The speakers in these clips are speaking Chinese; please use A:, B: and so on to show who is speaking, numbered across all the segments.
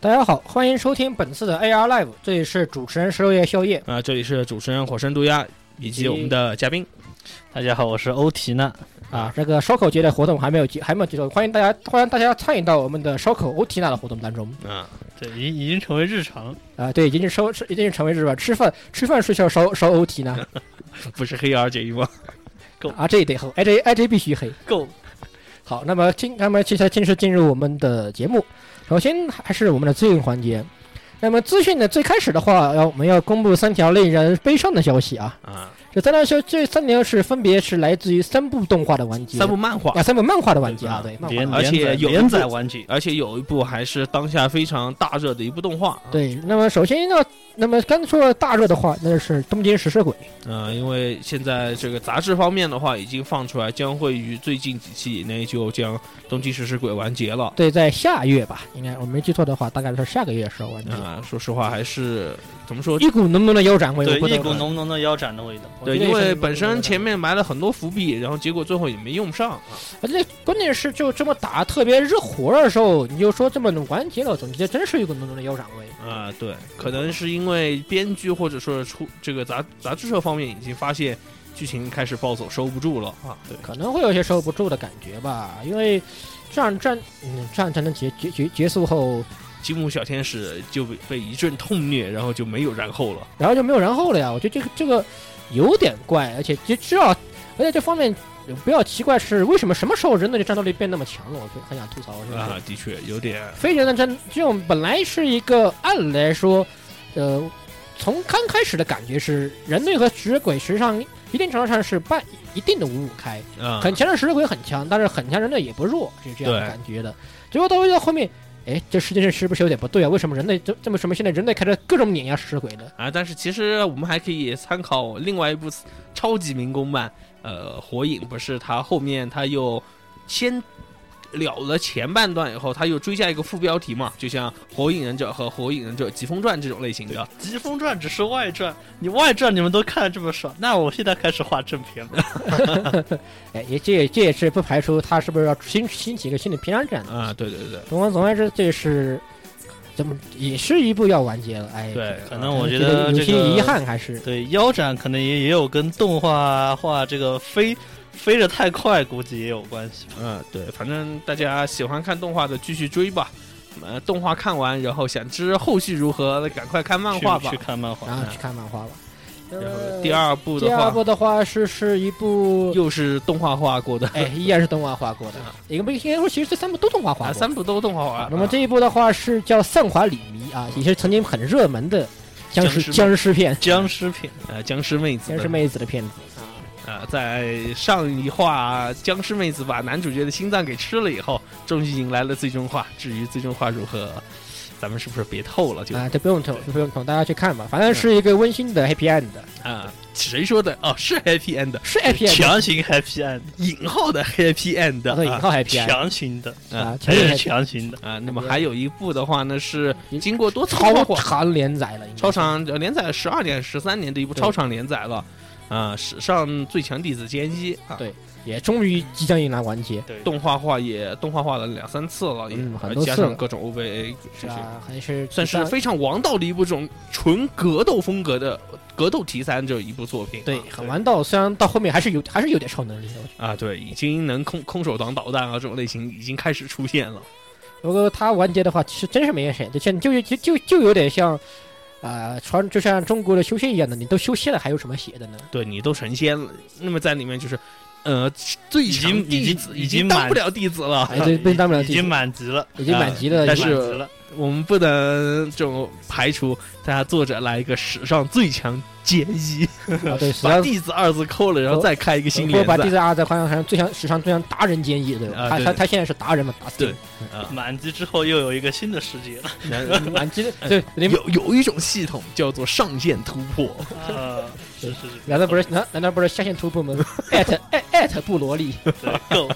A: 大家好，欢迎收听本次的 AR Live，这里是主持人十六夜宵夜。
B: 啊、这里是主持人火山渡鸦以
A: 以及
B: 及我们的嘉宾。
C: 大家好，我是欧缇娜。
A: 啊，这个烧烤节的活动还没有结，还没有结束，欢迎大家，欢迎大家参与到我们的烧烤欧缇娜的活动当中。
B: 啊，
C: 对，已已经成为日常，
A: 啊，对，已经是收，已经是成为日本吃饭吃饭睡觉烧烧欧缇娜
B: 不是黑 R 解一吗？
A: 啊，这也得黑，哎这哎这必须黑。
C: 够
A: 好，那么今那么接下来正式进入我们的节目。首先还是我们的资讯环节。那么资讯的最开始的话，要我们要公布三条令人悲伤的消息啊。
B: 啊，
A: 这三条消这三条是分别是来自于三部动画的完结，
B: 三部漫画，
A: 啊三部漫画的完结啊，
B: 对
A: 对，漫画的
C: 连
A: 完结
B: 而且
C: 连载
B: 有一
C: 连载
B: 部
C: 完结，
B: 而且有一部还是当下非常大热的一部动画。啊，
A: 对。那么首先呢，那么刚才说到大热的话，那是《东京食尸鬼》
B: 呃，因为现在这个杂志方面的话已经放出来，将会于最近几期以内就将《东京食尸鬼》完结了。
A: 对，在下月吧，应该我没记错的话，大概是下个月的时候完结。
B: 啊，说实话还是怎么说？
A: 一股浓浓的腰斩味，
C: 对，
A: 我不
C: 一
A: 得
C: 股
A: 不
C: 浓浓的腰斩的味道。
B: 对，
A: 我觉得也
B: 因为
A: 是
B: 本身前面埋了很多伏笔，然后结果最后也没用上。啊
A: 而且关键是就这么打特别热火的时候，你就说这么完结了，总结真是一股浓浓的腰斩味。
B: 啊、对，可能是因为编剧或者说是出这个杂杂志社方面已经发现剧情开始暴走，收不住了啊。对，
A: 可能会有些收不住的感觉吧，因为战战嗯战争的结结结结束后，
B: 积木小天使就被被一阵痛虐，然后就没有然后了。
A: 然后就没有然后了呀。我觉得这个这个有点怪，而且就知道，而且这方面比较奇怪是为什么什么时候人类的战斗力变那么强了？我很很想吐槽这个事
B: 啊，的确有点
A: 非人的战这种本来是一个按理来说，呃，从刚开始的感觉是人类和食血鬼实际上一定程度上是半一定的五五开，
B: 啊，
A: 很强的食血鬼很强，但是很强人类也不弱，是这样的
B: 对
A: 感觉的。结果到到后面，哎，这世界上是不是有点不对啊？为什么人类这这么什么现在人类开始各种碾压食血鬼呢？
B: 啊，但是其实我们还可以参考另外一部超级民工漫，呃，《火影》不是它后面它又先了了前半段以后，它又追加一个副标题嘛，就像《火影忍者》和《火影忍者疾风传》这种类型的。
C: 《疾风传》只是外传，你外传你们都看得这么爽，那我现在开始画正片了。
A: 哎，也这也这也是不排除他是不是要新兴起一个新的平安战呢？
B: 啊，对对对。
A: 总而总而言之，这是怎么也是一步要完结了？哎，
B: 对，
C: 可能我觉
A: 觉
C: 得
A: 有
C: 这
A: 些
C: 个
A: 遗，憾还是。
C: 对腰斩可能也也有跟动画画这个飞飞得太快，估计也有关系吧。
B: 嗯，对，反正大家喜欢看动画的继续追吧。呃，动画看完，然后想知后续如何，赶快看漫画吧
C: 去。去看漫画
A: 然，
C: 啊
A: 后去看漫画吧。
B: 嗯然
A: 呃
B: 后第二部的
A: 第二
B: 话，
A: 部的话是是一 部，
B: 又是动画化过的，
A: 哎，依然是动画画过的
B: 啊，
A: 一个不应该说其实这三部都动画
B: 啊，
A: 画过。
B: 三部都动画化
A: 啊。那么这一部的话是叫《散华里迷》啊，也是曾经很热门的僵尸僵
C: 僵尸
A: 尸片，
C: 僵尸片，
B: 呃僵尸妹子
A: 僵
B: 的，
A: 尸妹子的片子。
B: 呃，在上一话僵尸妹子把男主角的心脏给吃了以后，终于迎来了最终话。至于最终话如何，咱们是不是别透了就
A: 啊，这不用等，不用等，大家去看吧。
B: 嗯
A: 反正是一个温馨的 happy end，
B: 啊？谁说的？哦，是 happy end，
A: 是 happy end，
C: 强行 happy end，
B: 引号的 happy end
A: 啊对，引
B: 啊
A: 号 happy end
C: 强行的，
A: 啊，
B: 嗯
C: 还
A: 全
C: 是
A: 是
C: 强行的。
B: 啊，那么还有一部的话呢，是经过多次动画
A: 超
B: 化
A: 长连载了，应该是
B: 超。长呃连载十二年、十三年的一部
A: 对
B: 超长连载了，啊，史上最强弟子兼一啊，
A: 对也终于即将迎来完结，
C: 对，
B: 动画化也动画化了两三次了，也
A: 嗯很
B: 呃
A: 多
B: 加
A: 次
B: 上
A: 了
B: 各种 OVA
A: 是
B: 这些，
A: 啊，还是
B: 算是非常王道的一部这种纯格斗风格的格斗题材的这一部作品啊，
A: 对，很玩到，虽然到后面还是有，还是有点超能力的。
B: 啊，对，已经能空空手挡导弹啊这种类型已经开始出现了，
A: 如果它完结的话，其实真是没人谁，就像就就就就有点像，啊、传就像中国的修仙一样的，你都修仙了，还有什么写的呢？
B: 对你都成仙了，那么在里面就是。呃，最
C: 已
B: 强
C: 经已
B: 弟
C: 经
B: 子
C: 已
B: 已
C: 经
B: 经当
C: 满
B: 不了弟子了，
A: 哎，对，被当不了
C: 已
A: 弟
C: 经
A: 子，
C: 满级了，啊
A: 已经满级了，
B: 啊但
A: 已经
B: 是
C: 满级了。
B: 我们不能这种排除，大家作者来一个史上最强剑一，
A: 啊，对，史
B: 把
A: 上
B: 弟子二字扣了，然后再开一个新
A: 我
B: 连
A: 把弟
B: 载。
A: 子阿在换上最强史上最强达人建议，对吧？
B: 啊
A: 他
B: 对
A: 他
B: 对
A: 他现在是达人嘛，达死
B: 对
A: 定
B: 啊
C: 满级之后又有一个新的世界了。
A: 满级的， 对，你
B: 有有一种系统叫做上限突破，
C: 啊，是是是，
A: 难道不是难难道不是下线突 破吗？哎艾特艾艾特布罗利，
C: 对够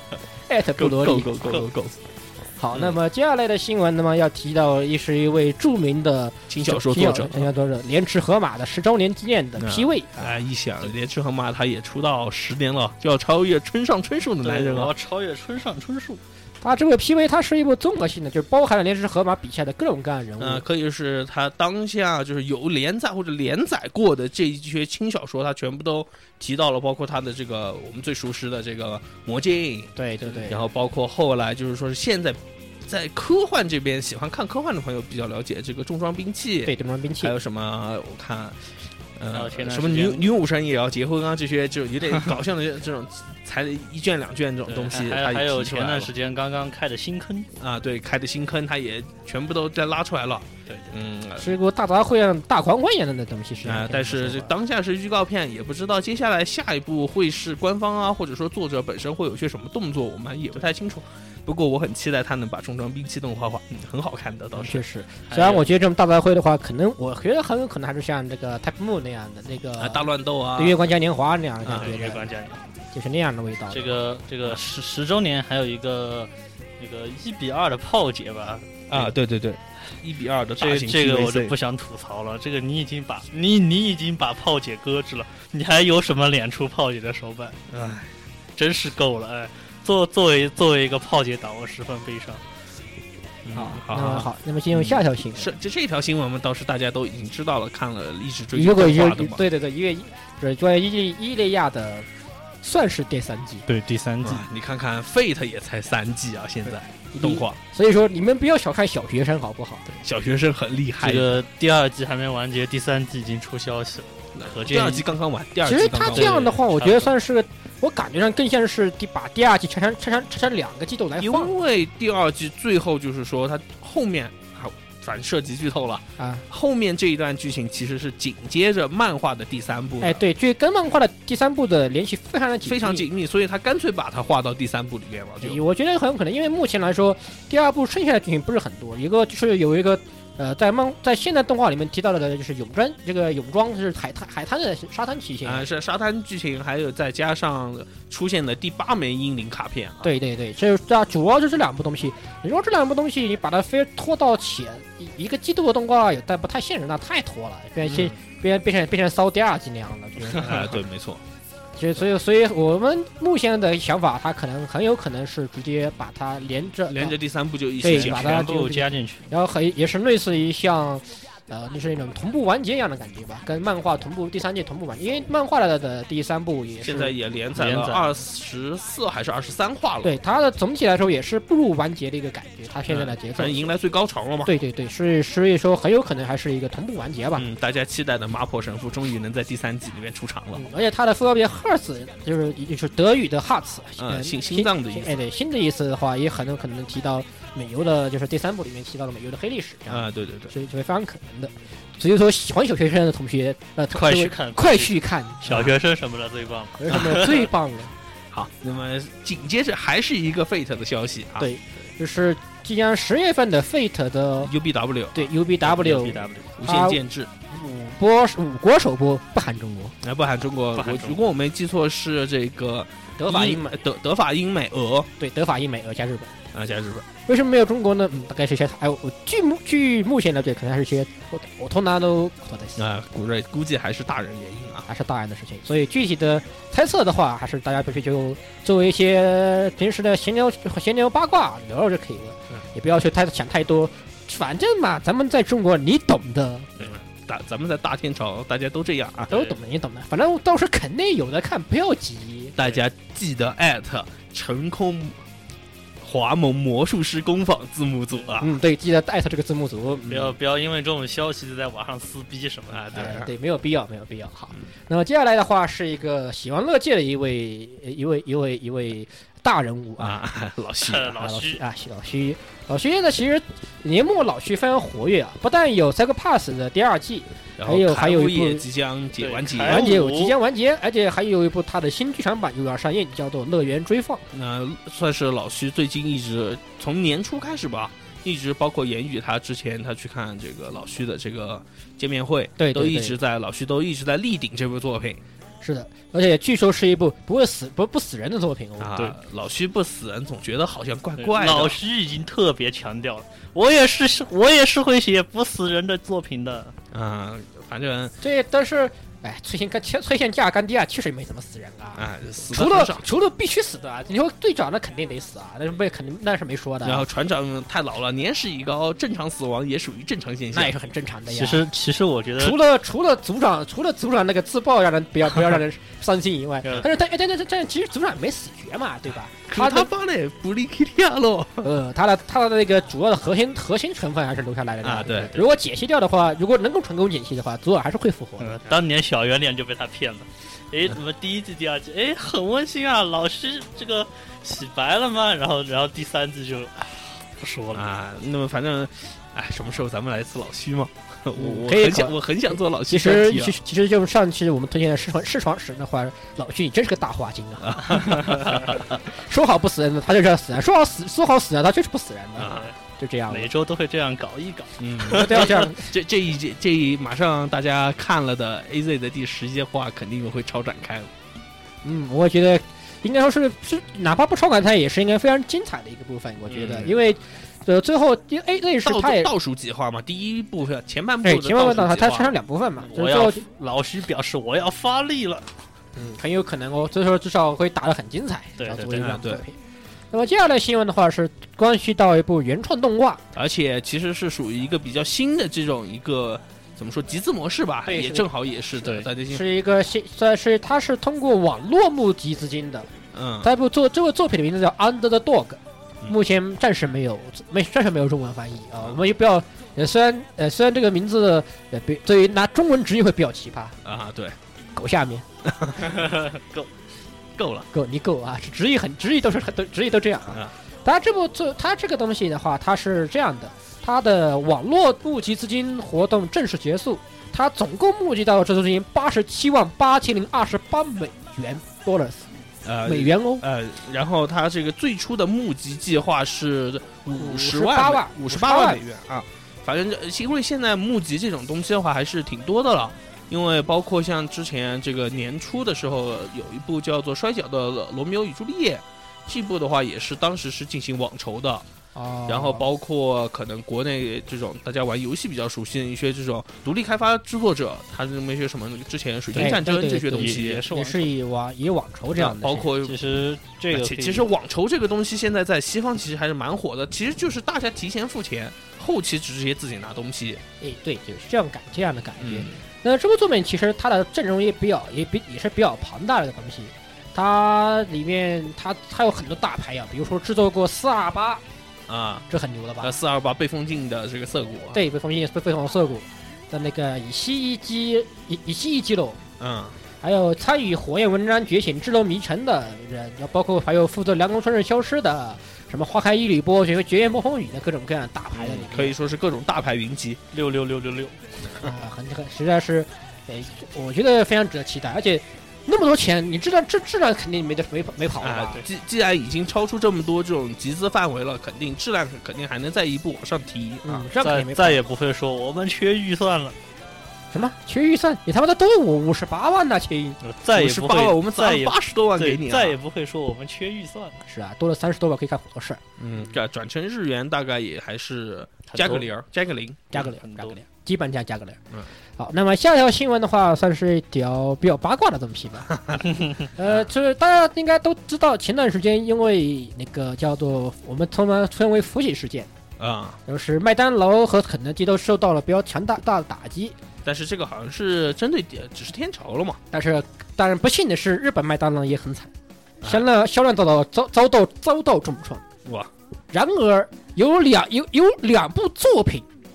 A: 艾特布
B: 够
A: 罗
B: 够
A: 利，
B: 够够够够！
A: 好，
B: 嗯
A: 那么接下来的新闻，那么要提到一是一位著名的
B: 轻小说作者
A: 轻小哎说作者莲池河马的十周年纪念的
B: 嗯
A: P 位啊，
B: 啊，一想连池河马他也出道十年了，就要超越村上春树的
C: 对
B: 男人
C: 我
B: 了
C: 要超越村上春树。
A: 大家知不知道 PV 它是一部综合性的，就是包含了连石河马笔下的各种各样的人物。
B: 呃，可以是他当下就是有连载或者连载过的这一些轻小说，他全部都提到了，包括他的这个我们最熟识的这个《魔镜》，
A: 对对对
B: 然，后包括后来就是说是现在在科幻这边喜欢看科幻的朋友比较了解这个重装兵器，
A: 对，对装兵器
B: 还，有什么我看。
C: 还有
B: 呃
C: 哦前，段
B: 什么
C: 时
B: 女
C: 间
B: 女武神也要结婚啊，这些就有点搞 笑的这种，才一卷两卷这种东西，
C: 还有
B: 他也
C: 还有
B: 提出
C: 前
B: 来
C: 段
B: 了
C: 时间刚刚开的新坑，
B: 啊，对，开的新坑，他也全部都在拉出来了。
C: 对对
B: 嗯，
A: 是一部大杂烩样、大狂欢一样的东西是。
B: 啊、但是这当下是预告片，也不知道接下来下一步会是官方啊，或者说作者本身会有些什么动作，我们也不太清楚。不过我很期待他能把重装兵器动画化，嗯，很好看的倒是。
A: 确实，
C: 还
A: 虽然
C: 有
A: 我觉得这种大杂烩的话，可能我觉得很有可能还是像这个 Type Moon 那样的那
B: 啊，大
A: 个
B: 乱斗啊
A: 《月光嘉年华》那样的
B: 啊
A: 感
C: 对
A: 觉
C: 月
A: 的，
C: 光嘉年华
A: 就是那样的味道。
C: 这个这个十十周年还有一个那个一比二的炮姐吧，
B: 啊，对对对，一比二的
C: 这
B: 大
C: 个
B: 型
C: 这个我
B: PVC
C: 就不想吐槽了，这个你已经把你你已经把炮姐搁置了，你还有什么脸出炮姐的手板？唉，真是够了哎！作作为作为一个炮姐党，我十分悲伤。
B: 嗯
A: 好，那么
B: 好好
A: 好，那么进入下一条新闻。
B: 是这这条新闻嘛，倒是大家都已经知道了，看了一直追
A: 如果
B: 动
A: 有
B: 画的嘛。
A: 对对对，因为是关于伊利伊利亚的，算是第三季。
C: 对第三
B: 啊你看看 Fate 也才三季啊，现在动画
A: 所以说你们不要小看小学生好不好？
B: 小学生很厉害
C: 这。个第二季还没完结，第三季已经出消息了。可
B: 第
C: 见
B: 二季刚刚完，第二季
A: 其实
B: 刚
A: 他
B: 刚
A: 这样的话，
C: 对对
A: 我
C: 对
A: 觉得算是个，我感觉上更像是第把第二季拆成拆成拆成两个季度来
B: 因
A: 哎放
B: 为第二季最后就是说，它后面啊，反涉及剧透了。
A: 啊。
B: 后面这一段剧情其实是紧接着漫画的第三部，
A: 哎，，对，这跟漫画的第三部的联系非常的紧密
B: 非常。紧密，所以他干脆把它画到第三部里面了。就
A: 我觉得很有可能，因为目前来说，第二部剩下的剧情不是很多。一个就是有一个，呃，在漫在现代动画里面提到的，就是泳装，这个泳装是海滩海滩的沙滩骑行。
B: 啊、是沙滩剧情，还有再加上出现的第八枚英灵卡片啊，
A: 对对对，这这主要就这两部东西。你说这两部东西，你把它非拖到前一一个季度的动画，也但不太现实，那太拖了，变
B: 嗯
A: 现变变成变成骚第二季那样的。就是
B: 啊、 对，没错，
A: 所以所以所以我们目前的想法，它可能很有可能是直接把它连着
B: 连着第三部就一
A: 对
B: 起讲
A: 把它
C: 全部加进去。
A: 然后很也是类似于像，呃，就是那种同步完结一样的感觉吧，跟漫画同步第三季同步完结，因为漫画的的第三部也是
B: 现在也连载了
C: 连载
B: 二十四还是二十三话了，
A: 对它的总体来说也是步入完结的一个感觉，它现在的
B: 嗯
A: 节奏
B: 反正。迎来最高潮了嘛。
A: 对对对，所以所以说很有可能还是一个同步完结吧。
B: 嗯，大家期待的麻婆神父终于能在第三季里面出场了
A: 嗯。而且它的副标题 “Herz” 就是就是德语的 “Herz”，
B: 嗯
A: 呃
B: 心心脏的意思
A: 哎，对，心的意思的话，也很有可能提到美游的，就是第三部里面提到了美游的黑历史，这样
B: 啊、对对对。
A: 所以这是非常可能的。所以说，喜欢小学生的同学，呃，
C: 快
A: 各位
C: 去看
A: 快去看，
C: 小学生什么的最棒。
A: 有什么最棒的？
B: 好，那么紧接着还是一个 Fate 的消息啊，
A: 对就是即将十月份的 Fate 的
B: UBW
A: 对 UBW
C: W
B: 啊无限建制，
A: 五波五国首播，不含中国，
B: 那不含中国，
C: 不含
B: 我
C: 中国
B: 如果我没记错是这个
A: 德法英
B: 英美德德法英美俄
A: 对德法英美俄加日本。
B: 啊加日本，
A: 为什么没有中国呢？嗯，大概是一些哎，我据目据目前了解，可能还是一些我我通拿都口袋
B: 啊、估计估计还是大人原因啊。
A: 还是大人的事情。所以具体的猜测的话，还是大家必须就作为一些平时的闲聊、闲聊八卦聊聊就可以了，
B: 嗯
A: 也不要去太想太多。反正嘛，咱们在中国，你懂的，
B: 大咱们在大天朝，大家都这样啊，
A: 都懂的，你懂的。反正到时候肯定有的看，不要急。
B: 大家记得艾特成空华盟魔术师工坊字幕组啊。
A: 嗯，对，记得艾特这个字幕组。嗯
C: 不要不要因为这种消息就在网上撕逼什么啊的。
B: 对
A: 哎对，没有必要，没有必要。好，那么接下来的话是一个喜欢乐界的一位呃一位一位一位大人物啊，
B: 啊，老徐，
C: 呃
A: 啊
C: 老徐
A: 啊，老徐，老徐现在其实年末老徐非常活跃啊，不但有 Psycho Pass 的第二季
B: 然
A: 还有
B: 后
A: 还
B: 凯
A: 有
B: 舞
A: 一部
B: 也即将解
C: 对
B: 完结，
C: 凯
A: 完结，
C: 舞
A: 即将完结，而且还有一部他的新剧场版又要上映，叫做《乐园追放》。
B: 那、算是老徐最近一直从年初开始吧，一直包括言语他之前他去看这个老徐的这个见面会，
A: 对对
B: 都一
A: 对
B: 直在老徐都一直在力顶这部作品
A: 是的，而且据说是一部不会死不不死人的作品哦。
B: 啊。
C: 对
B: 老徐不死人，总觉得好像怪
C: 对
B: 怪的。
C: 老徐已经特别强调了，我也是，我也是会写不死人的作品的。
B: 啊、反正
A: 对，但是哎，崔贤干崔崔贤架干爹啊，确实没怎么死人啊。
B: 啊，死
A: 除
B: 的很
A: 了
B: 少。
A: 除了必须死的，啊，你说队长那肯定得死啊，那是没肯定那是没说的
B: 然后
A: 啊，
B: 船长太老了，年事已高，正常死亡也属于正常现
A: 那也
B: 象。
A: 是很正哎常的呀。
C: 其实其实我觉得
A: 除了除了组长除了组长那个自爆让人不要不要让人伤心 以外，
C: 嗯
A: 但是但但但但但其实组长没死绝嘛，对吧？
B: 可
A: 他
B: 他
A: 的
B: 妈的不利啊 K T R 喽！
A: 呃他的他的那个主要的核心核心成分还是留下来的
B: 啊对
A: 如果解析掉的话，如果能够成功解析的话，佐尔还是会复活的。
C: 嗯，当年小圆脸就被他骗了。诶，怎么第一季、第二季，诶，很温馨啊，老师这个洗白了吗？然后，然后第三季就啊不说了。
B: 啊，那么反正，哎，什么时候咱们来一次老徐嘛？ 我我
A: 可以
B: 很
A: 考
B: 想我很想做老徐
A: 其
B: 专
A: 实
B: 题啊
A: 其
B: 了。
A: 实其实就是上期我们推荐的试床试床石的话，老徐你真是个大花精啊！ 说好不死人的他就是要死人，说好死说好死人他就是不死人的，
B: 啊，
A: 就这样了
C: 哎每。周都会这样搞一搞。
B: 嗯，
A: 都要这样，
B: 这这一季这一马上大家看了的 A Z 的第十届话，肯定会超展开了。
A: 嗯，我觉得应该说是是，哪怕不超感，它也是应该非常精彩的一个部分。我觉得，
B: 嗯
A: 因为呃，最后因为 A 类是
B: 倒
A: 它也
B: 倒数计划嘛，第一部分哎前半部
A: 对，
B: 的
A: 前面问到它，它
B: 计
A: 拆
B: 划
A: 成两部分嘛，就是
C: 我
A: 最后
C: 要老师表示我要发力了。
A: 嗯，很有可能哦，最后至少会打得很精彩，
C: 对
A: 然后
C: 对
A: 作为这
B: 对
A: 样的
B: 对
A: 作品。那么接下来新闻的话是关系到一部原创动画，
B: 而且其实是属于一个比较新的这种一个怎么说集资模式吧，
A: 对
B: 也
A: 是
B: 正好也是的，
C: 对
B: 大家先
A: 是一个新算是它是通过网络募集资金的，
B: 嗯
A: 它一部作这部作品的名字叫《Under the Dog》，
B: 嗯
A: 目前暂时没有没暂时没有中文翻译啊，我们也不要。呃，虽然呃，虽然这个名字呃，比对于拿中文直译会比较奇葩，
B: 啊对，
A: 狗下面
B: 够了，
A: 狗你狗啊，直译很直译都是很都直译都这样啊
B: 啊。
A: 它这部作它这个东西的话，它是这样的，它的网络募集资金活动正式结束，它总共募集到这资金八十七万八千零二十八美元 dollars
B: 呃
A: 美元哦，
B: 呃，然后他这个最初的募集计划是五十
A: 58
B: 万
A: 万
B: 五十
A: 58
B: 八
A: 万
B: 万美元啊，反正这因为现在募集这种东西的话还是挺多的了。因为包括像之前这个年初的时候，有一部叫做《摔跤的罗密欧与朱丽叶》，这部的话也是当时是进行网筹的，
A: 哦
B: 呃然后包括可能国内这种大家玩游戏比较熟悉的一些这种独立开发制作者，他是那些什么之前水
A: 对
B: 军战争
A: 对对
B: 这
A: 对
B: 些东西
C: 也，是
A: 也
C: 网
A: 是以网以网筹这样的，
B: 包括
C: 其实这个
B: 其
C: 可以
B: 其实网筹这个东西现在在西方其实还是蛮火的，其实就是大家提前付钱，后期直接自己拿东西。
A: 哎对，就是这样感这样的感觉。，那这部作品其实它的阵容也比较也比也是比较庞大的一个东西，它里面它它有很多大牌啊呀、比如说制作过四二八，
B: 啊，
A: 这很牛了吧？
B: 呃，四二八被封禁的这个涩谷，，
A: 对，被封印被被红涩谷的那个以西一基以以西一基楼，
B: 嗯，
A: 还有参与《火焰文章觉醒》《智龙迷城》的人，要包括还有负责《凉宫春日消失》的，什么花开一缕波、绝绝艳波风雨的各种各样的大牌的里面，
B: 可以说是各种大牌云集。
C: 六六六六六，
A: 啊，很很实在是，哎，我觉得非常值得期待，而且那么多钱，你质量质质量肯定没得没跑没跑了
B: 啊
A: 吧？，
B: 既既然已经超出这么多这种集资范围了，肯定质量肯定还能再一步往上提啊
A: 嗯，。这肯
C: 再
A: 定没跑
C: 再也不会说我们缺预算了，
A: 什么缺预算，你他妈的都我五十八万呐、亲！
C: 呃再也
B: 十
C: 不
B: 八万，
C: 会
B: 我们
C: 再也
B: 八十多万给
C: 对
B: 你、啊，
C: 再也不会说我们缺预算了。
A: 是啊，多了三十多万可以干很多事儿，
B: 嗯，转转成日元大概也还是 加个
C: 很多
B: 零儿，加个零。
A: 加个零
C: 嗯很，
A: 加
C: 多
A: 个零，基本价加个零。
B: 嗯，
A: 好，那么下一条新闻的话，算是一条比较八卦的东西吧。 呃，就是大家应该都知道，前段时间因为那个叫做我们通常称为福喜事件，
B: 啊、
A: 就是麦当劳和肯德基都受到了比较强大大的打击。
B: 但是这个好像是针对呃只是天朝了嘛，
A: 但是，当然不幸的是，日本麦当劳也很惨，
B: 啊
A: 销量销量遭到遭遭到遭到重创。
B: 哇！
A: 然而，有两有有两部作品的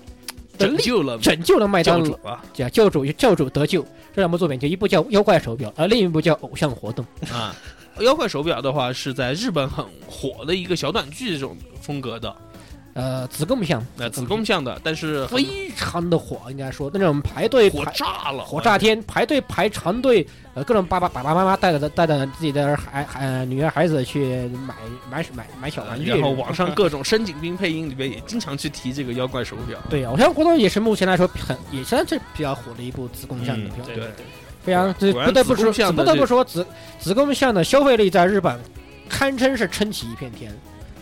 B: 拯
A: 力
B: 救了
A: 拯救了麦
B: 教
A: 当
B: 主
A: 劳，
B: 啊
A: 叫教主教主得救。这两部作品就一部叫《妖怪手表》，而另一部叫《偶像活动》。
B: 啊！妖怪手表的话是在日本很火的一个小短剧这种风格的，
A: 呃，子贡像，
B: 那、子宫向的，但是很
A: 非常的火，应该说那种排队
B: 火
A: 排
B: 炸了，啊
A: 火炸天排队排长队，呃，各种爸爸爸爸妈妈带着带着自己的孩孩、呃、女儿孩子去买买买买小
B: 呃。
A: 玩具，
B: 然后网上各种深井兵配音里面也经常去提这个妖怪手表，
A: 对，偶像活动也是目前来说很也算是比较火的一部子贡像的
B: 嗯
A: 片，
C: 对
B: 对
C: 对，
A: 非常这
B: 果然
A: 不得不
B: 子贡
A: 说，
B: 像
A: 不
B: 的
A: 得不
B: 这
A: 说子子贡像的消费力在日本堪称是撑起一片天。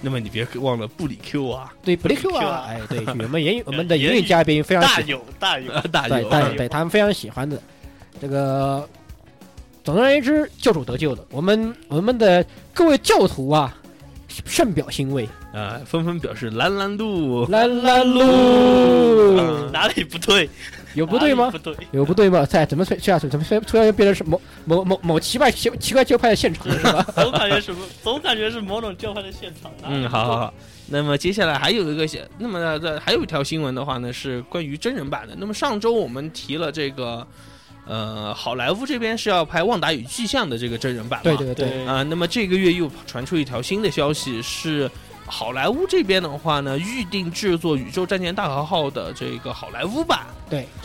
B: 那么你别忘了布里 Q 啊，
A: 对布 l 克
C: Q
A: 啊
C: 啊，
A: 哎，对 我们言语我们的
C: 言
A: 言语
C: 语
A: 嘉宾非常
C: 大
A: 喜
C: 有大有，
B: 大
A: 对
B: 有
A: 对
C: 有
A: 对，他们非常喜欢的。这个，总而言之，教主得救了。我们我们的各位教徒啊，甚表欣慰。
B: 呃，纷纷表示蓝蓝路，
A: 蓝蓝
B: 嗯
A: 路
C: 呃哪里不对？
A: 有不对
C: 哪
A: 吗
C: 里？不对，
A: 有不对吗？在怎么吹下去？怎么吹？突然又变成是某某某某奇怪奇奇怪教派的现场了是吧？
C: 总感觉什么？总感觉是某种教派的现场。哪里
B: 嗯，
C: 不
B: 好
C: 对
B: 好好。那么接下来还有一个小，那么这还有一条新闻的话呢，是关于真人版的。那么上周我们提了这个，呃，好莱坞这边是要拍《旺达与巨像》的这个真人版嘛？
A: 对对对，
C: 对
B: 啊、那么这个月又传出一条新的消息，是好莱坞这边的话呢，预定制作《宇宙战舰大和号》的这个好莱坞版，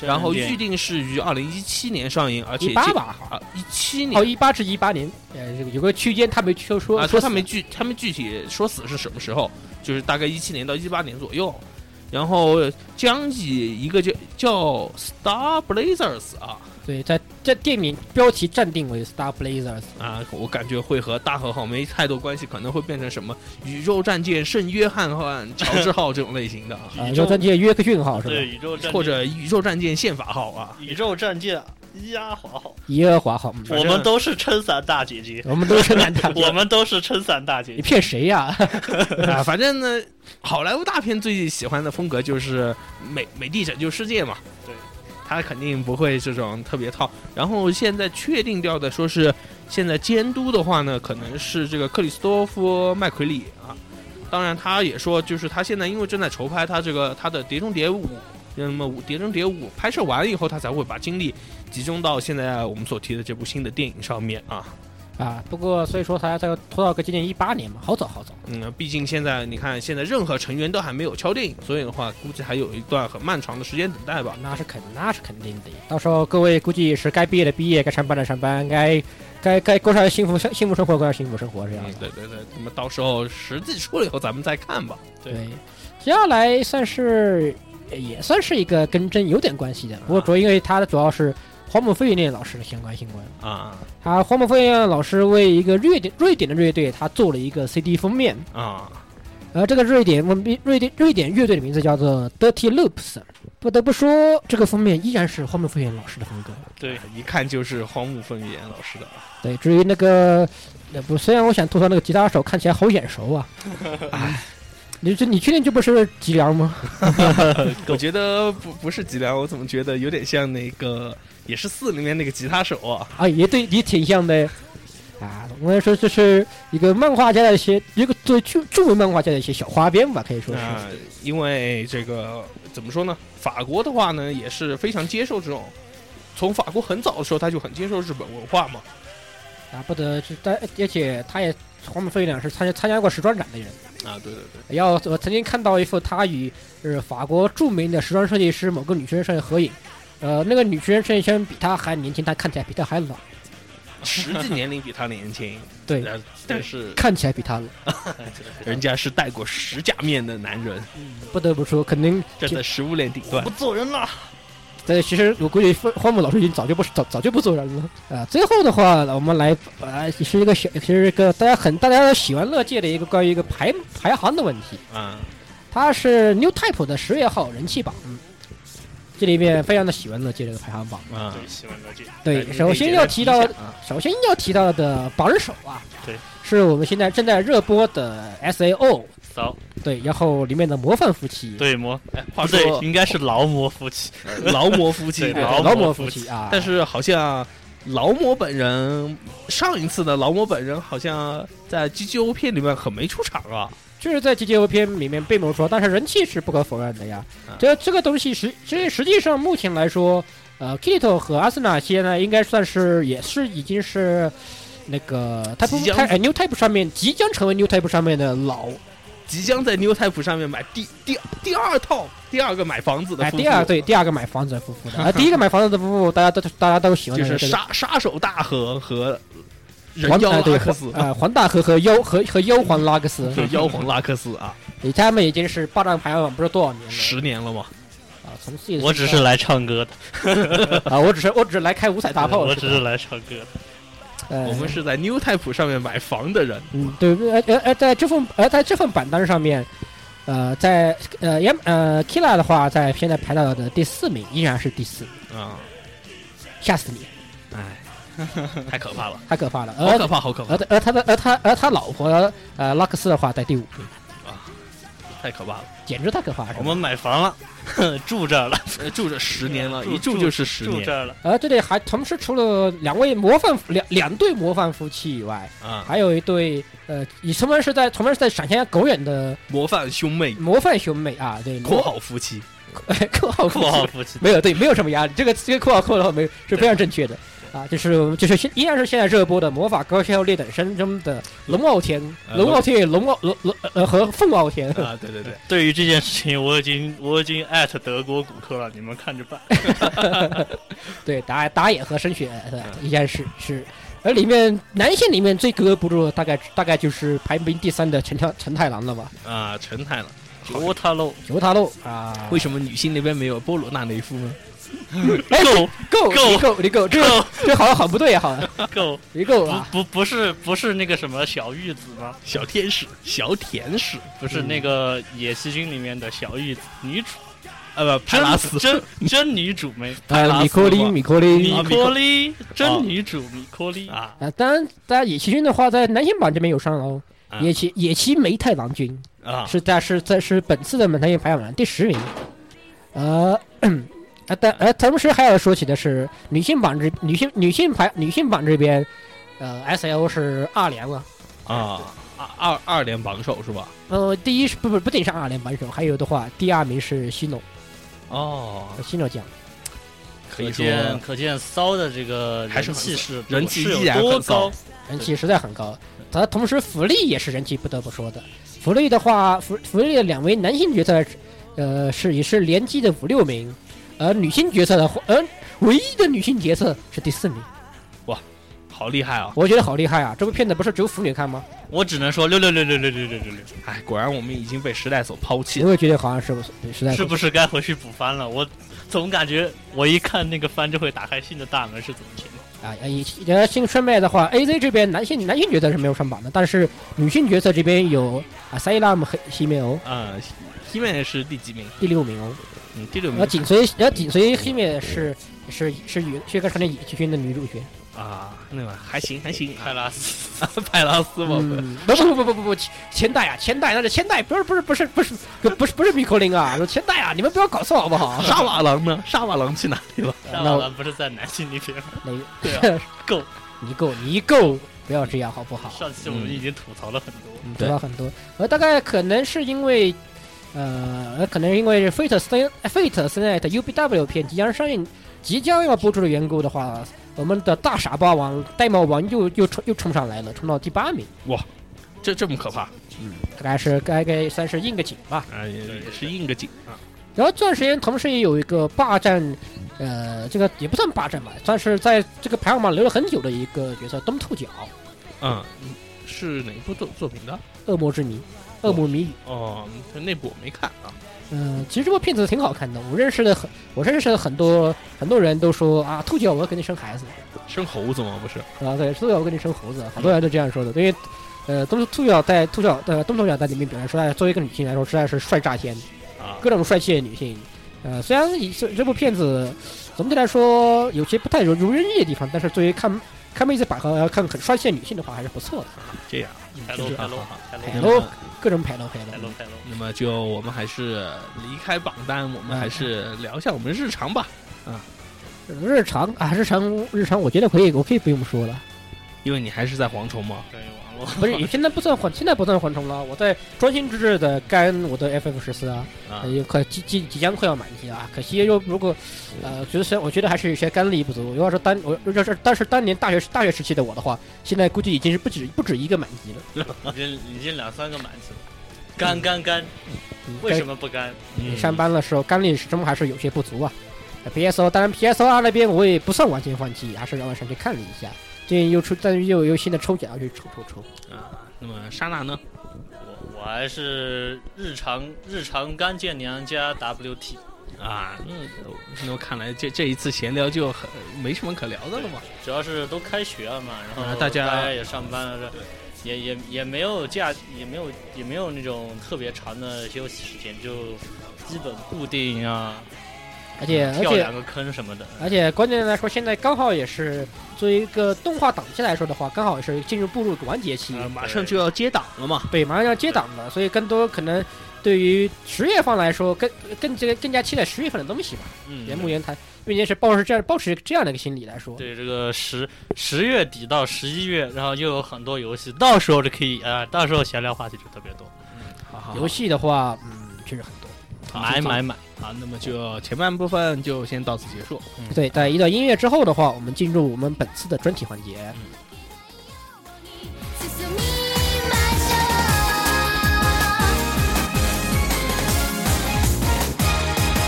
B: 然后预定是于二零一七年上映，而且
A: 一八
B: 这
A: 吧，
B: 啊一七年
A: 哦，。一八至一八年，呃，这个有个区间他没说
B: 啊，
A: 说
B: 说
A: 说
B: 他
A: 死
B: 们具他们具体说死是什么时候，就是大概一七年到一八年左右，然后将以一个叫叫 Star Blazers 啊
A: 对，在在电影标题暂定为 Star Blazers，
B: 啊，我感觉会和大和号没太多关系，可能会变成什么宇宙战舰圣约翰和乔治号这种类型的啊，
A: 啊，要
C: 宇宙
A: 战舰约克逊号是吧
C: 对？宇 宙战舰
B: 或者宇宙战舰宪法号啊，
C: 宇宙战舰压华号，
A: 耶和华号，嗯
B: 反
C: 我
B: 正
C: 们都是撑伞大姐姐，
A: 我们都 是 男大
C: 我们都是撑伞大姐
A: 你
C: 姐。
A: 骗谁呀？
B: 啊，反正呢，好莱坞大片最喜欢的风格就是美美帝拯救世界嘛。
C: 对，
B: 他肯定不会这种特别套。然后现在确定掉的，说是现在监督的话呢，可能是这个克里斯多夫麦奎里啊。当然，他也说，就是他现在因为正在筹拍他这个他的《碟中谍五》，那么《碟中谍五》拍摄完以后，他才会把精力集中到现在我们所提的这部新的电影上面啊。
A: 啊，不过所以说他再拖到个今年一八年嘛，好早好早。
B: 嗯，毕竟现在你看，现在任何成员都还没有敲定，所以的话，估计还有一段很漫长的时间等待吧。
A: 那是肯，那是肯定的。到时候各位估计也是该毕业的毕业，该上班的上班，该该该过上幸福生幸福生活，过上幸福生活这样
B: 嗯
A: 子。，
B: 对对对，那么到时候实际出了以后，咱们再看吧。
A: 对，接下来算是呃也算是一个跟真有点关系的，不过主要因为它主要是黄埔飞那老师的相关新闻。
B: 啊
A: 他黄埔飞燕老师为一个瑞典瑞典的乐队，他做了一个 CD 封面。
B: 啊，
A: 而这个瑞典文明瑞典瑞典乐队的名字叫做 Dirty Loops。不得不说，这个封面依然是黄埔飞燕老师的风格。
C: 对，
B: 一看就是荒木分别老师的。
A: 对，至于那个，呃不，虽然我想吐槽那个吉他手看起来好眼熟啊，你这你确定这不是吉良吗？
B: 我觉得不不是吉良，我怎么觉得有点像那个，也是四里面那个吉他手啊。
A: 啊，也对，也挺像的。啊，我们说这是一个漫画家的一些，一个作为著著名漫画家的一些小花边吧，可以说是。
B: 啊，因为这个怎么说呢？法国的话呢，也是非常接受这种，从法国很早的时候他就很接受日本文化嘛。
A: 啊，不得，这但而且他也黄本飞两是参加参加过时装展的人。
B: 啊，对对对。
A: 要我曾经看到一幅他与呃法国著名的时装设计师某个女学生的合影，呃，那个女学生虽然比他还年轻，但看起来比他还老，
B: 实际年龄比他年轻，
A: 对
B: 然，但是
A: 看起来比他老。
B: 人家是戴过十假面的男人，
A: 不得不说，肯定
B: 站在食物链顶端
C: 不。做人了。
A: 对，其实我估计荒荒木老师已经早就不是早早就不做人了啊、最后的话，我们来呃，是一个小，是一个大家很大家都喜闻乐见的一个关于一个排排行的问题。
C: 嗯
B: 啊，
A: 它是 New Type 的十月号人气榜，嗯这里面非常的喜闻乐见这个排行榜。
B: 啊
C: 对，喜欢乐见。
A: 对，首先要提到，首先要提到的榜首啊，
C: 对，
A: 是我们现在正在热播的 S A O，
C: 骚
A: 对，然后里面的模范夫妻，
C: 对魔，哎
B: 话
C: 不对
B: 说，
C: 应该是劳模夫妻。
B: 劳模夫妻
C: 对
A: 对，
B: 吧
C: 劳
A: 劳
C: 模
A: 模
C: 夫
A: 夫
C: 妻
A: 妻啊，
B: 但是好像劳模本人上一次的劳模本人好像在 GGO 片里面很没出场啊。
A: 就是在 G G O 片里面被没收，但是人气是不可否认的呀
B: 嗯。
A: 这这个东西实实实际上目前来说，呃，Kito 和阿斯纳现在应该算是也是已经是那个 Type
B: 即将
A: Type- 呃 New Type 上面即将成为 New Type 上面的老
B: 即将在 New Type 上面买第第第二套第二个买房子的
A: 哎
B: 夫妇，
A: 第二对第二个买房子的夫妇 的，啊第一个买房子的夫妇大家都大家都喜欢
B: 就
A: 的这
B: 是
A: 个
B: 杀杀手大和和人
A: 黄
B: 妖
A: 啊对
B: 拉
A: 和
B: 克斯，
A: 呃黄大和和妖和和妖皇拉克 斯，
B: 就妖 皇拉克斯啊，
A: 对他们已经是霸占排行榜不知道多少年了
B: 十年了嘛。
A: 啊！从自己的
C: 我只是来唱歌的，
A: 啊，我只是我只是来开五彩大炮，
C: 我只是
A: 吧
C: 来唱歌的。
A: 呃
B: 我们是在 New Type 上面买房的人，
A: 嗯，对，呃呃呃，在这份呃在这份榜单上面，呃，在呃也呃 Kila 的话，在现在排到的第四名，依然是第四，
B: 啊，
A: 吓死你！
B: 哎 太可怕了，
A: 太可怕了。
B: 好
A: 而
B: 可怕，好可怕
A: 而，而他的而他而他老婆呃拉克斯的话在第五名，
B: 太可怕了。
A: 简直太可怕了。
C: 我们买房了， 住这儿了，
B: 呃住这十年了，
C: 住
B: 一住就是十
C: 住
B: 年
C: 这 儿了。
A: 呃，这里还同时除了两位模范夫两两对模范夫妻以外，
B: 啊！
A: 还有一对呃，以同样是在同样是在闪现狗眼的
B: 模范兄妹
A: 模范兄妹啊，对，
B: （括
A: 模
B: 号夫 妻
A: 括号
C: 富豪 夫妻，
A: 没有对，没有什么压力，这个这个括号括号没有是非常正确的啊，就是就是现依然是现在热播的《魔法高校劣等生》中的龙傲天、
B: 呃
A: 龙傲天与龙傲龙龙呃和凤傲天）
B: 啊，对对对，
C: 对于这件事情，我已经我已经艾特德国骨科了，你们看着办。
A: 对打打野和申雪对吧依然是是，而里面男性里面最格格不入的大概大概就是排名第三的陈太陈太郎了吧，
B: 啊，陈太了。
C: 求他喽，
A: 尤他露啊，
B: 为什么女性那边没有波罗纳雷夫呢？
A: 哎
C: 够
A: 够
C: 够
A: 你够你够，这个
C: 够
A: 这好像很不对啊，好像
C: 够，
A: 你够
C: 不
A: 啊，
C: 不不是不是那个什么小玉子吗？
B: 小天使，小天使，
C: 不是那个野崎君里面的小玉子女主，
B: 呃，不，派拉斯
C: 真，真真女主没？
B: 派拉斯
A: 米科林
B: 嘛
A: 米科林
C: 米
B: 啊
C: 科利，
B: 哦
C: 真女主米科利，
B: 啊，
A: 啊，当然，当然野崎君的话在男性榜这边有上哦。
B: 啊
A: 野崎野崎梅太郎君
B: 啊，
A: 是在是在是本次的男性排行榜第十名，呃， 啊，但呃，同时还要说起的是女性榜这女性女性排女性榜这边，呃，S L 是二连了，
B: 啊，二二二连榜首是吧？
A: 呃，第一是不不不仅是二连榜首，还有的话第二名是西诺呃
B: 哦，
A: 西诺酱，
B: 可
C: 可
B: 以说
C: 见可见骚的这个
B: 还是很
C: 人气
B: 骚
C: 是
B: 人气
C: 是
B: 依然
C: 有多
B: 很骚
C: 高？
A: 人气实在很高。他同时福利也是人气不得不说的，福利的话，福福利的两位男性角色，呃，是也是连击的五六名，而女性角色的话，呃，唯一的女性角色是第四名，
B: 好厉害啊！
A: 我觉得好厉害啊！这部片子不是只有腐女看吗？
C: 我只能说六六六六六六六六六，
B: 哎，果然我们已经被时代所抛弃
A: 我也觉得好像是实在
C: 是不是该回去补番了？我总感觉我一看那个番就会打开新的大门，是怎么情况？
A: 啊，呃以然后新顺便的话，A Z 这边男性男性角色是没有上榜的，但是女性角色这边有啊塞拉姆和西梅欧
B: 啊。西面是第几名？
A: 第六名哦，
B: 嗯，第六
A: 然后
B: 名
A: 紧随然后紧随黑妹是是是与薛刚成的野崎君的女主角。
B: 啊，那个还行还行啊
C: 派，拉斯，
B: 派拉斯嘛，
A: 嗯，不不不不不不，千代啊，千代那是千代，不是不是不是不是不是不是米克林啊，千代啊，你们不要搞错好不 好？
B: 嗯沙瓦狼呢？沙瓦狼去哪里了？
C: 大老板不是在男性那边吗？
A: 那
C: 对啊够，
A: 你够你够，不要这样好不好？
C: 上期我们已经吐槽了很多。
A: 嗯，知
B: 对
A: 道很多，呃，大概可能是因为，呃，呃可能因为 Fate Stay Fate Stay Night UBW 片即将上映，即将要播出的缘故的话，我们的大傻瓜王呆毛王又又冲又冲上来了，冲到第八名，
B: 这这么可怕？
A: 大概是该该算是应个景吧。
B: 啊，也
C: 对
B: 也是应个景啊。
A: 然后这段时间同时也有一个霸占，呃，这个也不算霸占吧，算是在这个排行榜留了很久的一个角色东兔角，
B: 嗯，是哪部作作品的？
A: 恶魔之谜，恶魔谜语。
B: 哦，那部我没看啊。
A: 嗯、其实这部片子挺好看的，我认识的很，我认识的很多很多人都说啊，兔角我要跟你生孩子，
B: 生猴子吗？不是
A: 啊，对，兔角我跟你生猴子，好多人都这样说的，因为。呃，东兔角在兔角呃东兔角在里面表现出来，作为一个女性来说，实在是帅炸天，
B: 啊，
A: 各种帅气的女性。呃，虽然以这这部片子总体来说有些不太如如人意的地方，但是对于看看妹子百合、看很帅气的女性的话，还是不错的。
B: 这样。啊
C: 开喽
A: 是
C: 开喽
B: 好
C: 开喽
A: 海
B: 那
A: 喽
B: 么
A: 各种排楼排
C: 开
A: 楼
C: 喽，开喽！
B: 那么就我们还是离开榜单，我
A: 嗯
B: 们还是聊一下我们日常吧，
A: 日常啊，日常日常，我觉得可以，我可以不用说了。
B: 因为你还是在蝗虫嘛。
C: 对，网络
A: 不是， 你现在不算缓，现在不算缓冲了，我在专心致志的干我的 FF 十四啊，
B: 啊
A: 呃，也快即即即将快要满级了啊。可惜又如果呃，觉得是我觉得还是有些干力不足。要是当我要是但是当年大学大学时期的我的话，现在估计已经是不止不止一个满级了。
C: 已经已经两三个满级了，干干干，
A: 嗯
C: 为什么不干？
A: 该嗯上班的时候干力始终还是有些不足啊。PSO 当然 PSO 二那边我也不算完全放弃，还是让我上去看了一下。最近又出，但是又有新的抽奖要去抽抽抽。
B: 啊。那么莎娜呢？
C: 我我还是日常日常干见娘加 WT，
B: 啊，那那看来这这一次闲聊就很没什么可聊的了嘛。
C: 主要是都开学了嘛，然
B: 啊
C: 后
B: 大家
C: 大家也上班了，这也也也没有假，也没有也没有那种特别长的休息时间，就基本固定啊，
A: 而且而
C: 跳
A: 且
C: 两个坑什么的，
A: 而且关键来说，现在刚好也是作为一个动画档期来说的话，刚好也是进入步入完结期，
C: 嗯
B: 呃马上就要接档了嘛，
A: 对，马上要接档了，所以更多可能对于十月份来说，更更这个更加期待十月份的东西吧。
C: 嗯
A: 原木原谈，并且是抱着这样抱持这样的一个心理来说，
C: 对这个十十月底到十一月，然后又有很多游戏，到时候就可以啊、到时候闲聊话题就特别多，
B: 嗯好好
A: 游戏的话，嗯，确实很多。
C: 买买买，
B: 啊，那么就前半部分就先到此结束。
A: 对，在一段音乐之后的话，我们进入我们本次的专题环节。
D: 進みましょう」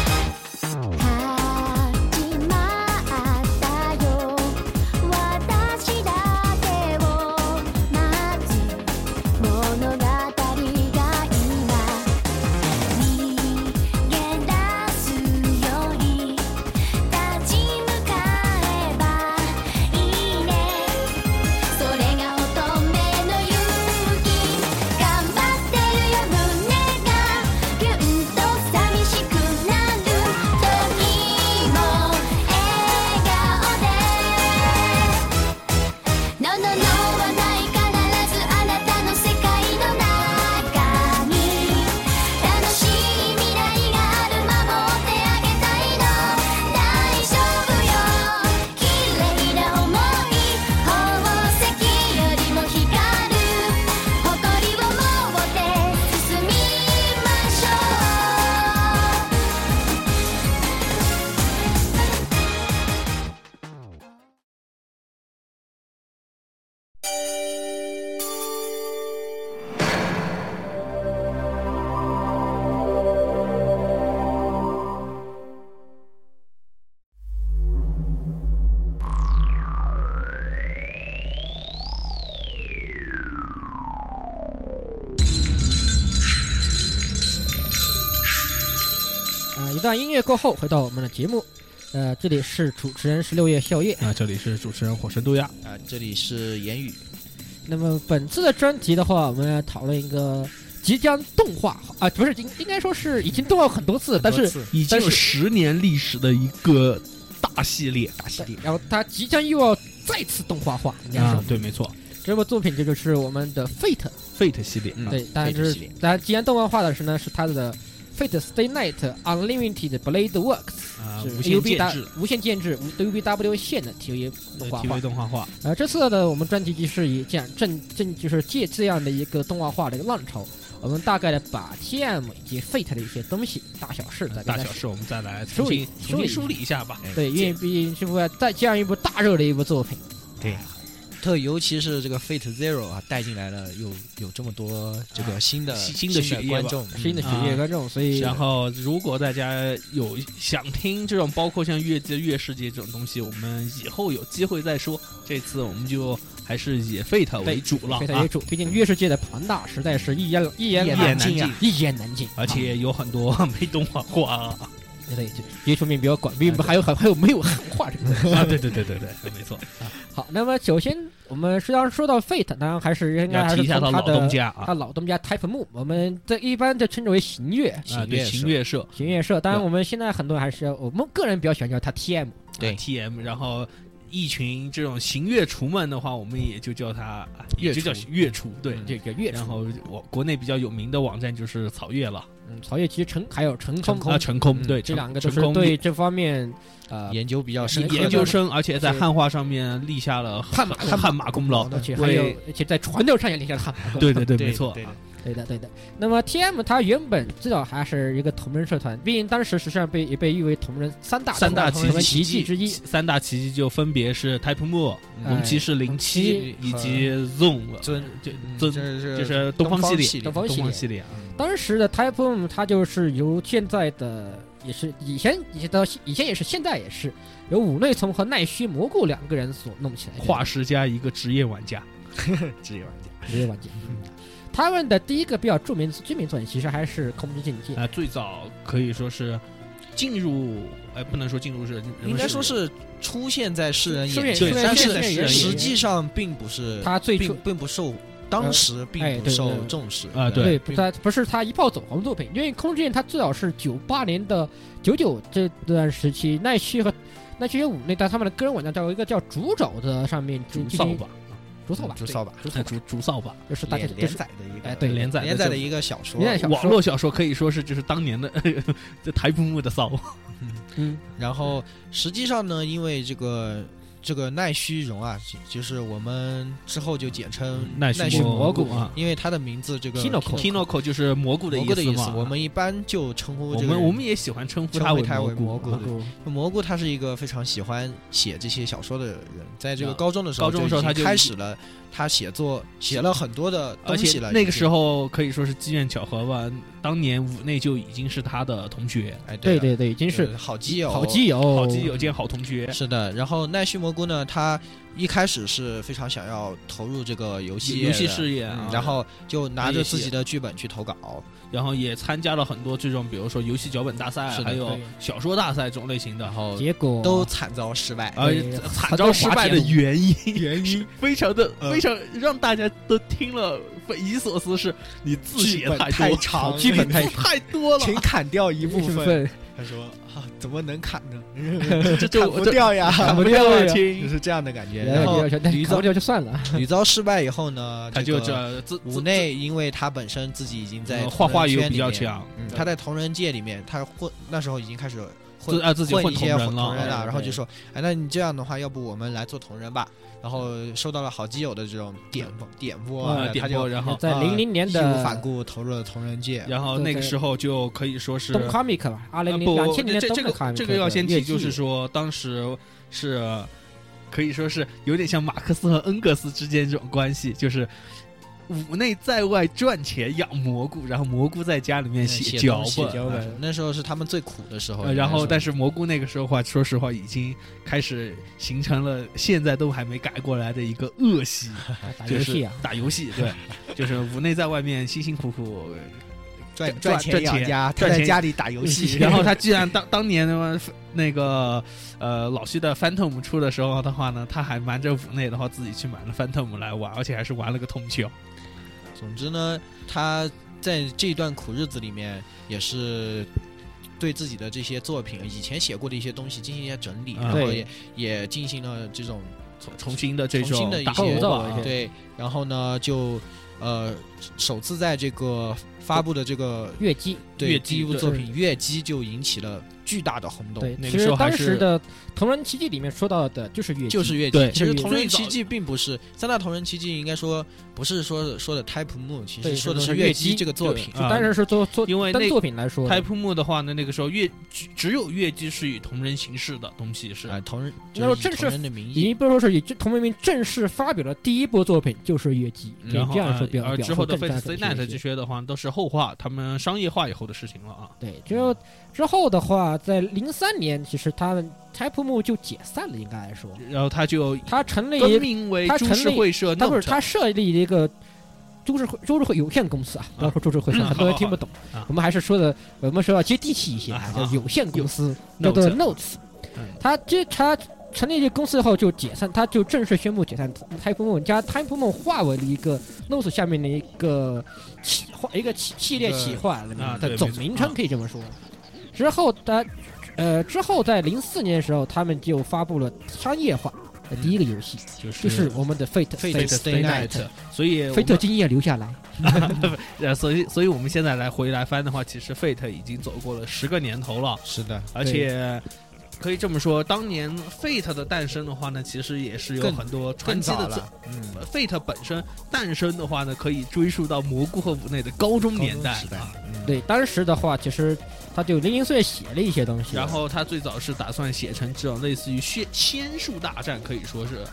D: 「始まったよ私だけを待つ物語が今」「逃げ出すより立ち向かえばいいね」それが乙女の勇気頑張ってるよ胸がギュンと寂しくなる時も笑顔で No No No はない必ずあなたの世界の中に楽しい未来がある守ってあげたいの大丈夫よ綺麗な思い宝石よりも光る誇りを持って進みましょう
C: 嗯
A: 啊、一段音乐过后，回到我们的节目。呃，这里是主持人十六夜笑夜。
B: 啊，这里是主持人火神豆芽，
E: 啊，这里是言语，
A: 那么本次的专题的话，我们要讨论一个即将动画啊、不是应应该说是已经动画很多次，但是
B: 已经有十年历史的一个大系列，大系
A: 对然后它即将又要再次动画化，应该说、
B: 啊，对，没错
A: 这部作品这就是我们的 Fate，、
B: ，Fate 系列，嗯
A: 对，当然就是
E: 系列
A: 当然即将动画化的是呢是它的 Fate Stay Night Unlimited Blade Works，
B: 啊，
A: 是
B: 无限
A: UB
B: 建
A: 大
B: 制
A: 无限建制无 UBW 线的 TV 动画化
B: TV。动画化，
A: 呃，这次的我们专题就是以这样正正就是借这样的一个动画化的一个浪潮，我们大概的把 TM 以及 Fate 的一些东西大小事再跟
B: 嗯大
A: 大家
B: 小事我们再来
A: 梳
B: 重
A: 理
B: 新
A: 梳
B: 重新
A: 理
B: 梳理一下吧。哎
A: 对，因为毕竟这部再这样一部大热的一部作品，
E: 特尤其是这个 Fate Zero 啊，带进来了有有这么多这个新的、
B: 新
E: 新
B: 的血液吧
E: 观众，
A: 新的
E: 嗯
A: 血液观众，所以
B: 然后，如果大家有想听这种包括像越界、越世界这种东西，我们以后有机会再说。这次我们就还是以 Fate 为主了
A: 非常
B: 啊
A: 为，主，毕竟月世界的庞大实在是一言一言
B: 一言
A: 难
B: 难尽
A: 啊，一言难尽。
B: 而
A: 啊
B: 且有很多没动画化啊。
A: 对，就也说明比较广，并不还有还还有没有汉化这个 东西。
B: 啊，对对对对对，没错，
A: 好，那么首先我们实际上说到 Fate，当然还是应该
B: 要
A: 还
B: 提
A: 是
B: 一下
A: 从
B: 他
A: 他
B: 老东
A: 的
B: 家
A: 他
B: 啊，
A: 老东家 Type Moon，我们这一般就称之为行月
B: 啊，
E: 行
B: 对，
E: 月
B: 行
E: 社
B: 月社
A: 行月社。当然我们现在很多人还是我们个人比较喜欢叫它 TM。
E: 对
B: 啊 TM，然后一群这种行月厨们的话，我们也就叫他啊也
E: 月
B: 就叫
E: 厨
B: 月厨，对。
A: 这个月
B: 然后我国内比较有名的网站就是草月了，
A: 嗯，曹月其实成还有成
E: 成
A: 空
E: 空
B: 啊，成空
E: 嗯
B: 对，
A: 这
B: 成
A: 两个都
B: 成
A: 是
B: 空
A: 对这方面呃
E: 啊研究比较深刻的
B: 研究生，而且在
A: 是
B: 汉化上面立下了
A: 汗马
B: 汗马功劳。
A: 而且还有
B: 为
A: 而且在传教上也立下了汗马功劳。
B: 对对对，
C: 对
B: 没错
C: 对的
B: 啊
A: 对的，对的。那么 TM 它原本最早还是一个同人社团，毕竟当时实际上被也被誉为同人三大
B: 三大
A: 同
B: 奇
A: 人
B: 奇
A: 奇迹之一。
B: 三大奇迹就分别是 Type Mo、
A: 哎
B: 龙骑士零七
A: 七
B: 以及 Zone，
E: 嗯尊
B: 就
E: 嗯
B: 尊
E: 这是嗯
B: 就是东
E: 东
B: 方系列
E: 系
A: 东方
E: 列，
A: 系
B: 东
A: 列
B: 方。系列啊，
A: 当时的 Type M 它就是由现在的也是以前以前到以前也是现在也是由五内从和奈须蘑菇两个人所弄起来的
B: 画师加一个职业玩家，
E: 职业玩家，
A: 职业玩家。他们的第一个比较著名知名作品其实还是《空之境界》
B: 啊，最早可以说是进入，哎，不能说进入是，
E: 应该说是出现在世人
A: 出现
E: 眼
A: 出
E: 前
A: 现，
B: 在
E: 但
B: 世人眼
E: 是
B: 前
E: 呃实际上并不是，
A: 它最初
E: 并并不受当时并
A: 哎
E: 不
A: 对
E: 受
A: 对
E: 重视
B: 啊
A: 对，
B: 对
A: 不他不是他一炮走红的作品，因为《空之焰》它最早是九八年的九九这段时期，奈绪和奈绪和武内在他们的个人网站叫一个叫竹肘的上面
B: 竹
A: 进
B: 扫
A: 行
B: 把，
A: 竹扫把，
E: 竹
A: 对
E: 扫把
A: 竹扫
B: 哎
A: 把
B: 竹竹扫把，
A: 就是大家
E: 连
A: 就
E: 连
A: 是
E: 载的一个，
A: 哎对
B: 连载
E: 连载的
B: 这
E: 一个小说，
A: 连载小
B: 网
A: 说
B: 络小说可以说是就是当年的 这台布木的骚，
A: 嗯
E: 然后实际上呢，因为这个这个奈须荣啊，就就是我们之后就简称
B: 奈
E: 奈
B: 须
E: 须
B: 蘑
E: 蘑
B: 菇啊
E: 因为它的名字这个
A: Kinoko
B: ，Kinoko 就是蘑菇的
E: 蘑菇的意
B: 嘛。
E: 思，我们一般就称呼
B: 我
E: 这个
B: 们
E: 人
B: 我们也喜欢称呼
E: 称
B: 它
E: 呼它为
B: 蘑
E: 蘑菇
B: 啊
E: 对蘑菇他是一个非常喜欢写这些小说的人，在这个
B: 啊
E: 高中的时候，
B: 高中的时候他就
E: 开始了他写作，写了很多的东
B: 而
E: 西
B: 且
E: 了。
B: 那个时
E: 候，
B: 候可以说是机缘巧合吧，当年武内就已经是他的同学，
E: 哎，
A: 对
E: 的，
A: 对对，已经
E: 就是是好基友，
A: 好基友，
B: 好基友兼好同学，
E: 是的。然后奈绪蘑菇呢，他一开始是非常想要投入这个游戏
B: 游戏
E: 的
B: 事业
E: 嗯
B: 啊，
E: 然后就拿
B: 游
E: 着
B: 戏
E: 自己的剧本去投稿，
B: 然后也参加了很多这种，比如说游戏脚本大赛，
E: 是的
B: 还有
A: 对
B: 小说大赛这种类型的，
E: 然后
A: 结果哎
E: 都惨遭失败。
B: 而
A: 对
B: 惨遭失败的原 因，原因非常的
E: 呃
B: 非常让大家都听了匪夷所思，是你字写
E: 剧本
B: 太多，
E: 长，
A: 剧本太
B: 字太多了
E: 请，砍掉一部
A: 部
E: 分。
A: 分
E: 他说啊，怎么能砍呢？
B: 这这
E: 砍
B: 我
E: 不
B: 这
E: 掉呀，
A: 砍不掉呀
E: 就
B: 亲，
E: 是这样的感觉。
A: 然
E: 然
A: 后
E: 后
A: 但
E: 驴
A: 搞
E: 子
A: 掉就算
B: 啊
A: 了，
E: 屡遭失败以后呢，
B: 他就
E: 这嗯
B: 这
E: 个
B: 字
E: 武内，因为他本身自己已经在
B: 呃画画
E: 友
B: 又比较强，
E: 嗯，他在同人界里面，他混那时候已经开始混
B: 自啊自己
E: 混
B: 混
E: 一
B: 同
E: 些
B: 人
E: 同人
B: 了，
E: 了，
A: 哎
E: 然后就
A: 对
E: 说，哎，那你这样的话，要不我们来做同人吧？然后受到了好基友的这种点拨点拨
B: 啊
E: 啊，
B: 点
E: 他
B: 播，
E: 就
B: 然后
A: 在
E: 呃
A: 零零年
E: 义无反
A: 的
E: 顾投入了同人界。
B: 然后
A: 对
B: 那个
A: 对
B: 时候就可以说是
A: 东 comic 吧，二零
B: 呃
A: 零
B: 不
A: 两千年
B: 这
A: 的
B: 这
A: 东
B: 个
A: comic，
B: 这个要先
A: 越
B: 提，
A: 剧
B: 就是说当时是可以说是有点像马克思和恩格斯之间这种关系，就是五内在外赚钱养蘑菇，然后蘑菇在家里
E: 嗯
B: 面写脚本。啊
E: 脚本，那时候是他们最苦的时候
B: 呃。然后，但
E: 是
B: 是蘑菇那个时候话，说实话，已经开始形成了现在都还没改过来的一个恶习，
A: 打
B: 就
A: 游戏
B: 是
A: 啊，
B: 打游戏。对， 就是五内在外面辛辛苦苦
E: 赚
B: 赚
E: 钱
B: 赚
E: 养
B: 钱
E: 家，他
B: 赚
E: 在
B: 钱
E: 家里打游戏，
B: 然后他既然当当年呢那个呃老徐的 Phantom 出的时候的话呢，他还瞒着五内的话自己去买了 Phantom 来玩，而且还是玩了个通宵。
E: 总之呢，他在这段苦日子里面也是。对自己的这些作品，以前写过的一些东西进行一下整理，
B: 嗯
E: 然后
A: 对
E: 也也进行了这种
B: 重重新的这
E: 重
B: 种
E: 新的一
B: 打
E: 些
A: 构造
B: 磨吧
A: 一些
E: 对，然后呢就呃首次在这个发布的这个
A: 越剧。
E: 对
B: 月
E: 第
B: 姬
E: 一部
B: 对
E: 作品《月姬》就引起了巨大的轰动，
A: 对，
B: 那个
A: 其
B: 时
A: 实
B: 候还
A: 当
B: 是
A: 时的《同人奇迹》里面说到的就是越剧
E: 就是《月姬》。
B: 对
E: 其实
A: 对
E: 同人
B: 最早
E: 奇迹并不是三大同人奇迹，应该说不是说说的 Type Moon，其实
A: 对
E: 说的
A: 是
E: 是
A: 说
E: 《月
A: 月
E: 姬》
A: 姬
E: 这个作品。
B: 对啊
A: 当然是做做
B: 因为那
A: 单作品来说的，
B: 拍铺木的话呢，那个时候越只只有越姬是以同人形式的东西是
E: 啊，同人
A: 那时候
E: 就是以
A: 正
E: 同
A: 式
E: 人的名
A: 已
E: 义，
A: 经不是说是以同名名正式发表了第一部作品就是《月姬》，可
B: 然
A: 以
B: 后
A: 这样说
B: 呃
A: 表
B: 而
A: 表
B: 之
A: 述
B: 后的
A: 更
B: Fate
A: 加
B: Stay
A: 准
B: Night
A: 确
B: 这
A: 一些。
B: 些的话都是后话，他们商业化以后的事情了啊。
A: 对，就之后的话，在零三年，其实他们 Type 木就解散了，应该来说，
B: 然后他就
A: 他成立
B: 更
A: 一，
B: 名为
A: 他
B: 株
A: 成
B: 式
A: 立
B: 会社
A: 他不
B: Note，
A: 是他设立了一个株式会株式会有限公司啊，不要说株式会社，
B: 嗯
A: 很多人听不懂
B: 好好好。
A: 我们还是说的，我们说要接地气一些
B: 啊
A: 啊，叫有限公司。叫做
B: Note
A: Notes
B: 嗯。
A: 他这他成立这公司后就解散，他就正式宣布解散 Type Moon，加 Type Moon 化为了一个 Notes 下面的一个企划一个企系列企划
B: 啊对
A: 的总
B: 没错
A: 名称，可以这么说。之后他呃之后在零四年的时候，他们就发布了商业化的第一个游戏，
B: 就是
A: 就是我们的 Fate
E: Fate Stay
B: Stay Night，所以我们
A: Fate 经验留下来。
B: 呃，所以，所以我们现在来回来翻的话，其实 Fate 已经走过了十个年头了，
E: 是的，
B: 而且可以这么说，当年 Fate 的诞生的话呢，其实也是有
E: 更
B: 很多传
E: 更
B: 奇
E: 早
B: 的
E: 了，嗯，
B: 作。Fate 本身诞生的话呢，可以追溯到蘑菇和五内的高中
E: 高
B: 年
E: 中
B: 代
E: 时代
B: 啊。，
E: 嗯，
A: 对，当时的话，其实他就零零碎写了一些东西，
B: 然后他最早是打算写成这种类似于仙仙术大战，可以说是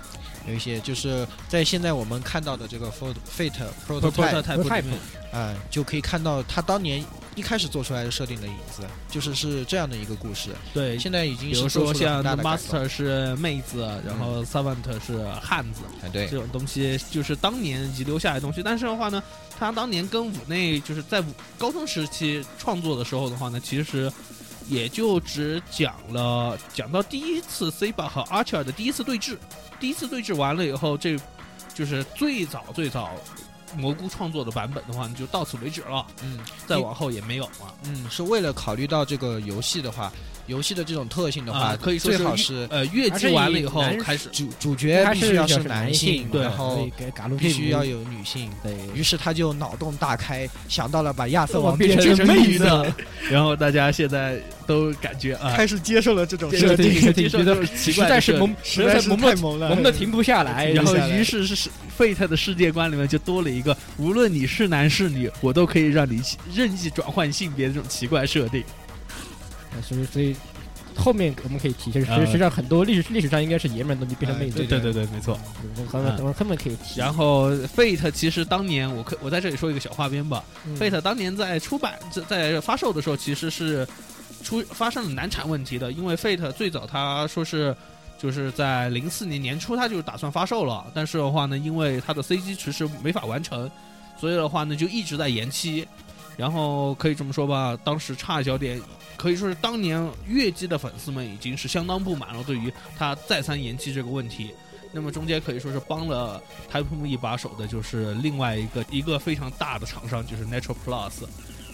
E: 有一些就是在现在我们看到的这个 Fate Fate Prototype
B: prototype 里面
E: 啊、就可以看到他当年一开始做出来的设定的影子，就是是这样的一个故事。
B: 对，
E: 现在已经
B: 比
E: 是
B: 如
E: 做
B: 说
E: 出了
B: 像
E: 很大的改动
B: Master 是妹子，然后 Savant 是汉子，
E: 哎，对
B: 这种东西就是当年遗留下来的东西。但是的话呢，他当年跟五内就是在五高中时期创作的时候的话呢，其实也就只讲了讲到第一次 C 巴和 Archer 的第一次对峙，第一次对峙完了以后，这就是最早最早蘑菇创作的版本的话，你就到此为止了，
E: 嗯，
B: 再
E: 你
B: 往后也没有了。
E: 嗯，是为了考虑到这个游戏的话，游戏的这种特性的话，
B: 啊可以说
E: 最
B: 是
E: 好
B: 越
E: 是
B: 呃，越
A: 还
B: 级
A: 是
B: 完
A: 以
B: 了以后
A: 男
B: 开始，
E: 主主角
A: 还
E: 必
A: 是
E: 须要
A: 要
E: 是
A: 是
E: 男
A: 男
E: 性
A: 性，
B: 对
E: 然
A: 所
E: 后
A: 以给嘎鲁
E: 必
A: 屁
E: 须
A: 股
E: 要有女性。
A: 对。
E: 于是他就脑洞大开，想到了把亚瑟王
A: 变
E: 变
A: 成
E: 成
A: 妹
E: 妹
A: 子
E: 子，
A: 了，
B: 然后大家现在都感觉啊，
E: 开始接受了这种
A: 对对
E: 设定，
A: 对，
B: 定
A: 对
B: 接
A: 觉
B: 受
A: 得
B: 这种奇
A: 实
B: 怪
A: 在
B: 的
A: 是
B: 设
A: 萌，
E: 实
A: 实
E: 在
A: 在
E: 是
A: 萌
E: 太
A: 的
E: 萌了，
A: 萌的停不下来，
B: 然后
E: 下来
B: 于是是是 Fate 的世界观里面就多了一个，无论你是男是女，我都可以让你任意转换性别的这种奇怪设定。
A: 所以所以后面我们可以提，就是
B: 呃
A: 实实际上很多历史历史上应该是爷们儿的东西变成妹
E: 哎
A: 子，
E: 对
B: 对对对，没错。
A: 我们我们根本可以提。
B: 然后 Fate 其实当年我可我在这里说一个小花边吧、
A: 嗯
B: f a t e 当年在出版在在发售的时候其实是出发生了难产问题的，因为 Fate 最早它说是。就是在零四年年初，它就打算发售了，但是的话呢，因为它的 CG 迟迟没法完成，所以的话呢就一直在延期。然后可以这么说吧，当时差一小点，可以说是当年月姬的粉丝们已经是相当不满了，对于它再三延期这个问题。那么中间可以说是帮了 Type Moon 一把手的，就是另外一个一个非常大的厂商，就是 Natural Plus。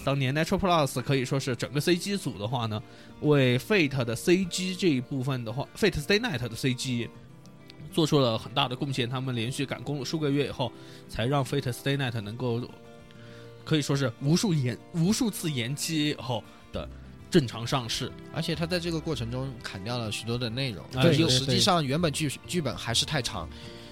B: 当年 Natural Plus 可以说是整个 CG 组的话呢，为 Fate 的 CG 这一部分的话，Fate Stay Night 的 CG 做出了很大的贡献。他们连续赶工了数个月以后，才让 Fate Stay Night 能够可以说是无数延无数次延期以后的正常上市。
E: 而且他在这个过程中砍掉了许多的内容，
B: 啊
E: 但
B: 对
E: 是
A: 对
E: 实际
A: 对
E: 上原本剧剧本还是太长，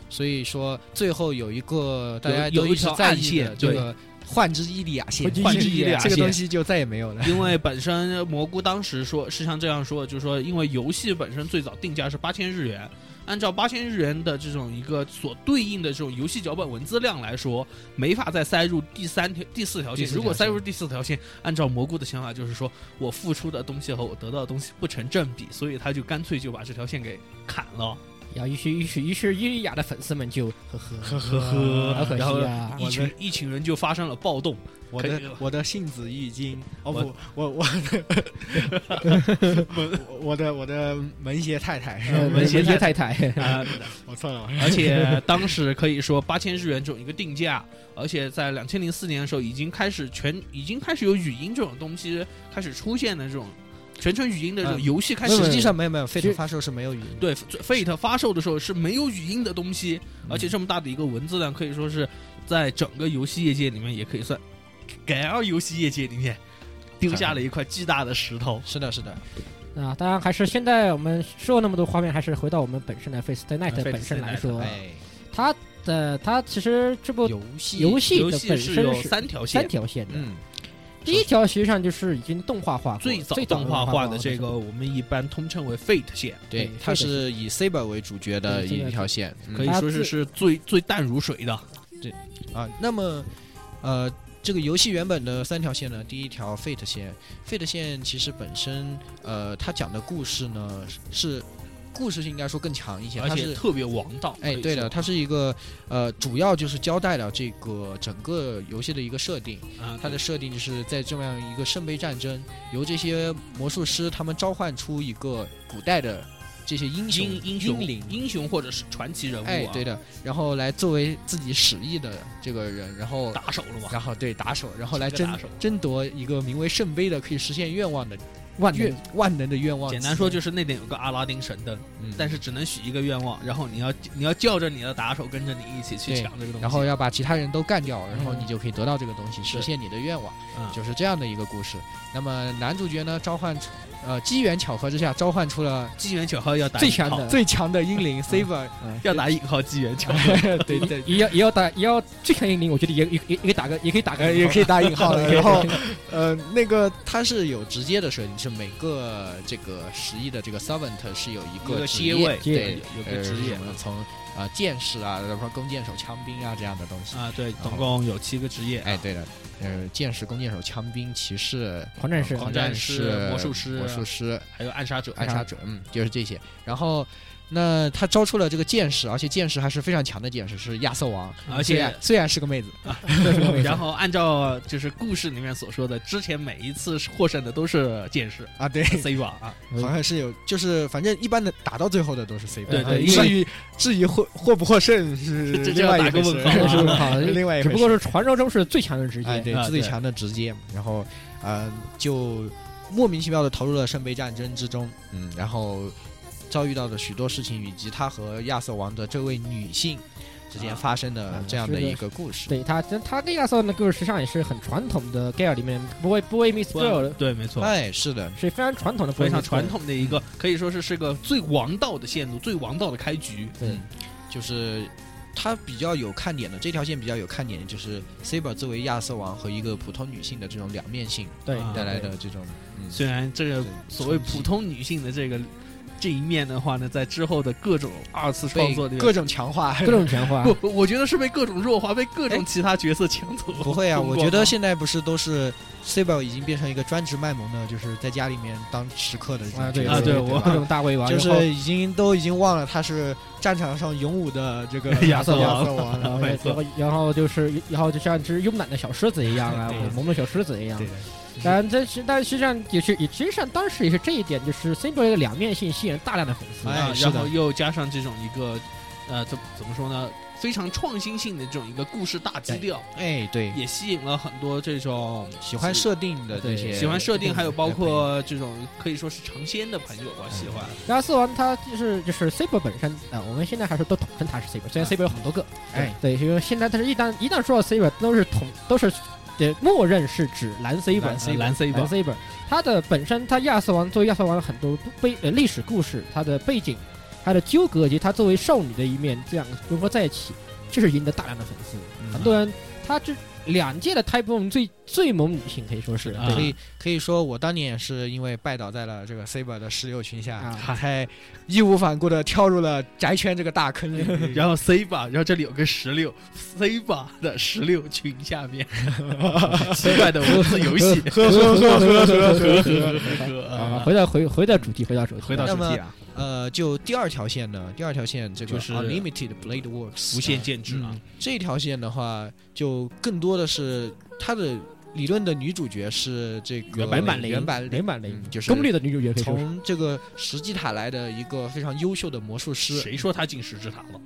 E: 所以说最后有一个大家
B: 有
E: 都
B: 有一
E: 直
B: 条
E: 在
B: 暗
E: 意的
B: 线
E: 这
B: 对
E: 个幻之伊利亚线，
A: 幻之
B: 幻之伊利亚
E: 这个东
B: 线
E: 西就再也没有了。
B: 因为本身蘑菇当时说是像这样说的，就是说因为游戏本身最早定价是八千日元，按照八千日元的这种一个所对应的这种游戏脚本文字量来说，没法再塞入第三条、第四条
E: 第
B: 线。
E: 四条线
B: 如果塞入第四条线，按照蘑菇的想法就是说我付出的东西和我得到的东西不成正比，所以他就干脆就把这条线给砍
E: 啊
B: 了。
A: 然后于是于是于是伊利亚的粉丝们就呵呵呵
B: 呵呵
A: 好可
B: 然后
A: 惜啊！
B: 一群一群人就发生了暴 动。
E: 我
B: 可以
E: 的
B: 了
E: 我的杏子郁金，哦
B: 我
E: 不，我我我我的我的门胁太太，
A: 呃
B: 文
A: 协
B: 协
A: 太太，
B: 啊、
E: 我错了，
B: 而且当时可以说八千日元这种一个定价，而且在两千零四年的时候已经开始全已经开始有语音这种东西开始出现的这种全程语音的这种
E: 嗯
B: 游戏开
E: 但
B: 始。
E: 实际上没有没有，
A: 其
E: 飞
A: 实
E: 腾发售是没有语音的。
B: 对最，Fate 发售的时候是没有语音的东西，而且这么大的一个文字量，可以说是在整个游戏业界里面，也可以算 GL 游戏业界里面丢下了一块巨大的石头。
E: 是的，是的，
A: 啊，当然还是现在我们说了那么多画面，还是回到我们本身的 Face the Night
B: 啊，Fate
A: 本身
B: Stay
A: 来
B: Night，
A: 说，
E: 哎，
A: 它的它其实这部
E: 游戏
A: 游戏
B: 游
A: 的
B: 戏
A: 本
B: 是
A: 身
B: 有
A: 是
B: 三条
A: 三
B: 线，
A: 条线的，
E: 嗯，
A: 第一条实际上就是已经动画化过，
B: 最
A: 早
B: 早动画化
A: 化
B: 的这个我们一般通称为 Fate 线。
E: 对
A: 对，
E: 它
A: 这个
E: 是以 Saber 为主角的
A: 对这个
E: 一条线，嗯
B: 可以
A: 它
B: 说是
A: 自
B: 是最最淡如水的。
E: 啊，那么，呃，这个游戏原本的三条线呢，第一条 Fate 线，Fate 线其实本身，呃，它讲的故事呢是故事性应该说更强一些，
B: 而
E: 它
B: 且
E: 是。
B: 特别王道。
E: 哎，对的，它是一个，呃，主要就是交代了这个整个游戏的一个设定。
B: 啊，
E: 它的设定就是在这么样一个圣杯战争，由这些魔术师他们召唤出一个古代的这些英雄
B: 英英雄
E: 灵，
B: 英雄或者是传奇人物、啊，
E: 哎，对的，然后来作为自己使役的这个人，然后
B: 打手了嘛。
E: 然后对打手，然后来
B: 几个打
E: 争
B: 手
E: 争夺一个名为圣杯的可以实现愿望的
A: 万
E: 愿
A: 能
E: 万能的愿望。
B: 简单说，就是那点有个阿拉丁神灯，
E: 嗯
B: 但是只能许一个愿望，然后你要你要叫着你的打手跟着你一起去
E: 对
B: 抢这个东西。嗯
E: 然后要把其他人都干掉，然后
A: 嗯
E: 你就可以得到这个东西，实
B: 对
E: 现你的愿望，
B: 嗯
E: 就是这样的一个故事。那么男主角呢，召唤出，呃，机缘巧合之下召唤出了
B: 机缘巧合要打
A: 最
B: 引
A: 强
B: 号
A: 的，
E: 最强的英 灵嗯 Saber，
B: 要打引号机缘巧合。
E: 对对，
A: 也要也要打也要最强英灵，我觉得也也也也可以打个也可以打个，
E: 也可以打引号了。然后 呃，那个它是有直接的设定，是每个这个十亿的这个 servant 是有一
B: 一
E: 个
B: 个
E: 职
B: 阶
E: 业
B: 位
E: 对，
B: 有有个
E: 呃
B: 职业
E: 什么从呃剑士啊，然后弓箭手、枪兵啊这样的东西。
B: 啊，对，总共有七个职业。啊
E: 哎，对的，呃，剑士、弓箭手、枪兵、骑士、
A: 狂战士
E: 狂
B: 狂
E: 战
B: 战
E: 士
B: 士、魔术师
E: 魔术师、啊
B: 还有暗杀者，
E: 暗杀者，嗯，就是这些。然后那他招出了这个剑士，而且剑士还是非常强的剑士，是亚瑟王，
B: 而
E: 虽
B: 且
E: 然虽然是个妹子，
B: 然后按照就是故事里面所说的，之前每一次获胜的都 是剑士
E: 啊，对，
B: C 吧啊，
E: 好像是有，就是反正一般的打到最后的都是 C 位
B: 对对因
E: 至
B: 为
E: 于至于获获不获胜 是
B: 这这
E: 另外一回
B: 这要
E: 事
B: 打个问 号
A: 啊
E: 是另外一
A: 只
E: 回事
A: 不过是传说中是最强的职
E: 哎
A: 业。
E: 对
B: 啊
E: 最
B: 对
E: 强的直接，然后呃就莫名其妙的投入了圣杯战争之中，嗯，然后遭遇到的许多事情，以及他和亚瑟王的这位女性之间发生的
A: 啊
E: 这样的
A: 是的
E: 一个故事。
A: 对他，他跟亚瑟那个实际上也是很传统的 gay 里面 boy boy meets girl 的
B: 对，没错。
E: 哎，是的，
A: 是非常传统的 boy
B: 非常
A: meets girl
B: 传。统的一个，可以说是是个最王道的线路，最王道的开局。
A: 对，
E: 嗯就是它比较有看点的这条线比较有看点，就是 Saber 作为亚瑟王和一个普通女性的这种两面性
A: 对
B: 啊
E: 带来 的这种，嗯，
B: 虽然这个
E: 对
B: 所谓
E: 冲击
B: 普通女性的这个这一面的话呢，在之后的各种二次创
E: 被
B: 作里面，
E: 各种强化，
A: 各种强化。
B: 不，我觉得是被各种弱化，被各种其他角色抢走。
E: 哎 不会啊，
B: 风
E: 我
B: 光
E: 觉得现在不是都是 Saber 已经变成一个专职卖萌的，就是在家里面当食客的这
A: 啊，
E: 种角
A: 对
E: 色
B: 啊对
A: 对
B: 我
A: 各种大胃王，
E: 就
A: 然后
E: 是已经都已经忘了他是战场上勇武的 这个
B: 亚瑟
E: 亚
B: 王
E: 瑟王
A: 然
E: 了。
A: 后
B: 没
A: 然
B: 错
A: 后然后就是然后就像只慵懒的小狮子一样啊
E: 对，
A: 我萌的小狮子一样
E: 对。
A: 当然，这是但实际上也是，也实际上当时也是这一点，就是 Simple 的两面性吸引了大量的粉丝。
E: 哎
B: 啊，
E: 是
B: 然
E: 的
B: 后又加上这种一个，呃，怎怎么说呢？非常创新性的这种一个故事大基调，
E: 哎，对，
B: 也吸引了很多这种
E: 喜欢设定的这
A: 对
E: 些，
B: 喜欢设定，还有包括这种可以说是尝鲜的朋友吧，喜欢。
A: 然后四王他就是就是 Simple 本身啊、我们现在还是都统称他是 Simple，虽然
E: 啊
A: Simple 有很多个，
E: 哎，
A: 对，因为现在但是一旦一旦说到 Simple，都是统都是。对，默认是指蓝 C 本，
B: 呃蓝 C
A: 蓝
B: 吧，
A: C 本，它的本身，它亚瑟王作为亚瑟王的很多背呃历史故事，它的背景，它的纠葛以及它作为少女的一面，这样融合在一起，这是赢得大量的粉丝。
B: 嗯
A: 很多人，他这两届的 Type One 最最萌女性可以说是
B: 的
A: 对
E: 可以可以说，我当年也是因为拜倒在了这个 Saber 的石榴裙下，
A: 啊
E: 才义无反顾的跳入了宅圈这个大坑里。
B: 然后 C 吧，然后这里有个十六 C 吧的十六群下 面，奇怪的文字游 戏。
E: 呵呵呵呵呵呵呵。
A: 啊，回到回回到主题，回到主题，
B: 回到
E: 那
B: 主
E: 么
B: 题啊，
E: 呃，就第二条线呢，第二条线这个
B: 就是
E: Unlimited Blade Works
B: 无限剑制啊
E: 嗯，，这条线的话，就更多的是它的理论的女主角是这个
A: 原版零，
E: 原版
A: 原版零
E: 嗯，就是
A: 攻略的女主角可以说是
E: 从这个石基塔来的一个非常优秀的魔术师，
B: 谁说他进十之塔了？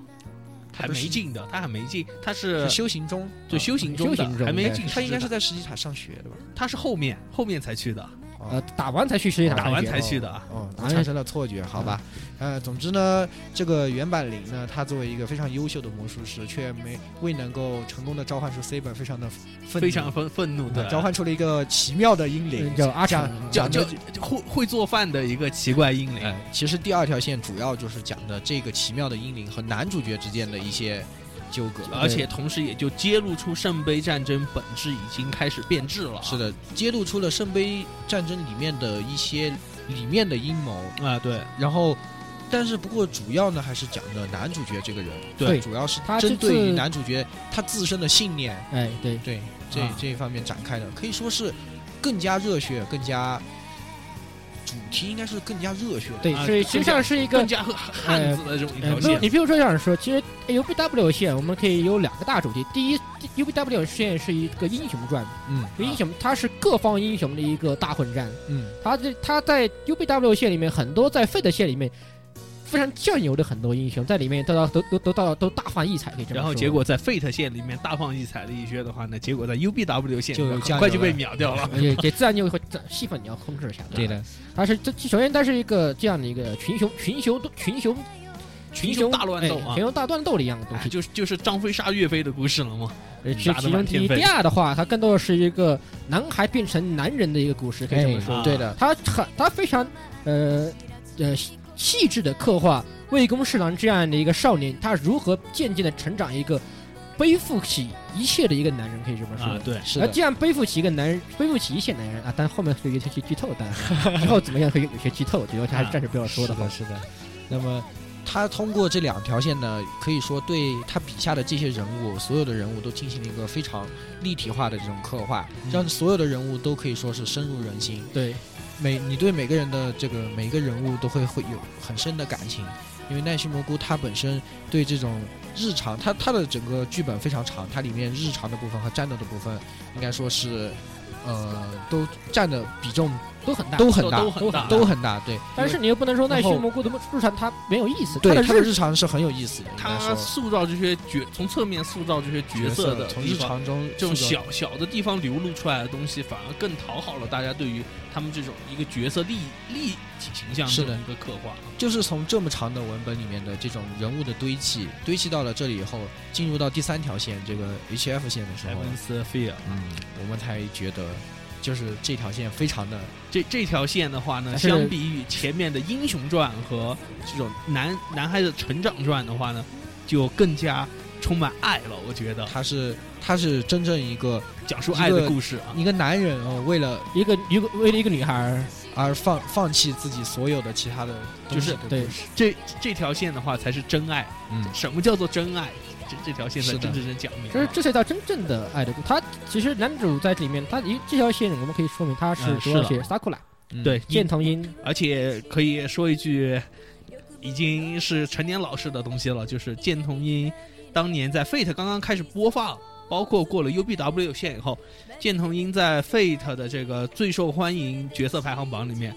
B: 还
E: 不是
B: 没进的，他还没进，他是
E: 是修行中，
B: 对修行中
A: 修
B: 的
A: 行中，
B: 还没
A: 对
B: 进十之塔。
E: 他应该是在石基塔上学的吧？
B: 他是后面后面才去的，
A: 呃打完才去世界
B: 啊打完
A: 决
B: 才去的啊。
E: 哦，
A: 哎
E: 我产生了错觉，好吧。呃，总之呢，这个原版零呢，他作为一个非常优秀的魔术师，却没未能够成功的召唤出 Saber，非常的愤怒
B: 非常愤愤怒的
E: 啊召唤出了一个奇妙的英灵
A: 嗯，叫阿
E: 讲
A: 长，
B: 就
E: 讲
B: 就
E: 的
B: 就会会做饭的一个奇怪英灵，
E: 呃其实第二条线主要就是讲的这个奇妙的英灵和男主角之间的一些纠葛。
B: 而且同时也就揭露出圣杯战争本质已经开始变质了啊。
E: 是的，揭露出了圣杯战争里面的一些里面的阴谋，
B: 啊，对
E: 然后，但是不过主要呢还是讲的男主角这个人，
A: 对
E: 主要是
A: 他
E: 针
A: 这
E: 对于
A: 次
E: 男主角他自身的信念，
A: 哎对，
E: 对这、
B: 啊
E: 这一方面展开的，可以说是更加热血，更加主题应该是更加热血的。
A: 对，
B: 啊
A: 是实际上是一个
B: 更加汉汉子的这种一
A: 呃，
B: 条
A: 不，你
B: 线，
A: 比如说这样说，其实 U B W 线我们可以有两个大主题。第一，U B W 线是一个英雄传，
E: 嗯
A: 英雄它是各方英雄的一个大混战。
E: 嗯，
A: 它这它在 U B W 线里面，很多在 Fate 线里面非常酱油的很多英雄在里面都到都都都到都大放异彩，可以这么说。
B: 然后结果在 Fate 线里面大放异彩的一些的话呢，结果在 UBW 线里面
E: 就加
B: 很快
E: 油
B: 就被
E: 了
B: 秒掉了。
A: 也也自然就会戏份你要控制一下。
E: 对的，
A: 它是这首先它是一个这样的一个群雄群雄群雄
B: 群雄大乱斗
A: 哎
B: 啊
A: 群雄大乱斗的一样的东
B: 哎
A: 西。
B: 就是就是张飞杀岳飞的故事了嘛，
A: 呃，
B: 哎
A: 是
B: 打得
A: 其中
B: 满
A: 第
B: 天
A: 一。
B: 飞
A: 第二的话，它更多的是一个男孩变成男人的一个故事，可以这么说。
B: 啊
E: 对的，
A: 它很，它非常呃呃细细致的刻画魏公侍郎这样的一个少年，他如何渐渐的成长一个背负起一切的一个男人，可以这么说。
B: 啊，对，
E: 是
A: 而
E: 的，
A: 既然背负起一个男人，背负起一些男人啊，但后面会有一些剧透，但 之后怎么样会有有些剧透，主要还是暂时不要说的
E: 是
A: 好
E: 的，。 是的。那么，他通过这两条线呢，可以说对他笔下的这些人物，所有的人物都进行了一个嗯非常立体化的这种刻画，让所有的人物都可以说是深入人心。
A: 对，
E: 每你对每个人的这个每一个人物都会会有很深的感情，因为奈须蘑菇它本身对这种日常，它它的整个剧本非常长，它里面日常的部分和战斗的部分，应该说是，呃，都占的比重
A: 都很大，
E: 都很大
B: 都很大
E: 都很大，对。
A: 但是你又不能说奈须蘑菇的日常它没有意思，它
E: 对
A: 的
E: 它的
A: 日
E: 日常是很有意思的，应该
B: 他
E: 说
B: 塑造这些角，从侧面塑造这些角色的
E: 从
B: 地
E: 日
B: 方
E: 常中
B: 这种
E: 塑造
B: 小小的地方流露出来的东西，反而更讨好了大家对于他们这种一个角色立立体形象
E: 是
B: 的
E: 的嗯
B: 一个刻画。
E: 就是从这么长的文本里面的这种人物的堆砌，堆砌到了这里以后，进入到第三条线这个 H F 线的时候，
B: 斯菲尔，
E: 嗯，我们才觉得就是这条线非常的
B: 这这条线的话呢，
A: 但是
B: 相比于前面的英雄传和这种男男孩子成长传的话呢，就更加充满爱了。我觉得
E: 他是他是真正一个
B: 讲述
E: 一
B: 爱的
E: 个
B: 故事啊，
E: 一个男人哦，为了
A: 一个一个为了一个女孩儿，
E: 而放放弃自己所有的其他的东西
B: 就是
E: 的故
A: 对
E: 事
B: 这这条线的话才是真爱。
E: 嗯
B: 什么叫做真爱？这这条线才
E: 是的
B: 真真正讲明啊
A: 这
B: 了。
A: 这才叫真正的爱的故事。他其实男主在这里面，他一这条线我们可以说明他是
B: 嗯
A: 主要
B: 是
A: 写萨库拉
E: 嗯
B: 对，
A: 剑童音，
B: 而且可以说一句，已经是成年老式的东西了，就是剑童音当年在 Fate 刚刚开始播放，包括过了 UBW 线以后，剑童音在 Fate 的这个最受欢迎角色排行榜里面，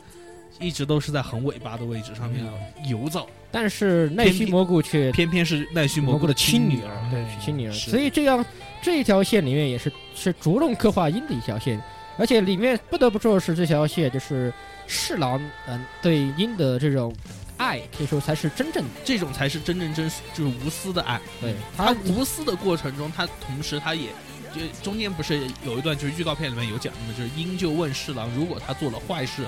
B: 一直都是在很尾巴的位置上面游走，
A: 但是奈须蘑菇却
B: 偏偏是奈须蘑菇的亲女儿。哎
A: 对，是亲女儿。
E: 是
A: 所以这样这一条线里面也是是着重刻画阴的一条线，而且里面不得不说的是这条线就是侍郎嗯对阴的这种爱，可以说才是真正的
B: 这种才是真正真就是无私的爱。
A: 对
E: 啊
B: 他
A: 他
B: 无私的过程中，他同时他也，就中间不是有一段就是预告片里面有讲的，就是鹰就问侍郎，如果他做了坏事，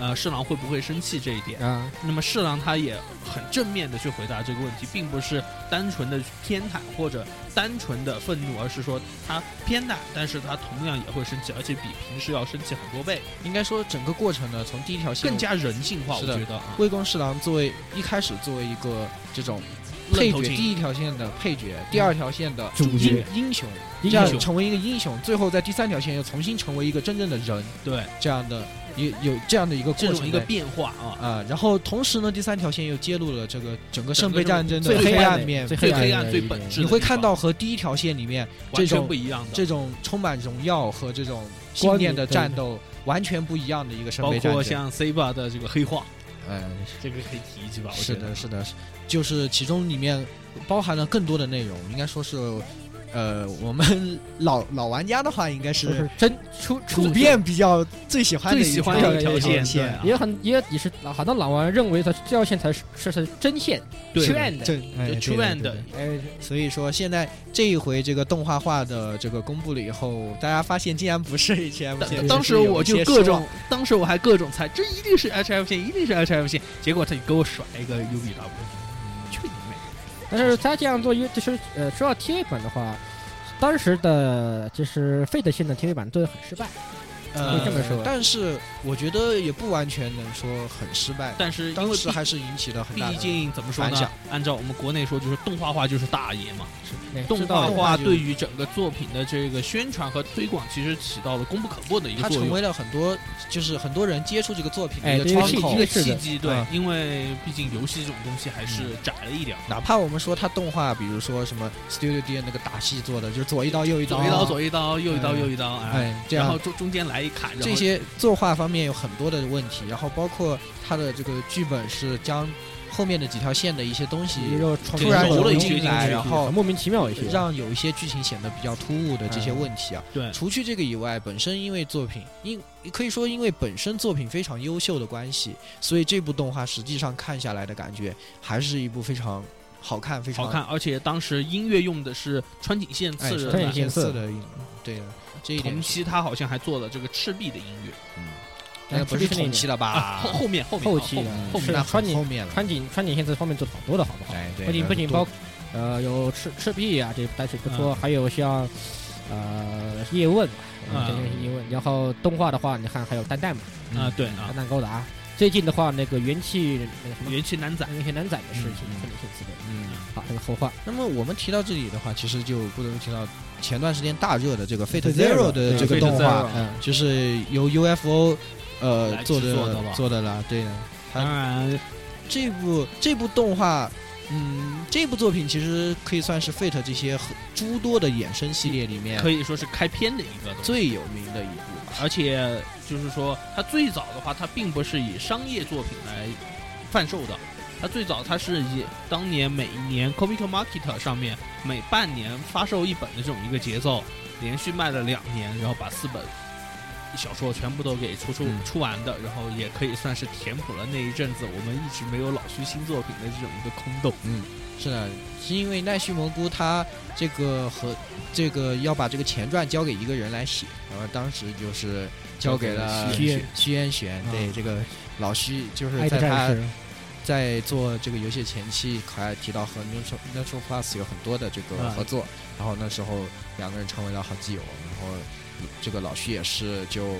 B: 呃，侍郎会不会生气这一点？
A: 啊
B: 那么侍郎他也很正面的去回答这个问题，并不是单纯的偏袒或者单纯的愤怒，而是说他偏袒，但是他同样也会生气，而且比平时要生气很多倍，
E: 应该说整个过程呢，从第一条线
B: 更加人性化。我
E: 是的
B: 觉得啊，
E: 龟公侍郎作为一开始作为一个这种
B: 愣
E: 配
B: 头嗯
E: 角，
B: 青
E: 第一条线的配角，第二条线的
A: 主角
E: 英英雄，
A: 英
E: 这样
B: 雄
E: 成为一个英雄，最后在第三条线又重新成为一个真正的人，
B: 对
E: 这样的有有这样的一个
B: 这
E: 过
B: 种
E: 程
B: 一个
E: 在。
B: 变化啊，
E: 啊、然后同时呢，第三条线又揭露了这个整个
B: 整
E: 圣
B: 个
E: 杯
B: 这种
E: 战争
A: 最
E: 的黑
A: 黑暗
E: 暗
A: 的
E: 面，
A: 最
B: 最
A: 黑暗
B: 黑
A: 的
B: 暗、
A: 一
B: 最
A: 点
B: 本质的地
E: 你
B: 方，
E: 会看到和第一条线里面
B: 完
E: 这
B: 全
E: 种
B: 不一样的。
E: 这种充满荣耀和这种信念的战斗完全不一样的一个圣
B: 包
E: 杯战
B: 括
E: 争。
B: 像 C 吧的这个黑化，
E: 嗯，
B: 这个可以提一句吧？我觉
E: 是
B: 得
E: 的，是的，是就是其中里面包含了更多的内容，应该说是，呃，我们老老玩家的话，应该
A: 就是 是真出出
E: 普遍比较最喜欢的
B: 最
E: 一
B: 喜欢
E: 条
B: 的一条
E: 线，
B: 对啊
A: 也很也也是很多老玩认为他这条线才是是是真线
B: 对
A: 缺案的，
E: 正哎对
B: True
E: 对
B: End
E: 对对所以说现在这一回这个动画化的这个公布了以后，大家发现竟然不是 H M 线，
B: 当当时我就各种，当时我还各种猜，这一定是 H F 线，一定是 H F 线。结果他就给我甩一个 U B W，去你妹！
A: 但是他这样做，因为就是呃，说到 TV 版的话，当时的就是费德线的 TV 版做的很失败，可
E: 呃
A: 以这么说
E: 但是我觉得也不完全能说很失败，
B: 但是因
E: 当
B: 为
E: 时还是引起了很
B: 毕
E: 大的
B: 毕竟怎么说
E: 反
B: 呢
E: 响？
B: 按照我们国内说，就是动画化就是大爷嘛。
A: 哎
B: 动
A: 知
B: 画
A: 道
E: 动
A: 了
E: 画
B: 化
E: 就
B: 对于整个作品的这个宣传和推广，其实起到了功不可没的一
E: 它
B: 个作
E: 成
B: 用
E: 为。了很多就是很多人接触这个作品的
A: 哎
E: 一个
A: 对于
E: 窗
A: 信息
E: 口
B: 一个，
A: 是
B: 契
A: 的
B: 机，对
E: 嗯，
B: 因为毕竟游戏这种东西还是窄了一点儿，
E: 哪怕我们说它动画，比如说什么 Studio D 那个打戏做的，就是左一刀右一刀，
B: 左一刀左一刀，右一刀
E: 哎
B: 右一刀，哦哎，
E: 哎，这
B: 然后
E: 样
B: 中中间来一砍，然后
E: 这些作画方面有很多的问题，然后包括它的这个剧本是将后面的几条线的一些东西
A: 也就重
E: 突然
A: 新
B: 揉
E: 融
B: 了一
E: 入
B: 些进
E: 进来，
B: 去
E: 然后
A: 哦很莫名其妙一些，
E: 让有一些剧情显得比较突兀的
B: 嗯
E: 这些问题啊。
B: 对
E: 除去这个以外，本身因为作品，因可以说因为本身作品非常优秀的关系，所以这部动画实际上看下来的感觉还是一部非常好看、非常
B: 好看，而且当时音乐用的是哎川井宪次
A: 是
B: 的
A: 川
E: 很
A: 井
B: 版，
A: 宪
E: 显
A: 次
E: 色的，对的，这一点
B: 同
E: 是
B: 期他好像还做了这个赤壁的音乐
E: 那哎不是
A: 同
E: 同期了
B: 啊，
E: 吧
B: 后？后面后面
A: 后
B: 后
A: 期的
B: 后
A: 是的
B: 面啊
E: 那
A: 川
E: 很
A: 井
E: 后面了，
A: 川井川井现在方面做的好多的好不好？
E: 哎，对，
A: 不仅
E: 那
A: 不仅
E: 都
A: 包呃有赤赤壁啊，这单曲不
E: 嗯
A: 错，还有像呃叶问吧，
E: 嗯
B: 啊
A: 这就是叶问，然后动画的话，你看还有蛋蛋嘛，
B: 啊对啊
E: 嗯
A: 蛋，蛋高达，最近的话那个元气那个什么。
B: 元气男仔
A: 那些男仔的事情，
E: 嗯嗯
A: 特别讽刺的。
E: 嗯。
A: 好，这个后话。
E: 那么我们提到这里的话，其实就不得不提到前段时间大热的这个 Fate
A: Fate Zero，
E: Zero 的
A: 对
E: 这个
B: Fate
E: 动
B: Zero，
E: 画嗯
A: 嗯，
E: 就是由 UFO 呃
B: 来
E: 做
B: 制
E: 的
B: 作的吧
E: 做的啦，对的。
B: 当然，
E: 这部这部动画，嗯，这部作品其实可以算是 Fate 这些和诸多的衍生系列里面
B: 可以说是开篇的一个东西。
E: 最有名的一部吧。
B: 而且就是说，它最早的话，它并不是以商业作品来贩售的，它最早它是以当年每一年 Comic Market 上面每半年发售一本的这种一个节奏，连续卖了两年，然后把四本小说全部都给出出、
E: 嗯
B: 出完的，然后也可以算是填补了那一阵子我们一直没有老去新作品的这种一个空洞。
E: 是的，是因为奈绪蘑菇他这个和这个要把这个前传交给一个人来写，然后当时就是交给了
A: 交给了
E: 徐徐彦玄，对
A: 嗯
E: 这个老徐就是
A: 爱
E: 在
A: 的
E: 他
A: 战士，
E: 在做这个游戏的前期，还提到和 Neutral Neutral Plus 有很多的这
A: 嗯
E: 个合作，然后那时候两个人成为了好基友，然后这个老徐也是就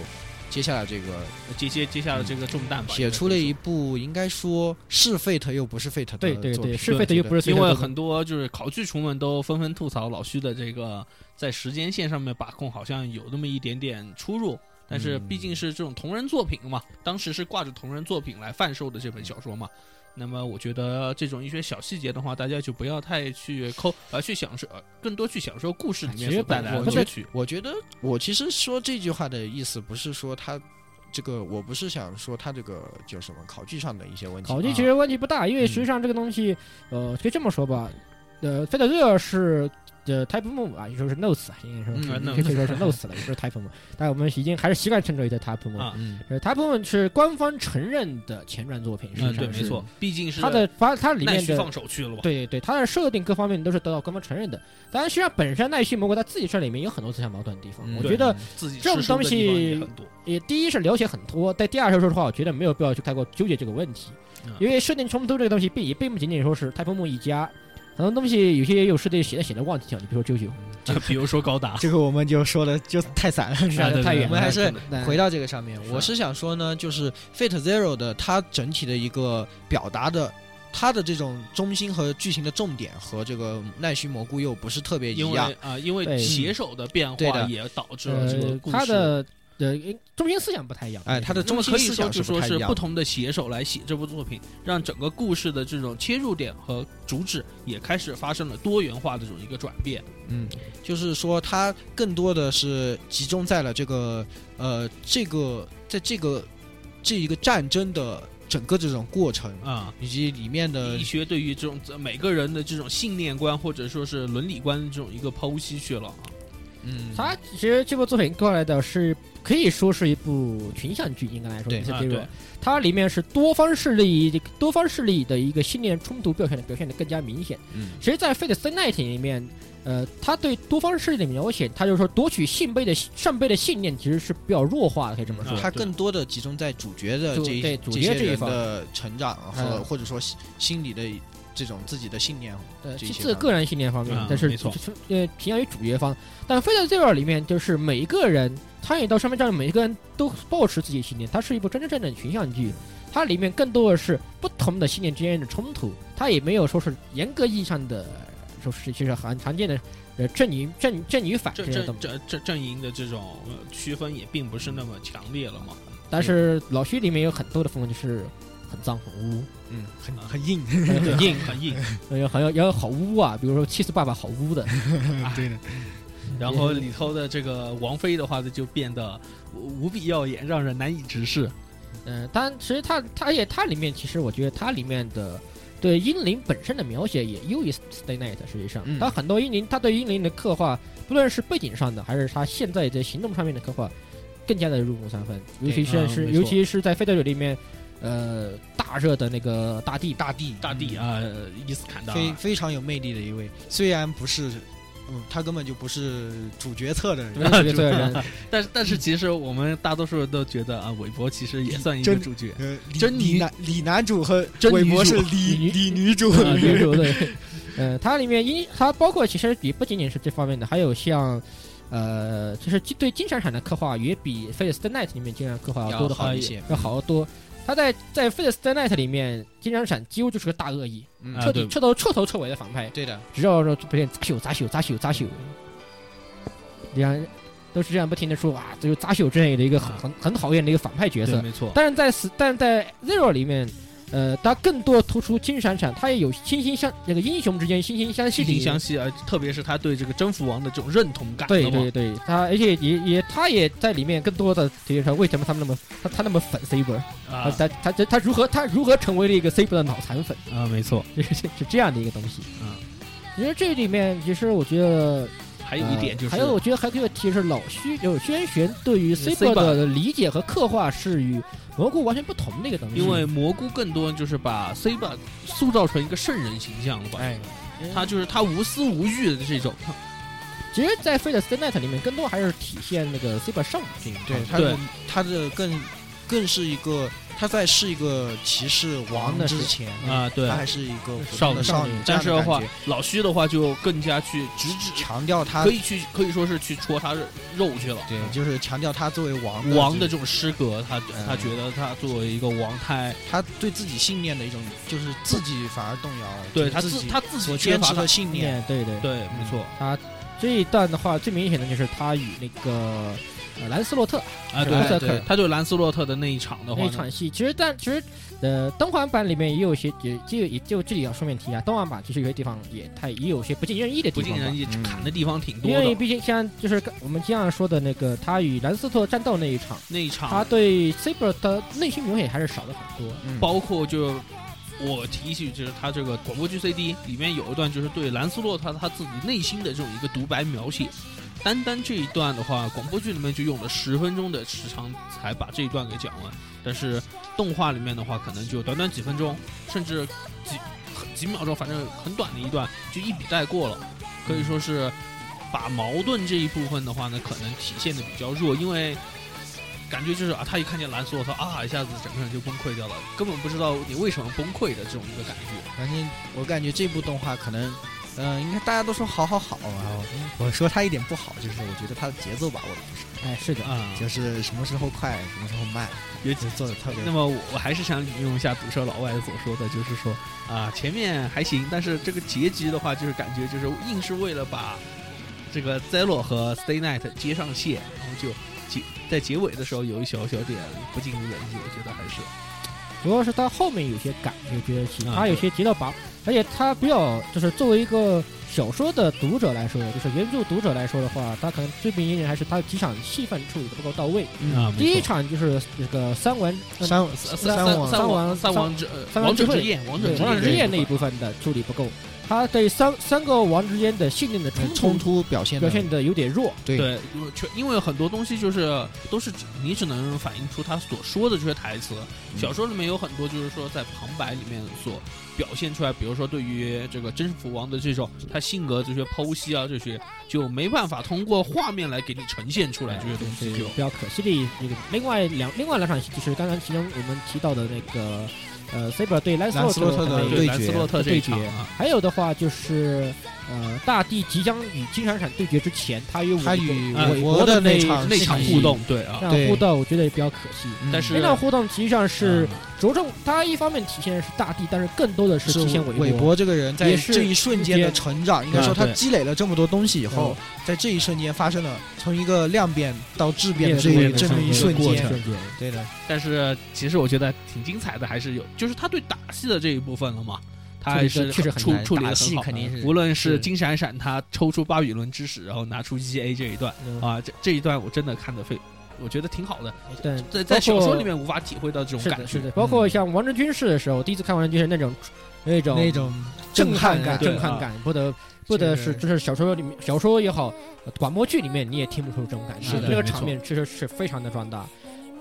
E: 接下来这个
B: 呃接接接下了这个重担吧，
E: 写出了一部应该说是 Fate 又不是 Fate 的
A: 对对
E: 作
A: 对，
E: 品
A: 是非得又不是
B: 因为
A: 很
B: 很多就是考据虫们都纷纷吐槽老徐的这个在时间线上面把控好像有那么一点点出入，但是
E: 嗯
B: 毕竟是这种同人作品嘛，当时是挂着同人作品来贩售的这本小说嘛。那么我觉得这种一些小细节的话，大家就不要太去抠，而去享受，呃更多去享受故事里面
A: 啊其实
B: 所带来
A: 我觉
B: 的乐
A: 得
B: 趣。
E: 我觉得我其实说这句话的意思不是说他这个，我不是想说他这个叫什么考据上的一些问题，
A: 考据
E: 啊
A: 其实问题不大，因为实际上这个东西，呃，可以这么说吧，呃，费德勒是呃 Type Moon 啊，也就是 Notes 啊，应该说
B: 嗯
A: 是可以说是 Notes 了，也就是 Type Moon，但我们已经还是习惯称之为的 Type Moon
B: 啊。
E: 嗯
A: 呃，Type Moon 是官方承认的前传作品，实际
B: 嗯，
A: 上
B: 对，
A: 是
B: 没错，毕竟是
A: 它的发它里
B: 奈
A: 面
B: 绪
A: 的
B: 放。手去了嘛。
A: 对对对，它的设定各方面都是得到官方承认的。当然，实际上本身奈绪蘑菇它自己这里面有很多自相矛盾的地方。
E: 嗯
A: 我
B: 对
A: 觉得
B: 自己
A: 这种
B: 吃书的
A: 东
B: 地方也
A: 西
B: 很多，
A: 也第一是了解很多，但第二是说实话，我觉得没有必要去太过纠结这个问题，
B: 嗯
A: 因为设定冲突这个东西并也并不仅仅说是太空木一家，很多东西有些也有设定写着写着忘记掉，你比如说啾啾，
B: 比如说高达，
E: 这个我们就说的就太散了，
A: 是啊
B: 对
A: 太
B: 对
A: 远
E: 我
A: 了
E: 们还是
B: 真的
A: 那
E: 回到这个上面，我是想说呢，就是 Fate Zero 的它整体的一个表达的，它的这种中心和剧情的重点和这个奈须蘑菇又不是特别
B: 因
E: 一
B: 为
E: 样嗯
B: 啊、。因为
A: 对
B: 携手的变
E: 对
B: 化
E: 的
B: 也导致了这个
A: 呃
B: 故事。
A: 他的呃中心思想不太一样，
E: 哎，它的
B: 那
E: 中
B: 么
E: 心
B: 可以
E: 思
B: 说
E: 想
B: 就是说
E: 太
B: 是
E: 一样
B: 不
E: 的。
B: 同的写手来写这部作品，让整个故事的这种切入点和主旨也开始发生了多元化的这种一个转变。
E: 嗯，就是说它更多的是集中在了这个呃这个在这个这一个战争的整个这种过程，
B: 啊、
E: 以及里面的
B: 医学对于这种呃每个人的这种信念观或者说是伦理观的这种一个剖析去了啊。
E: 嗯，
A: 他其实这部作品过来的是可以说是一部群像剧，应该来说，
E: 对
A: 就是
B: 啊
A: 这个
B: 对
A: 它里面是多方势力多方势力的一个信念冲突表现的表现的更加明显。
E: 嗯
A: 其实，在《Fate Stay Night》里面，呃，他对多方势力的描写，他就是说夺取信杯的上辈的信念其实是比较弱化的，可以这么说。
E: 它
B: 对
E: 更多的集中在主角的
A: 主
E: 这一
A: 嗯对主角
E: 些
A: 这一
E: 人
A: 方
E: 的成长和
A: 嗯
E: 或者说心心理的这种自己的信念。
A: 呃，
E: 这
A: 其
E: 些
A: 次
E: 方
A: 个人信念方面
B: 嗯，
A: 但是
B: 没错
A: 就是呃偏向于主角方。但《Fate Zero》里面，就是每一个人参与到上面战，每一个人都保持自己的信念，它是一部真真正正的群像剧。它里面更多的是不同的信念之间的冲突，它也没有说是严格意义上的，说是就是很常见的呃正与正正与反之
B: 这
A: 间的
B: 这
A: 东西。
B: 这这阵营的这种呃区分也并不是那么强烈了嘛。
A: 但是老徐里面有很多的风格就是很脏很污，
E: 嗯，很
B: 啊
E: 很硬。
A: 很硬，
B: 很硬，
A: 有好像也有好污啊，比如说气死爸爸好污的，
E: 对的，
B: 然后里头的这个王妃的话呢，就变得无无比耀眼，让人难以直视。
A: 嗯，当然，其实它它也它里面，其实我觉得它里面的对英灵本身的描写也优于《Stay Night》。实际上
E: 嗯，
A: 它很多英灵，它对英灵的刻画，不论是背景上的，还是它现在的行动上面的刻画，更加的入木三分。尤其
B: 对
A: 是
B: 嗯
A: 是、
B: 没错
A: 尤其是在《飞队者》里面，呃，大热的那个大地大地
B: 大帝啊，呃伊斯坎达
E: 非非常有魅力的一位，虽然不是，嗯，他根本就不是主角侧的人。
A: 这个人，
B: 但是但是其实我们大多数人都觉得啊，韦伯其实也算一个
E: 真
B: 主角，
E: 呃，李
B: 真女
E: 李男李男主和
B: 真
E: 韦
B: 女
E: 伯
B: 主
E: 是李
A: 女
E: 李女主，
A: 啊，女主对，呃，它里面因它包括其实也不仅仅是这方面的，还有像。呃，就是对金闪闪的刻画也比《f a t e Stay Night》里面金闪刻画要多的
E: 好
A: 好
E: 一
A: 一
E: 些。
A: 要好得多。他在在《Fate Stay Night》里面，金闪闪几乎就是个大恶意，
E: 嗯
B: 啊
A: 彻
B: 对
A: 底彻头彻头彻尾的
B: 啊
A: 反派，
E: 对的，
A: 只要说不行，砸朽砸朽砸朽砸朽，然都是这样不停的说啊，只有杂朽这样的一个很很很讨厌的一个反派角色
B: 对，。没错，
A: 但是在死，但是在 Zero 里面，呃，它更多突出金闪闪，它也有惺惺相那个英雄之间惺惺相惜
B: 惺
A: 的一
B: 惺
A: 个
B: 相惜啊，特别是他对这个征服王的这种认同感，
A: 对
B: 那
A: 对
B: 么
A: 对，他而且也也他也在里面更多的体现出来为什么他们那么他他那么粉 Saber，、呃
B: 啊
A: 他他他他如何他如何成为了一个 Saber 的脑残粉，
B: 啊，没错，
A: 这是是这样的一个东西。
B: 嗯，
A: 其实这里面其实我觉得
B: 啊
A: 呃
B: 还有一点就是，
A: 还有我觉得还可以提是老徐就是轩玄对于 Saber
B: Saber
A: 的理解和刻画是与蘑菇完全不同的一个东西，
B: 因为蘑菇更多就是把 C 吧塑造成一个圣人形象了吧，
A: 哎。
B: 他就是他无私无欲的这种，
A: 其实，在《Fate Stay Night》里面，更多还是体现那个 Saber 上这一块
E: 对，他的他的更更是一个，他在是一个骑士王
A: 的
E: 之
A: 时
E: 前
B: 啊对
E: 他还是一个普
B: 少
E: 通
B: 女
E: 的少女，哎这
B: 但
E: 样
B: 是
E: 的
B: 的
E: 感
B: 话
E: 觉，
B: 老徐的话就更加去直指，
E: 强调他
B: 可以去可以说是去戳他肉去了，
E: 对，就是强调他作为王
B: 王的
E: 的这
B: 这种诗格，他
E: 嗯
B: 他觉得他作为一个王太，
E: 他对自己信念的一种，就是自己反而动摇了，
B: 对他
E: 就是自
B: 自
E: 己
B: 他自己
E: 所
B: 缺
E: 坚
B: 乏
E: 持
B: 他
E: 的，信念，
A: 面对对嗯
B: 对，没错，
A: 他这一段的话，最明显的就是他与那个呃兰斯洛特
B: 啊
A: 兰斯
B: 对，
A: 洛特
B: 他对兰斯洛特的那一场
A: 那
B: 的话
A: 一
B: 呢，
A: 场戏。其实，但其实呃，东环版里面也有些也就也就这里要顺便提啊，东环版其实有些地方也太也有些不尽人意的地
B: 不
A: 方
B: 尽
A: 吧。
B: 人意，
E: 嗯
B: 砍的地方挺多
A: 因为
B: 的。
A: 毕竟像就是刚我们经常说的那个，他与兰斯洛特战斗那一场，
B: 那一
A: 他
B: 场
A: 对 Saber 的内心描写还是少了很多。
E: 嗯
B: 包括就我提一句，就是他这个广播剧 CD 里面有一段，就是对兰斯洛特他自己内心的这种一个独白描写。单单这一段的话，广播剧里面就用了十分钟的时长才把这一段给讲完，但是动画里面的话，可能就短短几分钟，甚至几很几秒钟，反正很短的一段就一笔带过了，可以说是把矛盾这一部分的话呢，可能体现的比较弱，因为感觉就是啊，他一看见蓝索，他啊一下子整个人就崩溃掉了，根本不知道你为什么崩溃的这种一个感觉。
E: 反正我感觉这部动画可能，嗯、应该大家都说好好好，然后我说它一点不好，就是我觉得它的节奏把握的不是，
A: 哎，是的，
B: 啊
E: 就是什么时候快，什么时候慢，
B: 有
E: 就做的特别
B: 那。么我我还是想引用一下毒舌老外所说的，就是说啊，前面还行，但是这个结局的话，就是感觉就是硬是为了把这个 Zero 和 Stay Night 接上线，然后就结在结尾的时候有一小小点不尽如人意，我觉得还是
A: 主要是他后面有些感，有些其
B: 啊
A: 他有些节奏把，而且他比较就是作为一个小说的读者来说，就是原著读者来说的话，他可能最明显还是他几场戏份处理的不够到位。
B: 啊
A: 第一场就是那个三文呃
E: 三
B: 三
E: 三
B: 王
E: 王
B: 三
A: 王
B: 三王之呃
A: 三王
B: 王者
A: 之会
B: 之宴，王者
A: 对
B: 之
A: 王者之
B: 宴
A: 夜那一部分的处理不够，他对三三个王之间的信念的
E: 呃冲
A: 冲
E: 突表现嗯
A: 表
E: 的
A: 现的有点弱。
E: 对
B: 对，因为全因为很多东西就是都是只你只能反映出他所说的这些台词。
E: 嗯
B: 小说里面有很多就是说在旁白里面所表现出来，比如说对于这个征服王的这种他性格这些剖析啊，这些就没办法通过画面来给你呈现出来这些东
A: 这
B: 西就
A: 比较可惜的一个。另外两另外两场戏就是刚刚其中我们提到的那个呃 Saber 对兰斯
E: 兰斯洛特
A: 特那
E: 的
A: 一
E: 对
B: 兰斯
E: 决
B: 洛特这
A: 对
B: 一场
A: 决
B: 啊，
A: 还有的话就是，呃，大地即将与金闪闪对决之前，他与
E: 他与
B: 啊
E: 我
A: 我
E: 国的
A: 那
E: 场
B: 那
E: 那
B: 场互动，对啊
A: 那，
E: 对
A: 场互动，我觉得也比较可惜。
E: 嗯
B: 但是
A: 那场互动实际上是着重，它一方面体现的是大地，但是更多的是
E: 是
A: 体现
E: 韦
A: 伯。
E: 伯这个人在
A: 也是
E: 这一瞬间的成长，应该说他
B: 对
E: 积累了这么多东西以后，在这一瞬间发生了从一个量变到质变的这
A: 变
E: 一
A: 得
E: 这么一瞬
B: 过
E: 间
B: 程，
A: 瞬间，
E: 对的，
B: 但是其实我觉得挺精彩的，还是有，就是他对打戏的这一部分了嘛，他
A: 处
B: 还
A: 理得
B: 是
A: 确实很
B: 处
E: 难
B: 处理
E: 打
B: 的
E: 戏
B: 很好。
E: 肯定是
B: 无论是
A: 是
B: 金闪闪他抽出巴比伦之石，然后拿出 E A 这一段
A: 嗯
B: 啊，这这一段我真的看得非，我觉得挺好的，
A: 但
B: 在在
A: 包括
B: 小说里面无法体会到这种
A: 是
B: 感
A: 的，是
B: 觉。
A: 的。包括像《王者军事》的时候，第一次看《王者军事》那种，那种
E: 那种
A: 震撼
E: 感，
A: 感，
B: 对
A: 震撼
B: 啊
A: 感，不得不得
E: 是
A: 是，就是小说里面，小说也好，呃广播剧里面你也听不出这种感觉。
E: 是的
A: 这个
B: 没错
A: 场面确实是非常的壮大，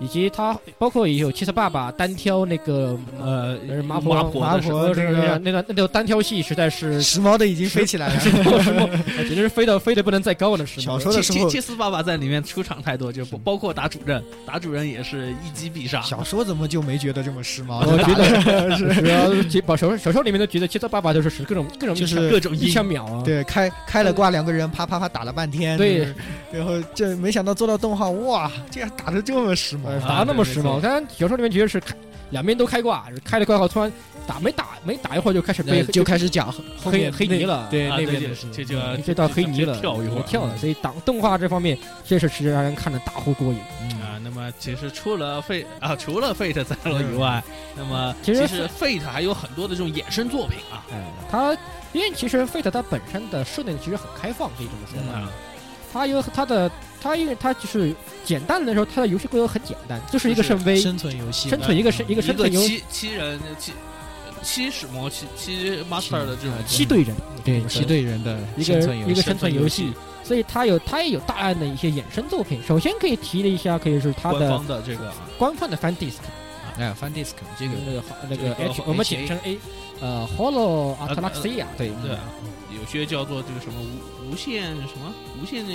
A: 以及他包括也有七色爸爸单挑那个
B: 呃，
A: 呃麻
B: 麻
A: 婆
E: 麻
B: 婆
E: 婆
B: 的
E: 婆
A: 是
E: 这个
A: 那个那条单挑戏实在 是
E: 时髦的已经飞起来了。
A: 简直是飞的飞的不能再高了，是吗
E: 小？说的时
B: 切
E: 候，
B: 切斯爸爸在里面出场太多，就包包括打主任，打主任也是一击必杀。
E: 小说怎么就没觉得这么时髦
A: 我
E: 呢？
A: 觉 得是啊， 其把小说小说里面都觉得七色爸爸都是是各种各种
E: 就是
A: 各种
B: 阴
A: 一枪秒啊，
E: 对，开开了挂，两个人啪啪啪打了半天，
A: 对
E: 就是，然后这没想到做到动画，哇，这样打的这么时髦
A: 呃，
E: 啊，
A: 打得那么
E: 对
A: 时髦，。但小说里面觉得是看两边都开挂，开了挂后突然打没打没打一会儿就开始被
E: 那哎就开始讲后
A: 黑
E: 面
A: 黑
E: 那
A: 泥了，哎
E: 对
C: 啊对
E: 那边
C: 就
E: 的事
C: 就就
E: 嗯
A: 这到黑泥了，
C: 就跳一会儿
A: 跳了，所以打动画这方面确实是让人看着大呼过瘾。
B: 啊，那么其实除了 Fate 啊，除了 Fate 三罗以外，那么
A: 嗯其实
B: 实 Fate 还有很多的这种衍生作品啊。
A: 哎，它因为其实 Fate 它本身的设定其实很开放，可以这么说
E: 嗯
A: 嘛。它有它的，它因为它就是简单的时候，它的游戏规则很简单，就是一个圣杯，
E: 生存游嗯戏
A: 生存一个生一
B: 一
A: 个生存游戏，
B: 七七人七七史魔七七 master 的这种
A: 七对人，
E: 对
A: 这么说
E: 七对人的
A: 一
E: 生
A: 个
E: 存游戏
A: 一个生存游戏，所以它有它也有大量的一些衍生作品。首先可以提了一下，可以是它
B: 官
A: 的
B: 方的这个啊，
A: 官方的 Fan Disc，
E: 哎，Fun Disc 这个
A: 那个那个
B: 这个
A: H，我们简称 A，呃，Hollow Atlaxia，对
E: 呃
B: 对
E: 嗯
B: 啊，有些叫做这个什么无无限什么无限的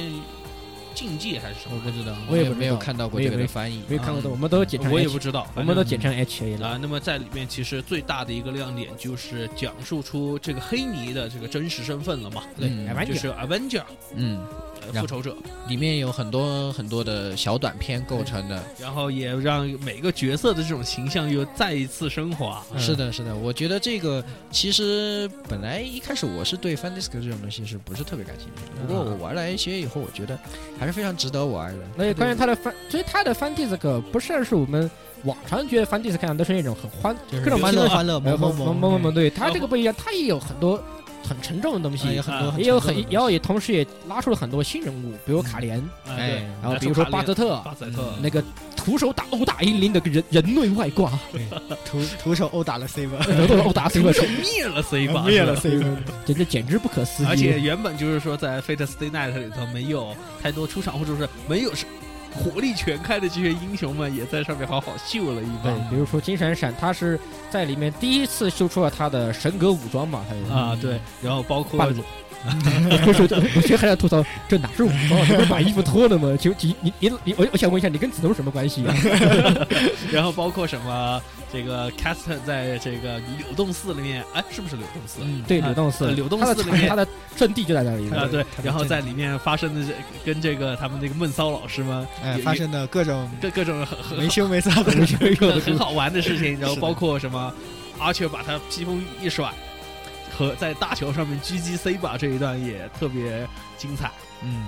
B: 境界还是什
E: 我
B: 么，
E: 不知道，
A: 我也
E: 也
A: 不知
E: 没有
A: 道
E: 看到过
A: 我也
E: 这个的
A: 没
E: 翻译，
A: 没有看过的，
E: 嗯
A: 我们都简称
B: 我也
A: H
B: 不知道，
A: 我们都简
B: 称。
A: 称 HA 了。
B: 啊，那么在里面其实最大的一个亮点就是讲述出这个黑泥的这个真实身份了嘛，
A: 对
E: 嗯，
A: 来玩
B: 就
A: 点
B: 是 Avenger
E: 嗯，
B: 呃
E: 然后
B: 复仇者，
E: 里面有很多很多的小短片构成的。
B: 然后也让每个角色的这种形象又再一次升华。
A: 嗯
E: 是的，是的，我觉得这个其实本来一开始我是对 Fun Disc 这种东西是不是特别感兴趣的，不过我玩了一些以后，我觉得还是非常值得玩的。
A: 而且关键它的翻，其实它的翻 disc 不像是我们网常觉得翻 disc 看都是那种很欢
E: 就是
A: 各种
E: 欢
A: 欢乐
E: 欢乐萌萌
A: 萌
E: 萌
A: 萌萌，对它这个不一样，它也有很多很沉重的东
E: 啊也
A: 西，
E: 很多，
A: 也有
E: 很
A: 哎很
E: 沉重的
A: 然后也同时也拉出了很多新人物，比如卡莲，
E: 东西
B: 哎，
E: 哎，
A: 然后比如说巴泽特嗯
B: 巴塞特，
A: 那个徒手打殴打英灵的人人类外 挂，
F: 徒徒手殴打了 C 吧，
A: 徒手殴打 C 位，
B: 灭了 C 吧，
F: 灭了
B: 是吧。
F: C 吧，
A: 简直简直不可思议。
B: 而且原本就是说，在 Fate Stay Night 里头没有太多出场，或者是没有是火力全开的这些英雄们，也在上面好好秀了一
A: 对
B: 番，
A: 比如说金闪闪，他是在里面第一次秀出了他的神格武装嘛，还有
B: 啊，对。然后包括
A: 半裸。 不是，我觉得还在吐槽，这哪是武装 啊？这不是把衣服脱了吗？请你你你你，我我想问一下，你跟子龙什么关系啊？
B: 然后包括什么这个 Cast 在这个柳洞寺里面，哎，是不是柳洞寺？
E: 嗯，
A: 对，
B: 啊
A: 柳洞寺，
B: 呃柳洞
A: 他
B: 寺
A: 的
B: 里
A: 产
B: 面
A: 他的阵地就在那里。
B: 啊，对，然后
E: 正
B: 在里面发生的这跟这个他们这个闷骚老师们，
F: 哎，
B: 也
F: 发生的各种
B: 各各种很很
F: 没羞没臊的
A: 我觉得 有的
B: 很很好玩的事情，然后
F: 是的
B: 包括什么阿雀把他披风一甩，和在大桥上面狙击 C 把这一段也特别精彩。
E: 嗯，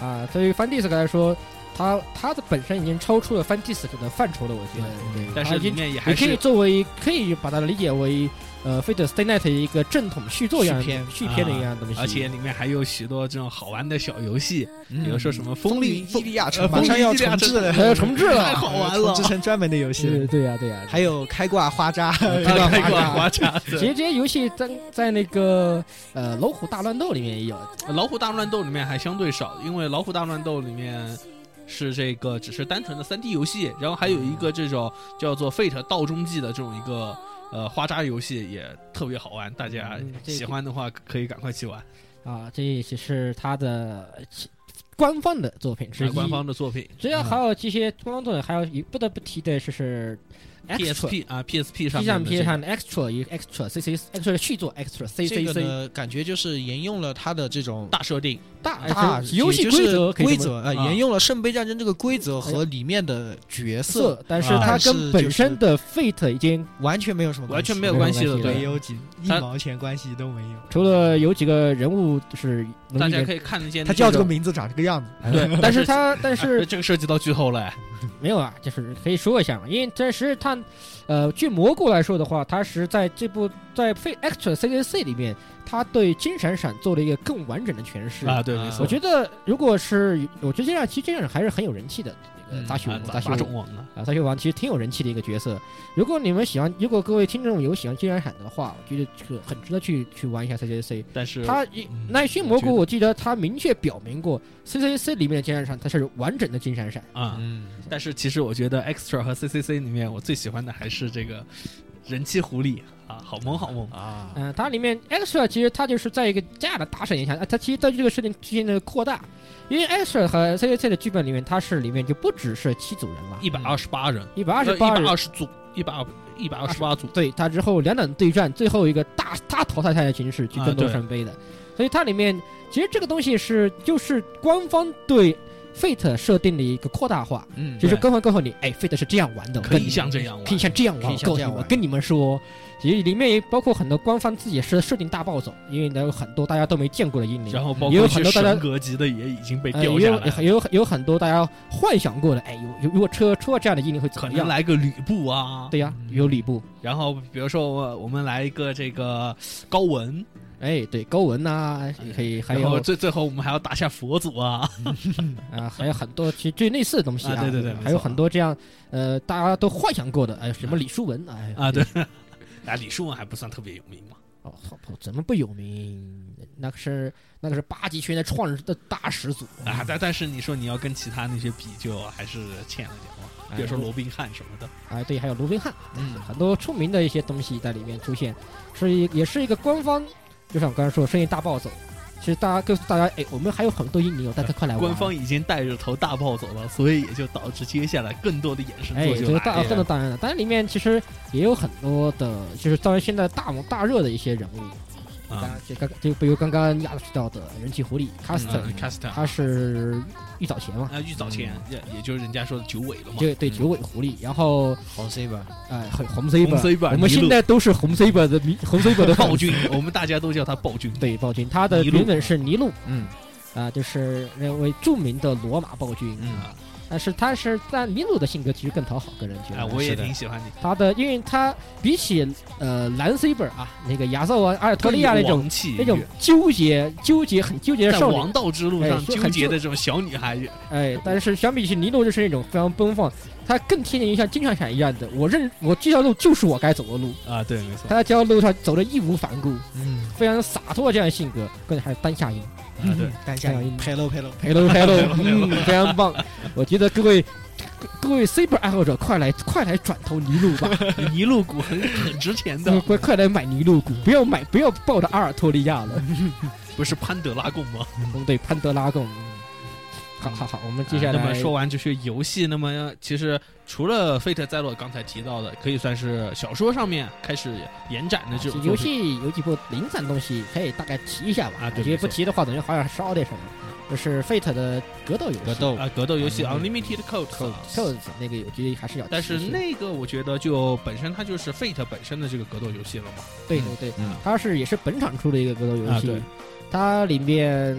A: 啊，对于 Fan Disc 来说，他他的本身已经超出了 Fan Disc 的范畴了，我觉得。对，
B: 但
A: 它
B: 是
A: 已
B: 里
A: 经
B: 面也还
A: 啊你可以
B: 是
A: 作为可以把它理解为呃《Fate Stay Night》一个正统续作一样的
E: 续篇
A: 续篇的
B: 啊
A: 一样的东西。
B: 而且里面还有许多这种好玩的小游戏，
E: 嗯
B: 比如说什么风力
F: 伊利亚
B: 呃
F: 城马上要重置了，
A: 还要哎重置
B: 太
A: 了，
B: 好玩
F: 重，
B: 了
F: 制成专门的游戏
A: 对
F: 了，
A: 对呀对呀。
F: 还有开挂花扎，
A: 挂
B: 嗯啊开
A: 花
B: 挂
A: 扎
B: 花叉，
A: 其实这些游戏在在那个呃《老虎大乱斗》里面也有，
B: 呃老虎大乱斗里面还相对少，因为老虎大乱斗里面是这个只是单纯的 3D 游戏，然后还有一个这种叫做 Fate 道中记的这种一个呃花扎游戏也特别好玩，大家
A: 嗯这个
B: 喜欢的话可以赶快去玩，
A: 啊，这也是他的呃其官方的作品之
B: 是
A: 一。
B: 啊官方的作品
A: 主要还有这些官方作品，还有一不得不提的就是，extra。
B: PSP 啊 PSP 上
A: P
B: 面
A: 上
B: 的
A: P
B: 这个
A: 上的 extra 一个 extra C C extra 续作 extra C
E: 这
A: C
E: 个
A: C
E: 呢，感觉就是沿用了它的这种
B: 大设定，
A: 大
E: 大
A: 游戏
E: 也就是
A: 规则可以
E: 规
A: 这么
E: 则啊，
B: 啊
E: 沿用了圣杯战争这个规则和里面的角色
A: 色，但是
B: 啊
A: 它
E: 但是
A: 跟
E: 就
A: 本
E: 是
A: 身的 Fate 已经
E: 完全没有什么
B: 完全没
E: 有。
B: 有关系
A: 没
B: 的，
A: 有关系
F: 没
A: 的
B: 对。
F: 有几一
B: 他
F: 毛钱关系都没有。
A: 除了有几个人物是能
B: 大
A: 理
B: 家
A: 解
B: 可以看得见
F: 他
B: 这哎
F: 叫这个
B: 种，
F: 名字长这个样子，
A: 对，但是 它但
B: 哎
A: 是
B: 这个涉及到剧透了，哎
A: 没有啊，就是可以说一下嘛，因为这是它，呃，据蘑菇来说的话，它是在这部在 Fate Extra C C C 里面，它对金闪闪做了一个更完整的诠释
B: 啊，对，没错，
A: 我觉得如果是，我觉得这样其实这样还是很有人气的。那个
E: 嗯
A: 杂学
B: 啊
A: 王，
B: 杂
A: 杂学
B: 杂
A: 王
B: 种网呢，
A: 啊，杂学王其实挺有人气的一个角色。如果你们喜欢，如果各位听众有喜欢金闪闪的话，我觉得这个很值得去去玩一下 CCC。
B: 但是嗯
A: 他一奈须蘑菇，我记得他明确表明过，CCC 里面的金闪闪它是完整的金闪闪。
B: 啊，
E: 嗯，
B: 但是其实我觉得 Extra 和 CCC 里面，我最喜欢的还是这个人气狐狸啊，好萌好萌
E: 啊，
A: 嗯、它里面 extra 其实它就是在一个这样的大神影响下，啊它其实对这个事情进行了扩大，因为 extra 和 CCC 的剧本里面，它是里面就不只是七组人了，嗯
B: 一百二十八人，
A: 一百二十
B: 一
A: 八
B: 百
A: 人
B: 二。十组，一百一百二十八组，
A: 对，它之后两党对战，最后一个大大淘汰赛的形式去
B: 啊
A: 争夺
B: 对
A: 圣杯的，所以它里面其实这个东西是就是官方对 Fate 设定的一个扩大化，
E: 嗯，
A: 就是
B: 对
A: 更换告诉你，哎，Fate 是这样玩的，我
B: 可
A: 跟
B: 以
A: 你
B: 像这样
A: 可以
B: 玩。
A: 像这样玩，
E: 可以
A: 我
E: 像
A: 告
E: 这
A: 诉
E: 样
A: 你，我
E: 玩
A: 跟你们说，其实里面也包括很多官方自己是设定大暴走，因为呢有很多大家都没见过的英灵，
B: 然后包
A: 也
B: 括
A: 有
B: 一
A: 很
B: 些
A: 多大家
B: 神格级的也已经被
A: 呃
B: 掉
A: 也
B: 下
A: 有
B: 来了，
A: 也有有很多大家幻想过的，哎，有有如果车出了这样的英灵会怎
B: 可
A: 么
B: 能
A: 样？
B: 来个吕布啊，
A: 对呀，有吕布，
B: 然后比如说我我们来一个这个高文，
A: 哎，对，高文呐，也可以，还
B: 然后
A: 有
B: 最最后我们还要打下佛祖啊，
A: 啊，还有很多其实就类似的东西
B: 啊对对对没
A: 还有
B: 错
A: 很多这样呃大家都幻想过的，哎，什么李书文，哎
B: 啊对，啊李叔文还不算特别有名嘛，
A: 哦，好不怎么不有名？那个是那个是八极拳的创的大始祖
B: 啊但但是你说你要跟其他那些比，就还是欠了点嘛，比如说罗宾汉什么的，
A: 哎，对，还有罗宾汉，很多出名的一些东西在里面出现，是一也是一个官方，就像我刚才说，生意大暴走。其实大家告诉大家，哎，我们还有很多英灵哦，大家快来玩。
B: 官方已经带着头大暴走了，所以也就导致接下来更多的衍生
A: 哎，
B: 作
A: 这
B: 就
A: 个
B: 来
A: 大
B: 了
A: 更多
B: 呀。
A: 当然了，当然里面其实也有很多的，就是当然现在大红大热的一些人物，当
B: 啊嗯
A: 然就刚就比如刚刚亚子提到的人气狐狸 Custom，、
B: c a s t
A: 他是玉藻前嘛，
B: 啊，玉藻前也也就是人家说的九尾了嘛，
A: 嗯就对九尾狐狸，然后
E: 好 C 吧，
A: 哎，很红 C
B: 红
A: 吧，
B: C 吧，
A: 我们
B: 尼禄
A: 现在都是红 C 吧的迷，红 C 吧的粉丝
B: 暴君， 我们大家都叫他暴君。
A: 对暴君，他的
B: 尼禄
A: 原本是尼禄，
E: 嗯
A: 啊、就是那位著名的罗马暴君，
E: 嗯
B: 啊
A: 但是他是但尼禄的性格其实更讨好，个人觉得。
B: 哎，我也
E: 是的
B: 挺喜欢你。
A: 他嗯的，因为他比起呃蓝 C 本啊，那个亚瑟王、阿尔特利亚那种
B: 王气
A: 那种纠结、纠结、很纠结的
B: 在
A: 少
B: 王
A: 女，
B: 道之路
A: 哎
B: 上
A: 是
B: 纠
A: 很
B: 结
A: 纠
B: 的这种小女 孩，
A: 哎，但是相比起尼禄，就是那种非常奔放，他更贴近于像金闪闪一样的，我认我这条路就是我该走的路，
B: 啊，对，没错
A: 他在这条路上走的义无反顾，
E: 嗯，
A: 非常洒脱这样的性格，更还是单下 音。
B: 啊，对，
E: 单
A: 下
E: 下
A: 一
E: 陪喽陪喽，
A: 陪 喽陪喽，嗯，非常棒。我觉得各位 各各位 C 本爱好者，快来快来转投泥 路吧，
B: 一路股很很值钱
A: 快
B: 的，
A: 快快来买泥路股，不要买不要抱着阿尔托利亚了。
B: 不是潘德拉贡吗？
A: 嗯，对，潘德拉贡。嗯好好好，我们接下
B: 啊
A: 来、
B: 那么说完就是游戏，那么其实除了《费特赛洛》刚才提到的，可以算是小说上面开始延展的这种
A: 啊游
B: 作品
A: 戏有几部零散东西可以大概提一下吧。
B: 啊对
A: 我觉得
B: 没
A: 不
B: 错
A: 提的话，感觉好像少点什么。就是 Fate 的格斗游戏，
E: 格斗
B: 啊，格斗游戏《
E: 啊
B: Unlimited Codes 啊》
A: Codes 那个，我觉得还是要提一下。
B: 但是那个我觉得就本身它就是 Fate 本身的这个格斗游戏了嘛，
A: 对对对，
E: 嗯
A: 它是也是本场出的一个格斗游
B: 啊
A: 戏，
B: 对
A: 它里面呃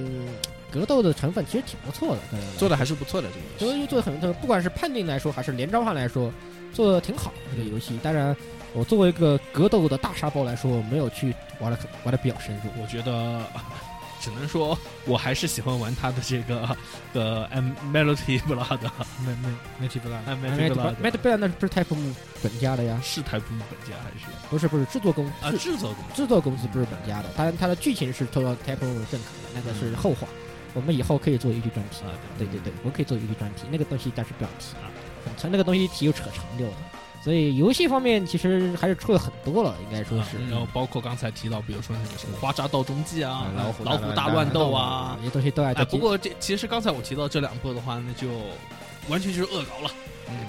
A: 格斗的成分其实挺不错的，个人来
E: 做的还是不错的这个
A: 说格斗游
E: 游戏，
A: 戏做的很不错，不管是判定来说还是连招上来说，做的挺好的这个游戏。当然，我作为一个格斗的大沙包来说，没有去玩的玩的比较深入。
B: 我觉得。 只能说，我还是喜欢玩它的这个的 Melody Blood
F: 没没没提不到。
B: 啊
A: m e
B: ，Melody
A: t
B: Blood
A: m e t b a n 那是不是 Type 本家的呀？
B: 是台风本家还是
A: 不是不是，制作公
B: 啊
A: 制
B: 制作公司？
A: 制作公司不是本家的，当然它的剧情是受到 Type 认可的，那个是后话，我们以后可以做一句专题。
B: 啊，
A: 对对对，我可以做一个专题，那个东西但是不要提啊，很长那个东西提又扯长溜了。所以游戏方面其实还是出了很多了，应该说
B: 啊
A: 是。嗯
B: 然后包括刚才提到，比如说那个什么《花渣道中记》啊，
E: 啊
A: 哎
B: 老
E: 老
B: 虎
E: 虎
B: 老
E: 大
B: 虎
E: 乱
B: 大
E: 斗
B: 乱斗
E: 啊
B: 啊，
A: 这些东西都要
B: 哎，
A: 再
B: 不
A: 提。
B: 过这其实刚才我提到这两部的话，那就完全就是恶搞了。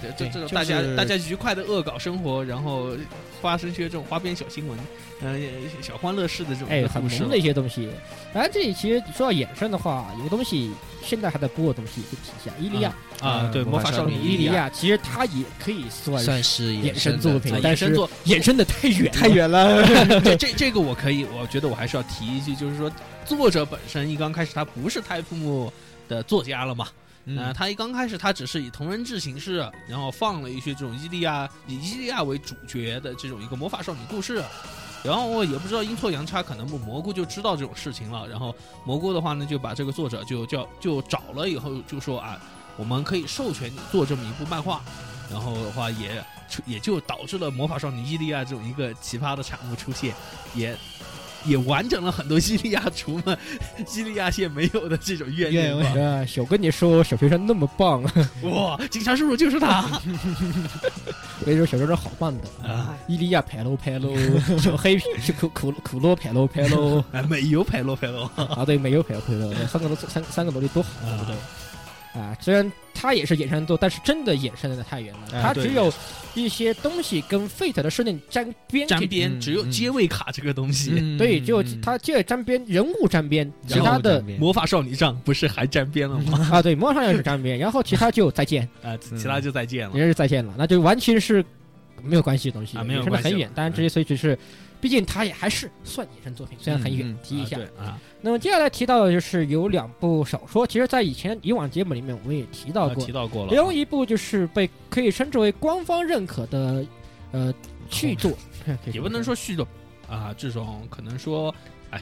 B: 这这
E: 对
B: 这种
E: 就
B: 大家
E: 是
B: 大家愉快的恶搞生活，然后发生些这种花边小新闻，嗯，小欢乐式的这种
A: 哎，
B: 的
A: 很
B: 故事啊
A: 萌
B: 了
A: 的一些东西。然后这里其实说到衍生的话，有个东西现在还在播的东西也可以提一下，《伊利亚》
B: 啊，对，
E: 呃
B: 魔法少女
E: 魔法少女
B: 伊
A: 伊利
B: 亚
A: 亚其实它也可以算
E: 算
A: 是
E: 是
A: 衍生作
E: 的
A: 品
B: 啊，
A: 但
B: 衍生
A: 是
B: 作
A: 衍生的太远
F: 太。远了，
B: 这这这个我可以，我觉得我还是要提一句，就是说作者本身一刚开始他不是泰夫木的作家了嘛，呃，
E: 嗯
B: 他一刚开始他只是以同人志形式，然后放了一些这种伊利亚以伊利亚为主角的这种一个魔法少女故事。然后我也不知道阴错阳差，可能蘑菇就知道这种事情了。然后蘑菇的话呢，就把这个作者就叫就找了以后，就说啊，我们可以授权你做这么一部漫画。然后的话也也就导致了魔法少女伊利亚这种一个奇葩的产物出现，也也完整了很多伊利亚除了 伊利亚线没有的这种怨念吧。
A: 呃，我跟你说，小学生那么棒，
B: 哇，警察叔叔就是他
A: 我跟你说，小学生好棒的。
B: 啊！
A: 伊利亚拍喽拍 喽，小黑苦苦苦洛拍喽拍喽。
B: 哎，美游牌洛佩洛
A: 啊，对，没有陪我陪乐，三个萝三三个萝莉多好啊！对不对？啊，虽然它也是衍生多，但是真的衍生的太远了。
B: 啊
F: 哎
A: 它
F: 对
A: 只有一些东西跟 Fate 的设定沾边，
B: 沾
E: 嗯
B: 边只有
E: 嗯
B: 接位卡这个东西，
E: 嗯
A: 对，只有
E: 嗯
A: 它就沾边，人物沾边，其
E: 然后
A: 他的
E: 沾边
B: 魔法少女杖不是还沾边了吗？
A: 啊，对，魔上也是沾边，然后其他就再 见，
B: 啊，其他就再见了。啊
A: 也是再见了，那就完全是没有关系的东西，
B: 啊没有
A: 衍生的
B: 关系
A: 很远
B: 了。
A: 当然，这些所以只是，毕竟它也还是算衍生作品，虽然很远，提一下
B: 啊。对啊，
A: 那么接下来提到的就是有两部小说，其实，在以前以往节目里面我们也提到
B: 啊
A: 过
B: 提，到过
A: 其中
B: 了。
A: 一部就是被可以称之为官方认可的，呃，续 作，
B: 也不能说续作啊，这种可能说，哎，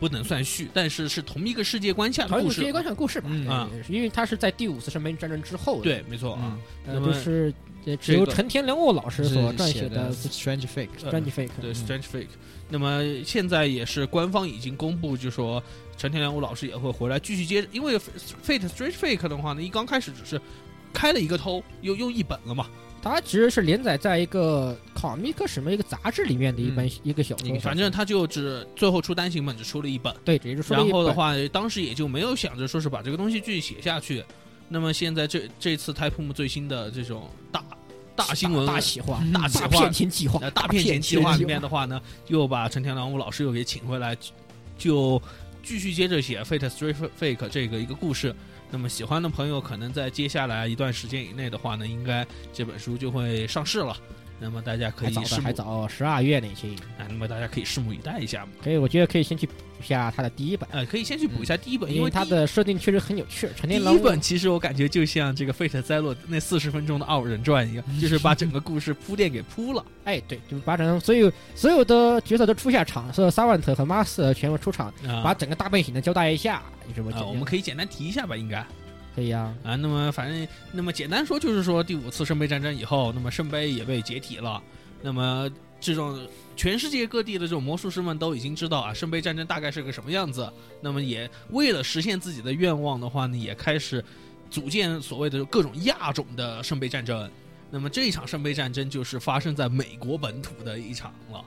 B: 不能算续，但是是同一个世界观下
A: 好像
B: 的故
A: 是世
B: 事
A: 界。观上的故事吧，
E: 嗯
A: 对
B: 啊
A: 因为它是在第五次圣杯战争之后的，
B: 对，没错啊
E: 嗯，
A: 呃，
B: 那
A: 就
B: 么
A: 是呃只
B: 这
A: 由
B: 个
A: 陈田良悟老师
E: 是
A: 所撰
E: 写
A: 的
E: 的 Strange Fake，
B: 呃
A: 专辑 fake，
B: 对
E: 嗯
B: Strange Fake。那么现在也是官方已经公布，就说陈天良武老师也会回来继续接，因为 Fate Strange Fake 的话呢，一刚开始只是开了一个头，又又一本了嘛，
A: 它其实是连载在一个考密克什么一个杂志里面的一本一个小说，
B: 嗯反正他就只最后出单行本只出了一本，
A: 对，只是说了
B: 然
A: 一
B: 后的
A: 本，
B: 话，当时也就没有想着说是把这个东西继续写下去。那么现在这这次 Type 最新的这种大大新闻
A: 大企划、
B: 大企
A: 大
B: 划
A: 骗钱计划
B: 呃、大骗钱
A: 钱
B: 计划里面的话呢，又把陈天良武老师又给请回来，就继续接着写《Fate Street Fake》这个一个故事。那么喜欢的朋友，可能在接下来一段时间以内的话呢，应该这本书就会上市了。那么大家可
A: 还
B: 以
A: 早
B: 拭
A: 的，还
B: 目
A: 早，十二月呢，亲，
B: 哎，那么大家可以拭目以待一下嘛。
A: 可以，我觉得可以先去补一下它的第一本，
B: 呃，可以先去补一下第一
A: 嗯
B: 本，
A: 因为
B: 为
A: 它
B: 第一
A: 的设定确实很有趣，陈
B: 第
A: 天
B: 一
A: 狼屋
B: 本其实我感觉就像这个《Fate 灾落》那四十分钟的《傲人传》一样，就是把整个故事铺垫给铺了。
A: 哎，对，就是把整个所有所有的角色都出下场，所有 Savant 和 Master 全部出场， 把
B: 啊，
A: 整个大背景呢交代一下，你这么讲
B: 啊，我们可以简单提一下吧，应该。
A: 可以啊，
B: 啊，那么反正那么简单说就是说，第五次圣杯战争以后，那么圣杯也被解体了，那么这种全世界各地的这种魔术师们都已经知道啊，圣杯战争大概是个什么样子，那么也为了实现自己的愿望的话呢，也开始组建所谓的各种亚种的圣杯战争。那么这一场圣杯战争就是发生在美国本土的一场了，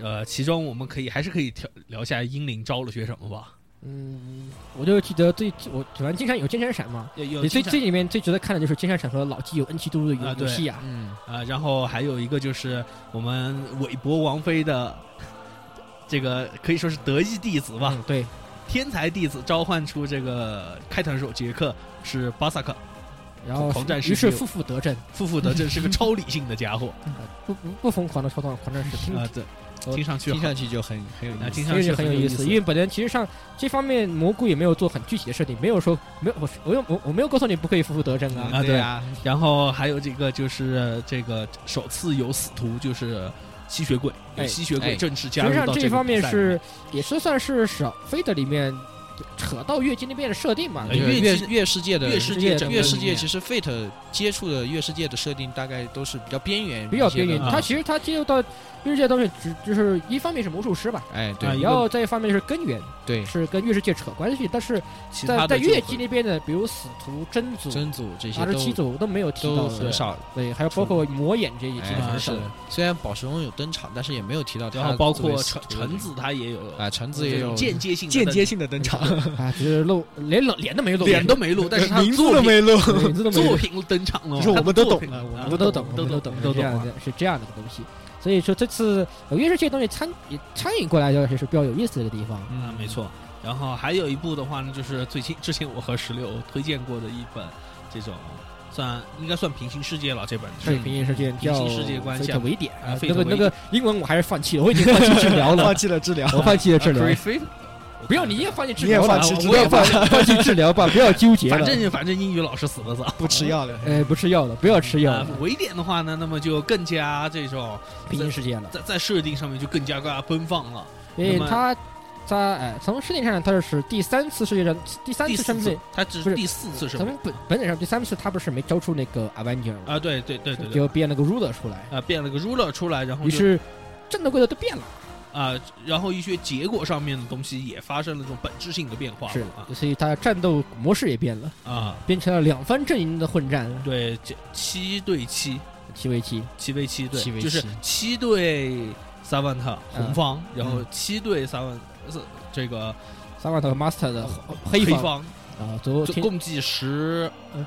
B: 呃，其中我们可以还是可以聊聊一下英灵招了些什么吧。
A: 嗯，我就记得最我反正经常有金闪闪嘛，
B: 有有
A: 你最
B: 经常
A: 最里面最值得看的就是金闪闪和老基友恩奇都的游
B: 呃啊
A: 游
B: 对
A: 戏啊，
E: 嗯，
B: 啊，然后还有一个就是我们韦伯王妃的这个可以说是得意弟子吧，
A: 嗯，对，
B: 天才弟子召唤出这个开膛手杰克是巴萨克，
A: 然后
B: 狂战
A: 于
B: 士
A: 是
B: 就
A: 负负得正，
B: 负负得正，是个超理性的家伙
A: 啊不不不疯狂的操纵狂战士，听
B: 啊，对，听上去
E: 听
B: 好
E: 上去就很很有
B: 啊，
E: 意思。
B: 听上
A: 其
B: 去
A: 实很
B: 有
A: 意
B: 思
A: 因，为本人其实上这方面蘑菇也没有做很具体的设定，没有说没有我我又我我没有告诉你不可以负负得正啊，
B: 啊，对
E: 啊，
B: 然后还有这个就是这个首次有死徒就是。吸血鬼，有
A: 哎
B: 吸血
E: 哎
B: 鬼正式加
A: 实际
B: 入
A: 上
B: 到
A: 这
B: 个
A: 方面
B: 比赛里
A: 是也是算是少非的里面扯到月经那边的设定嘛
B: 哎，
E: 对
B: 月
E: 月
B: 季
E: 月世界的
B: 月世界整
E: 月
B: 个
E: 呃世
B: 里
E: 界
B: 面
E: 其实 Fate 接触的月世界的设定大概都是比较边缘，
A: 比较边缘。
B: 啊
A: 他其实他接触到月世界的东西，只就是一方面是魔术师吧，
E: 哎，
B: 啊
E: 对
B: 一个
A: 然后再一方面是根源，
E: 对，
A: 是跟月世界扯关系，但是
B: 其他
A: 在
B: 的
A: 在
B: 就
A: 月
B: 会
A: 季那边的，比如死徒、真祖、
E: 真祖这些
A: 二十七
E: 都
A: 组都没有提到
E: 都
A: 的
E: 很，少。
A: 对，还有包括魔眼这一基
E: 哎
A: 本很
B: 啊
A: 少
E: 是。的，虽然宝石翁有登场，但是也没有提到他
B: 然后包
E: 作为
B: 括
E: 使
B: 橙
E: 徒的
B: 橙子他也有
E: 啊，橙子也有
B: 间接性的
F: 间接性
B: 性
F: 的登 场，
A: 啊，只是露连脸脸都没露，
B: 脸都没露，但是他
F: 名字
B: 作
F: 都
B: 品
F: 没露，
A: 名呃字都没
B: 作
A: 露。
B: 品登场了，
F: 你说我
B: 他的
F: 们都
B: 作
F: 懂
B: 品
F: 了我
A: 我
B: 啊
A: 们都懂，我
B: 都
A: 们
B: 懂
A: 懂，
B: 都
A: 是这
B: 懂
A: 样
B: 啊。
A: 的，是这样的一个东西。所以说这次呃月世界东西参也参与过来的是比较有意思的一个地方。
B: 嗯，没错。然后还有一部的话呢，就是最近之前我和石榴推荐过的一本，这种算应该算平行世界了。这本
A: 这
B: 是
A: 平行世界
B: 平
A: 叫
B: 行世界观
A: 非
B: 下
A: 特维典
B: 啊非
A: 那个
B: 特
A: 那
B: 维
A: 个英文我还是放弃了，我已经放弃治 疗了
F: 放，弃了治疗。
A: 我放弃了
B: 嗯
A: 治疗。
B: 非
A: 不要 你也放弃治 疗
F: 你也
A: 吧
F: 放弃，治
A: 我也
F: 疗吧
A: 放放弃治疗吧，不要纠结
B: 反
A: 了。
B: 正反正英语老师死的早。
F: 不吃药了，
E: 哎
A: 呃，不吃药了，不要吃药
B: 啊
A: 了，，
B: 维典的话呢，那么就更加这种
A: 平行世界了。
B: 在在设定上面就更加更加奔放了。
A: 因为
B: 那么
A: 他他哎，从设定上它是第三次世界上第三
B: 第
A: 次
B: 四
A: 身份
B: 次，，它只
A: 不是
B: 第四次是吧？
A: 从本本质上第三次他不是没招出那个 Avenger 吗？
B: 啊，对对对对对，
A: 就变了个 ruler 出来，
B: 啊，变了个 ruler 出来，然后
A: 于
B: 就是
A: 战斗规则都变了，
B: 啊、然后一些结果上面的东西也发生了这种本质性的变化
A: 是
B: 啊，
A: 所以他战斗模式也变了，
B: 啊，
A: 变成了两方阵营的混战，
B: 对，这七对七，
A: 七 v 七，
B: 七 v 七，对，
E: 七 v 七
B: 就是七对萨万特红方，然后七对萨万是这个
A: 三万头 master 的黑
B: 黑
A: 方，
B: 方，
A: 啊，昨
B: 就
A: 天
B: 共计十
A: 嗯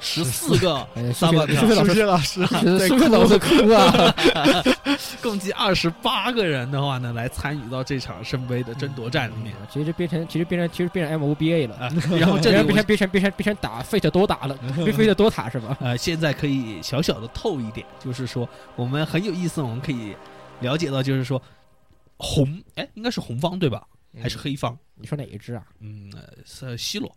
B: 十四个
A: 哎，数
B: 三
A: 学
B: 万
A: 数学老师，
F: 学老师啊，
A: 数学数学老师哭啊！
B: 共计二十八个人的话呢，来参与到这场圣杯的争夺战里面。
A: 其实变成其实变成其实变成 MOBA 了，
B: 啊，然后这
A: 变
B: 里
A: 成变成
B: 我
A: 变成变成变成打 Fate 多打了，变 Fate 多塔是吧？
B: 呃，现在可以小小的透一点，就是说我们很有意思，我们可以了解到，就是说红，哎，应该是红方对吧？还
A: 嗯
B: 是黑方？
A: 你说哪一支啊？
B: 嗯，呃是西罗，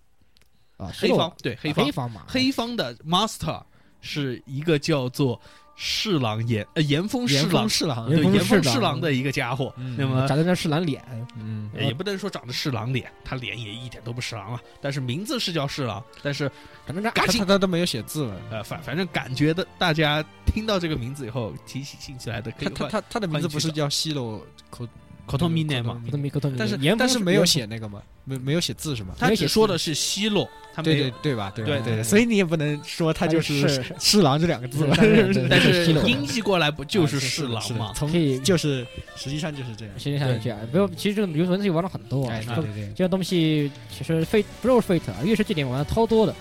A: 啊，是
B: 黑方
A: 我
B: 对黑
A: 啊
B: 方
A: 黑，方嘛，
B: 黑方的 master 是一个叫做侍郎岩呃岩风侍
A: 岩
B: 郎
A: 风侍郎，
B: 对岩风
A: 风
B: 侍郎
A: 郎嗯
B: 的一个家伙，
E: 嗯
B: 那么呃
A: 长得像侍郎脸，
F: 嗯，
B: 也不能说长得侍郎脸，他脸也一点都不侍郎了，但是名字是叫侍郎，但是
A: 长得像
B: 嘎
E: 他
B: 吱
E: 他都没有写字了，
B: 呃反反正感觉的大家听到这个名字以后提起兴趣来的 可
E: 他
B: 以
E: 他
B: 换
E: 他他的名字不是叫西楼口，
B: 口头 mine 嘛，
A: 我都没搞懂。
E: 但是
A: 岩
E: 但
A: 风
E: 是没有
A: 岩
E: 写那个嘛，没没有写字是吗？
B: 他只说的是奚落，他
E: 对
B: 没
E: 对
B: 有，
E: 对吧？对吧
B: 对嗯
E: 对
F: 对，所以你也不能说他就是
A: 是
F: “侍郎”这两个字
A: 风
F: 吧？
A: 对对对
B: 但是
A: 西楼
B: 音译过来不就是
F: 啊
B: 侍郎嘛？
F: 从
A: 可以
F: 就是实际上就是这样。
A: 实际上这样，不用。啊其实这个游戏东西玩了很多啊，
F: 哎，对
A: 这个
F: 对对，
A: 这个东西其实 Fate 不是 Fate 啊，越是这点玩的超多的，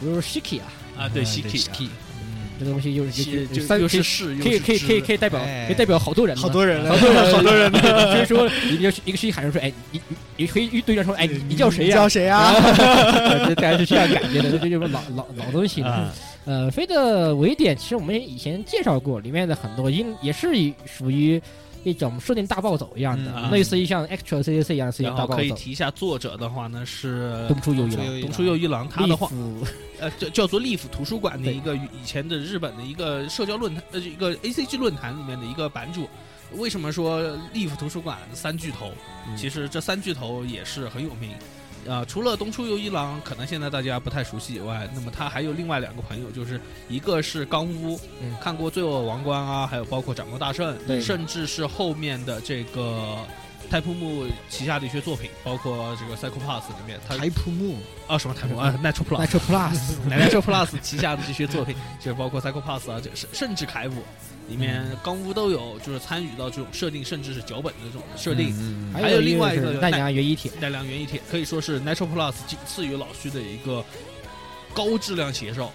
A: 比如 Shiki 啊，
B: 啊，对
F: 嗯
B: Shiki，
E: 嗯
A: 这个东西就是
B: 西
A: 就
B: 就
A: 三
B: 又
A: 可以
B: 是侍又
A: 可以
B: 是
A: 可以可以
B: 知
A: 可以代表
F: 哎
A: 可以代表好多人嘛，
F: 好多人了
A: 好，多人
F: 好多人
A: 所以说你就一个 Shiki 喊出说，哎，你你你可以一堆人说，哎，你
E: 嗯
A: 你叫谁
F: 你
A: 呀
F: 叫？谁呀？
A: 啊，这大家是这样感觉的，这就是老老老东西了
C: 啊。
A: 呃，飞的维典其实我们以前介绍过，里面的很多因也是以属于一种设定大暴走一样的，
B: 嗯啊
A: 类似于像 Actual CDC 一样的设定
B: 然
A: 大
B: 后
A: 暴
B: 可以
A: 走。
B: 提一下作者的话呢是
A: 东出有一郎，
B: 东出佑一郎，他的话
A: Leaf
B: 呃叫叫做 Leaf 图书馆的
A: 对
B: 一个以前的日本的一个社交论坛呃一个 A C G 论坛里面的一个版主。为什么说 Leaf 图书馆三巨头？
A: 嗯
B: 其实这三巨头也是很有名。呃，除了东出佑一郎，可能现在大家不太熟悉以外，那么他还有另外两个朋友，就是一个是冈屋，
A: 嗯
B: 看过《罪恶王冠》啊，还有包括《掌握大圣》，
A: 对
B: 甚至是后面的这个太扑木旗下的一些作品，包括这个《Psycho Pass》里面，他
E: 台扑木
B: 啊什么太 扑木啊 n a t u r Plus
A: Nitro Plus，
B: 奶奶车 Plus 旗下的这些作品，就是包括 Psycho Pass 啊，这甚甚至凯舞里面钢屋都有，就是参与到这种设定，甚至是脚本的这种设定。
E: 嗯
B: 还有另外一
A: 一
B: 个
A: 是
B: 有
A: 奈
B: 奈
A: 良原一铁，
B: 奈良原一铁可以说是 Natural Plus 仅次于老徐的一个高质量写手，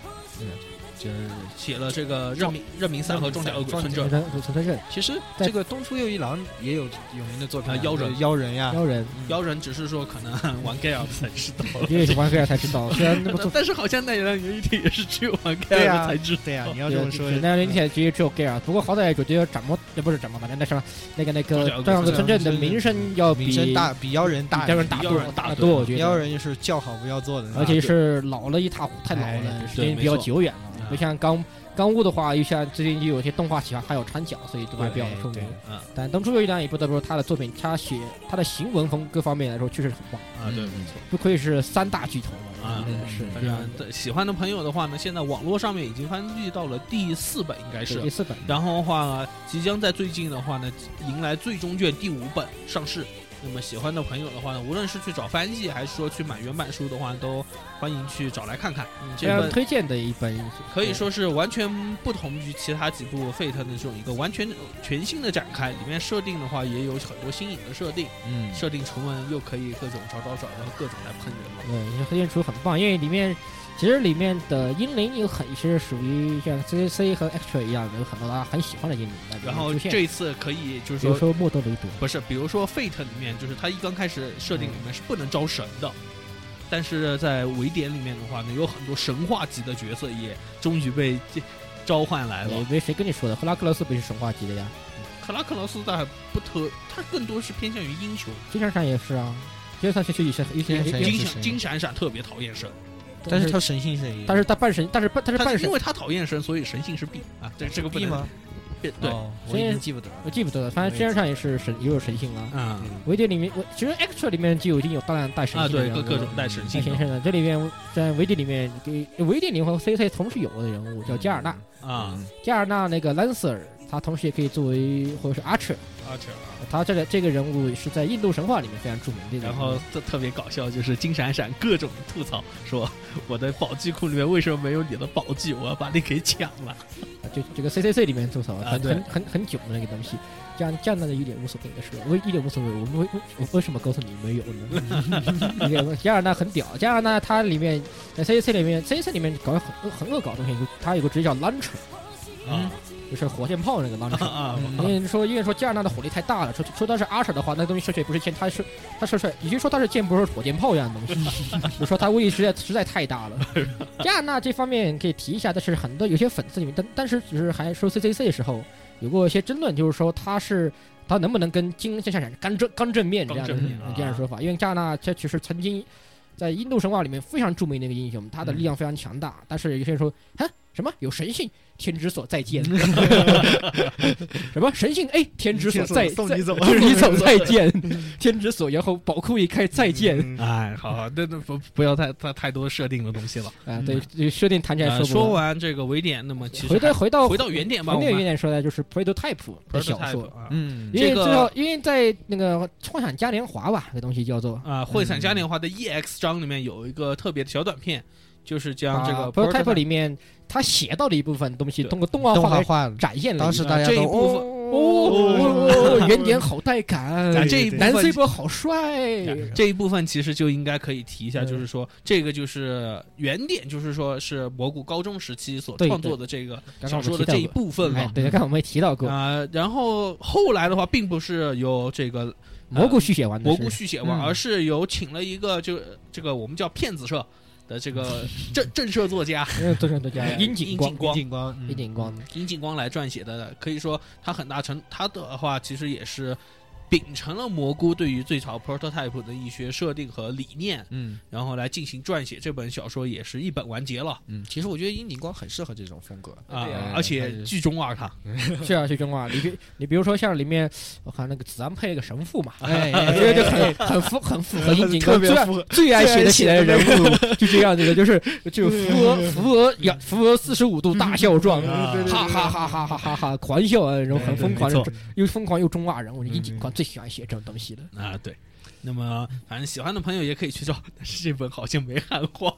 E: 就是
B: 写了这个任明任明三和庄甲恶鬼村
A: 村
B: 正。
A: 村村村镇
E: 其实
A: 在
E: 哎这个东出佑一郎也有有名的作品
B: 啊妖人
E: 妖人呀，
A: 妖人，嗯
B: 妖人只是说可能 玩 g a l 才知道，
A: 因为是玩 g a 才知道，虽然那么 做
B: 但是好像奈良原一铁也是只有玩 g
F: 对
B: a
E: 啊
F: 呀
B: l 才知道。
F: 对呀，你要这么说
A: 对，，那人
B: 嗯
A: 家只有只有 gay 啊，不过好歹我觉得斩魔呃也不是斩魔，反正那什么那个那个
B: 张小
A: 这样的村
B: 张
A: 镇的名声要比
E: 名声大比妖人大
A: 比妖人大
B: 比妖
A: 多
B: 人大
A: 大
B: 多
A: 多，我觉
E: 妖
A: 得，
E: 人就是叫好不要座
B: 啊
E: 的那种，
A: 而且是老了一塌糊，太老
F: 哎
A: 了，时
B: 对
A: 间
B: 没
A: 比较
B: 错啊
A: 久远了。不像刚刚屋的话，又像最近就有些动画企划还有掺脚，所以都还比较出名
E: 对。
B: 嗯啊
A: 但当初有一张也不得不说他的作品，他写他的行文风各方面来说确实很棒，
B: 啊对，
E: 嗯
B: 没错。
A: 不愧是三大巨头嘛
B: 啊
A: 真的是
B: 反正对喜欢的朋友的话呢，现在网络上面已经翻译到了第四本，应该
A: 对
B: 是
A: 第。四本，
B: 然后的话呢，即将在最近的话呢，迎来最终卷第五本上市。那么喜欢的朋友的话呢，无论是去找翻译，还是说去买原版书的话，都欢迎去找来看看。嗯
A: 非
B: 这
A: 常
B: 本
A: 推荐的一本，
B: 可以说是完全不同于其他几部 Fate 的这种一个完全呃全新的展开，里面设定的话也有很多新颖的设定，
E: 嗯
B: 设定纯文又可以各种找找找，然后各种来喷人了。
A: 对，黑剑厨很棒，因为里面其实里面的英灵有很是属于像 CCC 和 Extra 一样的，有很多大家很喜欢的英灵在里面
B: 然后
A: 出现
B: 这一次可以就是
A: 比
B: 说
A: 如说莫德雷德，
B: 不是，比如说 Fate 里面，就是它一刚开始设定里面是不能招神的，但是在维典里面的话呢，有很多神话级的角色也终于被这召唤来
A: 也
B: 了。
A: 没谁跟你说的，赫拉克勒斯不是神话级的呀，
B: 克拉克劳斯他还不特，他更多是偏向于英雄，
A: 金闪闪也是啊，金闪闪也是一些一
E: 对
A: 些，
B: 金
E: 是
B: 闪
E: 神
B: 金闪闪特别讨厌神，
E: 但是
A: 他
E: 他神性是一，
A: 但是他半神，但是半他是
B: 但
A: 半
B: 是因
A: 神，
B: 为他讨厌神，所以神性是 B 啊，这这个不
E: 币
B: 能
E: 吗？
B: 对对，
E: 哦，我已经记不得了
A: 我。记不得了，反正金闪闪也是神，也有神性啊。
B: 啊
A: 维典里面，我其实 Extra 里面就已经有大量带嗯神
B: 啊
A: 性的
B: 对，
A: 人物
B: 各
A: 了，
B: 各种带神
A: 带
B: 性
A: 神性的。这里面在维典里面，给维典里面和 CC 同时有的人物叫加尔纳，
B: 的啊，
A: 加尔纳那个兰瑟尔，他同时也可以作为或者是阿彻，
B: 而且
A: 他这个这个人物是在印度神话里面非常著名的一个人
B: 然
A: 物。
B: 后特特别搞笑，就是金闪闪各种吐槽说我的宝具库里面为什么没有你的宝具，我要把你给抢了。
A: 啊就这个 CCC 里面吐槽
G: 啊
A: 很
G: 对
A: 很很很久的那个东西，这样这样的一点无所谓的事，我一点无所谓，我们为我为什么告诉你没有呢？ 这个加拿大很屌，加拿大它里面在 CCC 里面 CCC 里面搞很很恶搞的东西，它有个职业叫 Launcher，
G: 啊
A: 就是火箭炮那个 Launcher。
B: 啊，
A: 因为说，因为说加拿大的火力太大了，说说它是阿舍的话，那东西射出来不是箭，它是它射出来，也就是说它是箭，不是火箭炮一样的东 西。我说它威力实在实在太大了。加拿大这方面可以提一下，但是很多有些粉丝里面，但但是只是还说 CCC 的时候有过一些争论，就是说它是它能不能跟金正善刚正刚正面这啊样的
G: 刚正面
A: 这样的说法，因为加拿大它其实曾经在印度神话里面非常著名的一个英雄，他的力量非常强大，但是有些人说，啊，什么有神性，天之所在见，什么神性哎，天之所在
E: 送
A: 在
E: 你走，
A: 送你走 再见，天之所言后宝库一开再见
B: 哎，好好，那那不不要太太太多设定的东西了。
A: 啊，对，这个设定谈起来
B: 呃
A: 说不
B: 说
A: 完。
B: 完这个维点，那么其实
A: 回到
B: 还
A: 回到
B: 回到原点吧，
A: 回
B: 我
A: 到
B: 们
A: 原点说的就是 prototype 的小
B: prototype，
A: 说，
B: 啊。
E: 嗯
A: 因为
B: 这个
A: 最后因为在那个创想嘉年华吧，这个东西叫做
B: 啊，《幻想
A: 嗯
B: 嘉年华》的 EX 章里面有一个特别的小短片，就是将这
A: 啊
B: 个
A: prototype 里面他写到的一部分东西，
B: 对
A: 通过动画
E: 动
A: 化
E: 画
A: 来
E: 化，
A: 展现了
E: 当
A: 一
E: 时
A: 下
E: 大家
B: 啊这一
E: 都
B: 部分
A: 哦哦，原点好带
B: 啊
A: 感，
B: 这一部
A: 南
B: 分
A: C 波好帅，
B: 这一部分其实就应该可以提一下，
A: 嗯
B: 就是说这个就是原点，就是说是蘑菇高中时期所
A: 对
B: 创作的这个
A: 刚刚
B: 小
A: 我们
B: 说
A: 提
B: 的
A: 到
B: 这一
A: 过。
B: 部分
A: 哎
B: 了。
A: 对，刚刚我们也提到过，
B: 啊、然后后来的话，并不是由这个
A: 蘑菇续写完的
B: 蘑
A: 嗯是
B: 菇续写完，而是由请了一个就这个我们叫骗子社的 这个正正社作家
A: 嗯，都是都叫
B: 哎
A: 樱井光
B: 樱井，光
E: 景光，嗯
A: 樱井光，
B: 殷景光来撰写的，可以说他很大程他的话其实也是秉承了蘑菇对于最早 prototype 的一些设定和理念，
E: 嗯
B: 然后来进行撰写这本小说，也是一本完结了
E: 嗯，其实我觉得樱井光很适合这种风 格，
B: 啊、
E: 对啊
B: 而
E: 他
B: 且
E: 是
B: 剧中二他
A: 是啊，去中啊，你比你比如说像里面，我看那个子安配了个神父嘛，
E: 哎
A: 我觉得就很很符很符合樱井光最爱
E: 符合，
A: 最爱写的起来的人物，就这样子的，就是就扶额扶额仰扶额四十五度大笑状，
G: 啊对对对
A: 哈哈哈哈哈哈哈狂笑啊，然后很疯狂
G: 对
A: 的
G: 没错
A: 又疯狂又中二人，我觉得樱井光最喜欢写这种东西了。
B: 啊，对。那么，反正喜欢的朋友也可以去找，但是这本好像没汉化。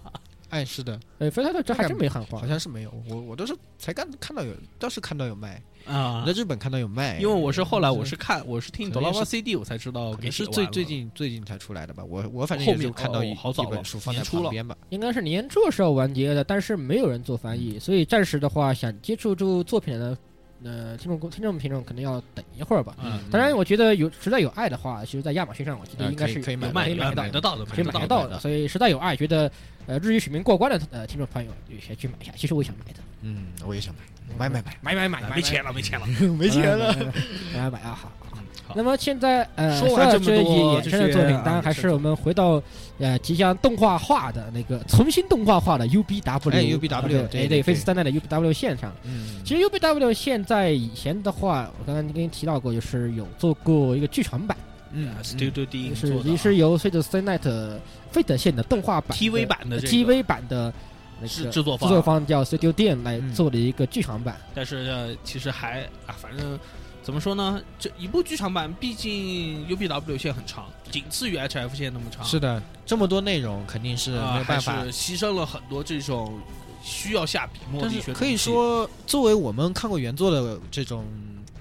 E: 哎，是的，
A: 哎，反正他这还真没汉化
E: 好，像是没有，我我都是才刚看到有，倒是看到有卖，
B: 啊
E: 我在，日本看到有卖，
B: 因为我是后来我是看我是听
E: 可
B: 哆
E: 能
B: 啦
E: 是
B: A CD 我才知道
E: 可
B: 给
E: 能
B: 写
E: 是
B: 完
E: 最
B: 了
E: 最近最近才出来的吧，我我反正
B: 后
E: 也就
B: 面
E: 看到
B: 哦
E: 一
B: 好早
E: 一
B: 了
E: 本书放在
B: 年初
E: 旁
B: 了
E: 边吧，
A: 应该是年初的时候完结的，但是没有人做翻译，所以暂时的话，想接触这部作品的呃听众听众评论可能要等一会儿吧。
B: 嗯，
A: 当然，我觉得有实在有爱的话，其实，在亚马逊上，我觉得
E: 啊
A: 应该
E: 可以
A: 是
E: 可以买
A: 有
B: 买
A: 可以
B: 买
A: 买到
B: 得到的，
A: 可以
B: 买
A: 买
B: 得
A: 得
B: 到
A: 到
B: 的。啊
A: 的。所以实在有爱，觉得呃日语水平过关的呃听众朋友，有些去买一下。其实我也想买的，
E: 嗯，我也想买，买买买，
A: 买买买，买
B: 没钱了， 没钱了。
E: 买没钱了，
A: 买买买买买啊！好。
B: 嗯好
A: 那么现在呃，
B: 说
A: 说
B: 完
A: 到
B: 这么
A: 这一
B: 多
A: 衍生的作
B: 这
A: 品
B: 些，
A: 当
B: 啊
A: 然还是我们回到呃即将动画化的那个重新动画化的 UBW，
E: 哎 UBW
A: 哎
E: 对
A: 对，
E: 对
A: 菲斯丹奈的 UBW 线上。
E: 嗯，
A: 其实 UBW 现在以前的话，我刚刚跟你提到过，就是有做过一个剧场版。
E: 嗯
B: 啊，Studio D
A: 也
B: 影
A: 是
B: 做的
A: 也
B: 啊
A: 是由 Fate Stay Night Fate 线的动画版
B: TV 版的这个
A: TV 版的那个
B: 制制作
A: 制
B: 方
A: 作方叫 Studio d n 来
E: 嗯
A: 做的一个剧场版。
B: 但是呃，其实还啊，反正怎么说呢，这一部剧场版毕竟 UBW 线很长，仅次于 HF 线那么长，
E: 是的，这么多内容肯定是
B: 啊
E: 没
B: 还
E: 有办
B: 是
E: 法。
B: 牺牲了很多这种需要下笔墨
E: 但
B: 的一
E: 是
B: 些东西。
E: 可以说，作为我们看过原作的这种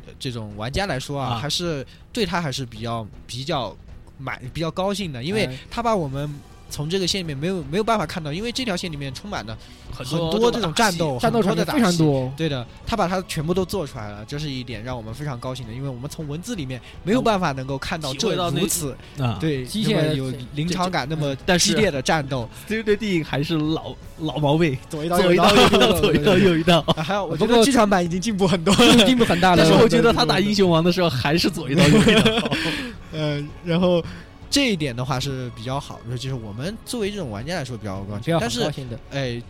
E: 呃这种玩家来说啊，
B: 啊
E: 还是对他还是比较比较满比较高兴的，因为
A: 哎
E: 他把我们从这个线里面没有没有办法看到，因为这条线里面充满了
B: 很
E: 很
B: 多
E: 这种战斗，
A: 战斗
E: 很
A: 场景
E: 多的打
A: 非常
E: 戏。
A: 多，
E: 对的，他把它全部都做出来了，这是一点让我们非常高兴的，因为我们从文字里面没有办法能够看到
B: 体会
E: 这
B: 到那
E: 如此
B: 打戏啊。
E: 对
A: 机
E: 那么
A: 械
E: 有
A: 这
E: 临场感那么
B: 但是
E: 激烈的战斗，
B: Studio D 还是老老毛 病，
E: 左一刀
B: 左一刀右一刀，左一 刀右一刀。
E: 啊还有，我
A: 不
E: 觉
A: 过
E: 得剧场版已经进步很多。
A: 进步很大了
B: 但。是我觉得他打英雄王的时候还是左一刀右一刀。
E: 呃，然后这一点的话是比较好，就是我们作为这种玩家来说比较高
A: 比
E: 兴
A: 较。
E: 但
A: 啊很高
E: 是，
A: 兴的，
E: 哎，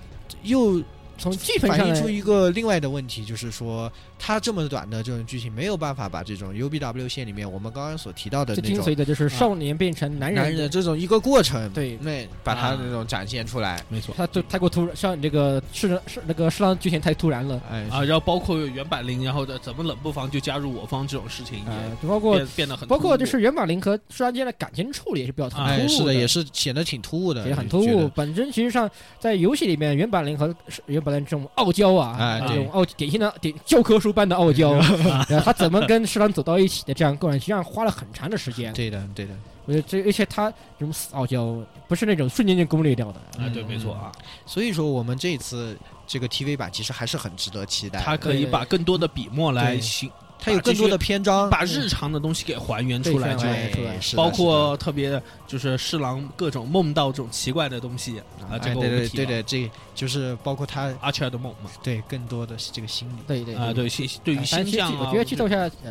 E: 又
A: 从剧本
E: 反
A: 上
E: 映出
A: 来，
E: 一个另外的问题，就是说，它这么短的这种剧情没有办法把这种 UBW 线里面我们刚刚所提到的
A: 最
E: 那
A: 精髓
E: 种
A: 的就是少年变成男
E: 男人的
A: 的，
E: 这种一个过程，
A: 对
E: 那把它那种展现出来。
B: 没错
A: 他就太过突然，像你这个是是那个适当剧情太突然了。
E: 哎，
B: 啊，然后包括原版零，然后怎么冷不防就加入我方这种事情，
A: 啊
B: 嗯也，
A: 就包括
B: 变变得很
A: 包括
B: 突
A: 就
B: 兀
A: 是原马林和舒兰间的感情处理也是比较啊突
B: 哎
E: 哎，
A: 兀
E: 是
A: 的，
E: 也是显得挺突兀的，
A: 也很突
E: 觉
A: 兀
E: 得。。
A: 本身其实上在游戏里面，原版零和原本来这种傲娇啊，
E: 哎
A: 这
E: 对
A: 种傲典型的典教科书般的傲娇，然后他怎么跟侍郎走到一起的这样过程，实际上花了很长的时间。
E: 对的，对的。
A: 我觉得这而且他这种死傲娇不是那种瞬间就攻略掉的，
B: 哎，对，没错啊，
E: 嗯所以说，我们这一次这个 TV 版其实还是很值得期待的。
B: 它可以把更多的笔墨来
E: 哎对
B: 行，
E: 它有
B: 把这
E: 更多
B: 些
E: 的篇章，
B: 把日常的东西给还原出
A: 对
B: 来就
A: 出来
E: 哎对
A: 出来
E: 是的
B: 包
E: 是
B: 括特别就是侍郎各种梦到这种奇怪的东西啊，
E: 的
B: 这
E: 哎
B: 个我
E: 对
B: 们
E: 对
B: 提到
E: 对对，这就是包括它
B: 阿切尔的梦嘛，
E: 对更多的是这个心理。
A: 对对
B: 啊，对新对于
A: 但
B: 新
A: 是
B: 将啊，
A: 我觉得剧透一下，呃，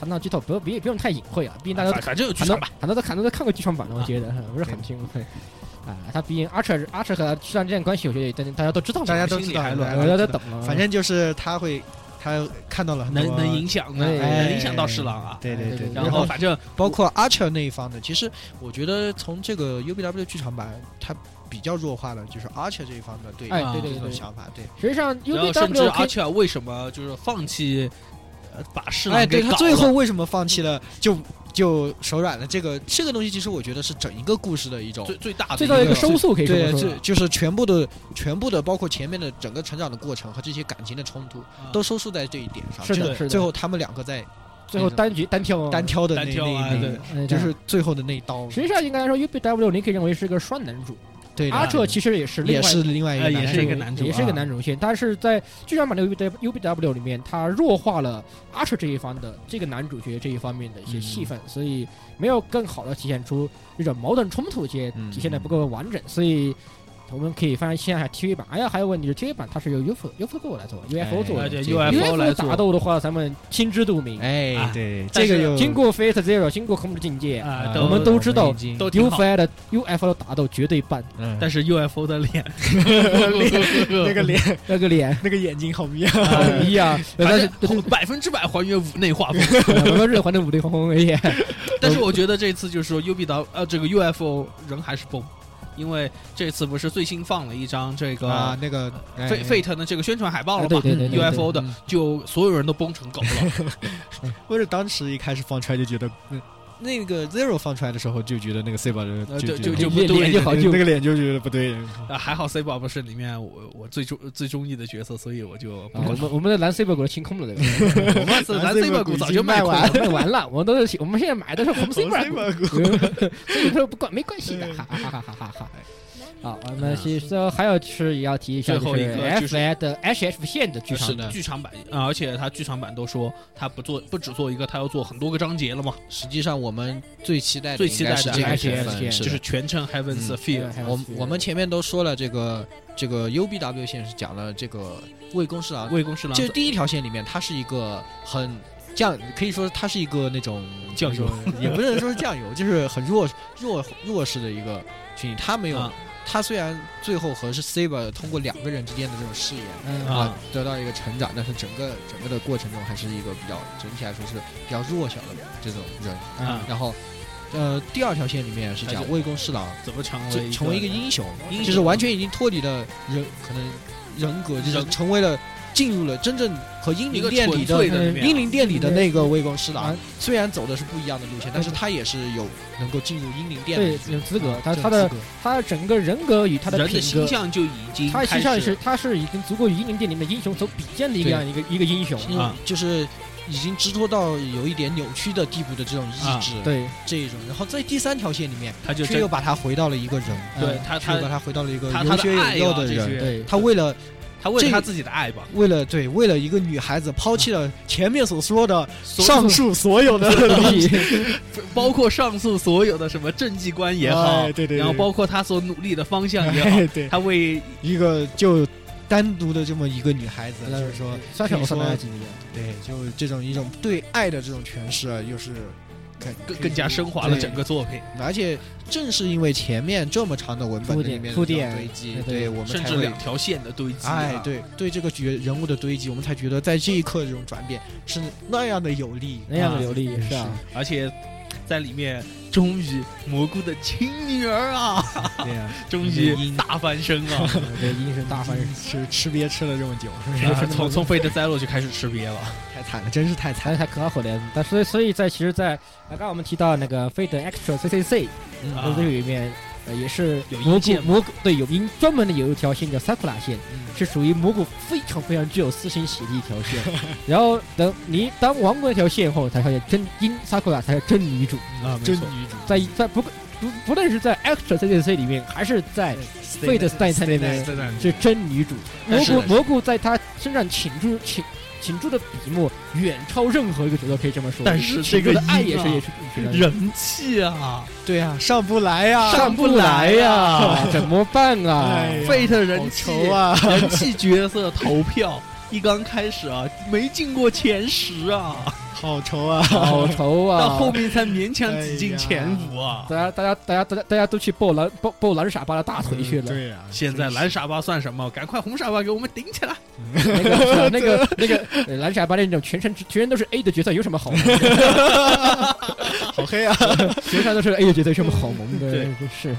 A: 谈到剧透不要不也不用太隐晦啊，毕竟大家都
B: 反反正有剧
A: 很多
B: 场版，
A: 很多都很多都看过剧场版的，我
B: 啊
A: 觉得 呃不是很清楚。啊，他毕竟阿彻阿彻和他质量之间的关系，我觉得大大家都知道了，
E: 大家都
B: 心
E: 知
B: 里
E: 道
B: 还
E: 的，
B: 乱
E: 大
A: 大家
E: 家都
A: 都
E: 知道
A: 懂了。
E: 反正就是他会，他看到了很多
B: 能能影响的，
A: 对
B: 能影响到侍郎啊。
E: 对哎对
A: 对
E: 对，
A: 对
B: 然后反正
E: 包括 Archer 那一方的，其实我觉得从这个 UBW 剧场版，它比较弱化了，就是 Archer 这一方的对
A: 哎，
B: 啊
A: 对对
E: 这
A: 对
E: 种
A: 对，
E: 想法，对，
A: 实际上
B: 然后甚至
A: UBW 可
B: 阿
A: 以
B: 切尔为什么就是放弃呃把侍郎
E: 哎，对
B: 给
E: 他
B: 搞
E: 最
B: 了
E: 后为什么放弃了，就就手软了？这个这个东西，其实我觉得是整一个故事的一种
B: 最。最大的
A: 最后一个
B: 收
A: 收束，可以这么
E: 对，
A: 说
E: 这就是全部的、全部的，包括前面的整个成长的过程和这些感情的冲突，
B: 啊
E: 都收束在这一点上。
A: 是
E: 这
A: 的，
E: 个
A: 是的。
E: 最后他们两个在
A: 最后单局单挑
E: 嗯单，挑的那
B: 单挑啊
E: 那
B: 对
E: 那，
A: 嗯
E: 就是最后的那一刀，
A: 实际上应该来说，UBW 你可以认为是个双男主，
E: 对的
A: 阿彻其实也是另
E: 也
A: 外
E: 是另外一个
B: 哎
E: 男
B: 也
E: 人
B: 是一个男主
A: 也是一个
B: 啊
A: 男主线，但是在剧场版的 UBW 里面，他弱化了阿彻这一方的这个男主角这一方面的一些戏
B: 嗯
A: 份，所以没有更好的体现出这种矛盾冲突些
E: 嗯
A: 体现的不够完整，所以我们可以翻线下 TV 版。哎呀，还有问题是 TV 版它是由 UFO UFO 过来做，UFO 做
B: 哎
A: 的
B: 对
E: 这
B: UFO 来做
A: 打斗的话，咱们心知肚明。
E: 哎
B: 啊，
E: 对，
B: 但
E: 这个
B: 是
E: 又
A: 经过 Fate Zero，经过恐怖境界
B: 啊，
A: 我们都知道
E: 已经
B: 都挺好
A: UFO 的 UFO 的打斗绝对棒，
E: 嗯
B: 但是 UFO 的脸
E: 那个脸，
A: 那个 脸
E: 那个眼睛好迷啊！
A: 好迷啊！但
B: 反
A: 是
B: 正百分之百还原五内画 风。
A: 我们日环的五雷轰轰而已。
B: 但是我觉得这次就是说 UB 导呃这个 UFO 人还是崩，因为这次不是最新放了一张这
E: 啊
B: 个，
E: 那个哎
B: 费 Fate 的这个宣传海报了
A: 对
B: 嘛
A: 哎啊对对对对
B: ？UFO 的
E: 嗯
B: 就所有人都崩成狗了，
E: 或者当时一开始放出来就觉得，嗯那个 Zero 放出来的时候就觉得那个 C 宝人
B: 呃
E: 就
B: 就
E: 觉得
B: 就
A: 不
B: 不对
A: 脸就好
E: 那
A: 就
E: 个脸就觉得不对，
B: 啊还好 C 宝不是里面我我最中最中意的角色，所以我就
A: 啊 我们我们的蓝 C 贝果清空了，对吧？
B: 我们是蓝 C 宝股早就卖完了。
A: 卖完了，我们都是我们现在买的是红 C 贝果， 所以说不管没关系的，哈哈哈哈哈哈。好，我们其实还有就是也要提一下，
B: 最后一个
A: 就
B: 就是
A: F
B: 是
A: I 的 H F 线的剧场版，
E: 的，
B: 剧场版，啊而且他剧场版都说他不做，不只做一个，他要做很多个章节了嘛。
E: 实际上我们最期待的
B: 最期待的
E: 应该是这个
A: IGF
E: 部分
A: 线
E: 是
B: 就
E: 的
B: 是全程 Heaven's
E: 嗯
B: Feel，、
A: 呃
E: 我我们前面都说了，这个这个 UBW 线是讲了这个魏公侍郎
B: 魏公侍郎
E: 这第一条线里面，它是一个很酱，可以说它是一个那种
B: 酱油，
E: 也不能说是酱油，就是很弱弱弱势的一个群体。它没有，
B: 啊
E: 它虽然最后和是 Saber 通过两个人之间的这种誓言
A: 嗯，
E: 啊
B: 啊，
E: 得到一个成长，但是整个整个的过程中还是一个比较整体来说是比较弱小的这种人。
B: 啊，
E: 然后，呃，第二条线里面是讲魏公啊侍郎
B: 怎么成
E: 这
B: 为
E: 成为一个英雄，
B: 英雄
E: 就是完全已经脱离了人可能人格，就是
B: 人
E: 成为了进入了真正和英
B: 一
E: 灵
B: 个
E: 殿里
B: 纯
E: 的
B: 粹的里面啊
E: 英灵殿里的那个魏公侍郎
A: 嗯，
E: 虽然走的是不一样的路线，但是他也是有能够进入英灵殿
A: 对
E: 的嗯
A: 有资格，他
E: 这
A: 他
E: 种
A: 的嗯
E: 资格
A: 他整个人格与他的
B: 人
A: 品
B: 的形
A: 格。
B: 象就已经
A: 他实
B: 开
A: 际上
B: 始
A: 是他是已经足够于零点里面的英雄所比肩的一个
E: 对
A: 样一个一个英雄，
E: 因为
B: 啊
E: 就是已经支脱到有一点扭曲的地步的这种意志，
A: 嗯对，
E: 这一种。然后在第三条线里面，
B: 他就
E: 却又
B: 真
E: 把他回到了一个人，
B: 对
E: 嗯
B: 他
E: 却又把
B: 他
E: 他回到了一个
B: 他
E: 有
B: 他
E: 血
B: 的爱
E: 有肉
B: 呀
E: 的
B: 这
E: 人。
B: 些，
A: 对，
E: 他为了
B: 他为
E: 这
B: 了他自己的爱吧，
E: 为了对，为了一个女孩子抛弃了前面所说的
B: 所
E: 上述所有的 东西，
B: 包括上述所有的什么政绩观也好
E: 哎，对对，
B: 然后
E: 对
B: 包括他所努力的方向也好，
E: 哎对
B: 他为
E: 一个就单独的这么一个女孩子，就是说
A: 算是
E: 可以
A: 我算
E: 说
A: 的几年，
E: 对，就这种一种对爱的这种诠释，啊，又是更
B: 更更加升华了整。个作品，
E: 对而且正是因为前面这么长的文本
A: 铺
E: 的里
A: 垫
E: 面的
A: 铺
E: 这种
A: 垫
E: 堆积
A: 对，对
E: 对我们
B: 甚
E: 才
B: 至
E: 会
B: 两。条线的堆积，
E: 哎
B: 啊，
E: 对对，这个角人物的堆积，我们才觉得在这一刻这种转变是那样的有力，
A: 那样的流利
E: 啊
A: 是啊，
B: 而且在里面终于蘑菇的亲女儿啊，
E: 对呀，
B: 终于大翻身啊！
A: 对，英雄大翻身。
E: 吃吃瘪吃了这么久，
B: 啊从从费德塞洛就开始吃瘪了，
E: 太惨了，真是太惨
A: 还还可好了，但所以所以在其实在，啊刚刚我们提到那个《Fate Extra CCC》
B: 啊
A: 这个里面，呃，也是蘑
B: 有阴
A: 菇
B: 线
A: 蘑菇对有阴专门的有一条线叫萨库拉线，
B: 嗯
A: 是属于蘑菇非常非常具有私心写的一条线。然后等你当玩过那条线后，才发现真阴萨库拉才是真女主，
B: 啊，没
E: 真
B: 错，
E: 女主
A: 在在不不不论是在 Extra CDC 里面，还是在 Fate Stay 里面
B: 在那里
A: 是真女主。蘑
E: 是的
A: 菇
E: 是的
A: 蘑菇在她身上倾注倾倾注的笔墨远超任何一个角色，可以这么说。
B: 但是
A: 倾
B: 这
A: 注
B: 个
A: 的爱
B: 阴
A: 也是
B: 啊
A: 也是也是
B: 人气啊，
E: 对啊，上不来呀、啊，
A: 上不来呀、怎么办啊？
E: 哎呀
B: ，Fate
E: 好
B: 人气
E: 愁啊！
B: 人气角色投票一刚开始啊，没进过前十啊，
E: 好愁啊！
A: 好愁啊！
B: 到后面才勉强挤进前五啊。
A: 大家大家大家大家大家都去抱蓝抱抱蓝傻巴的大腿去了。
E: 对呀、啊，
B: 现在蓝傻巴算什么？赶快红傻巴给我们顶起来！
A: 那个那个那个呃蓝傻巴那种全身全身都是 A 的角色有什么好？
E: 好黑啊！
A: 全身都是 A 的角色有什么好萌的？
B: 对，
A: 是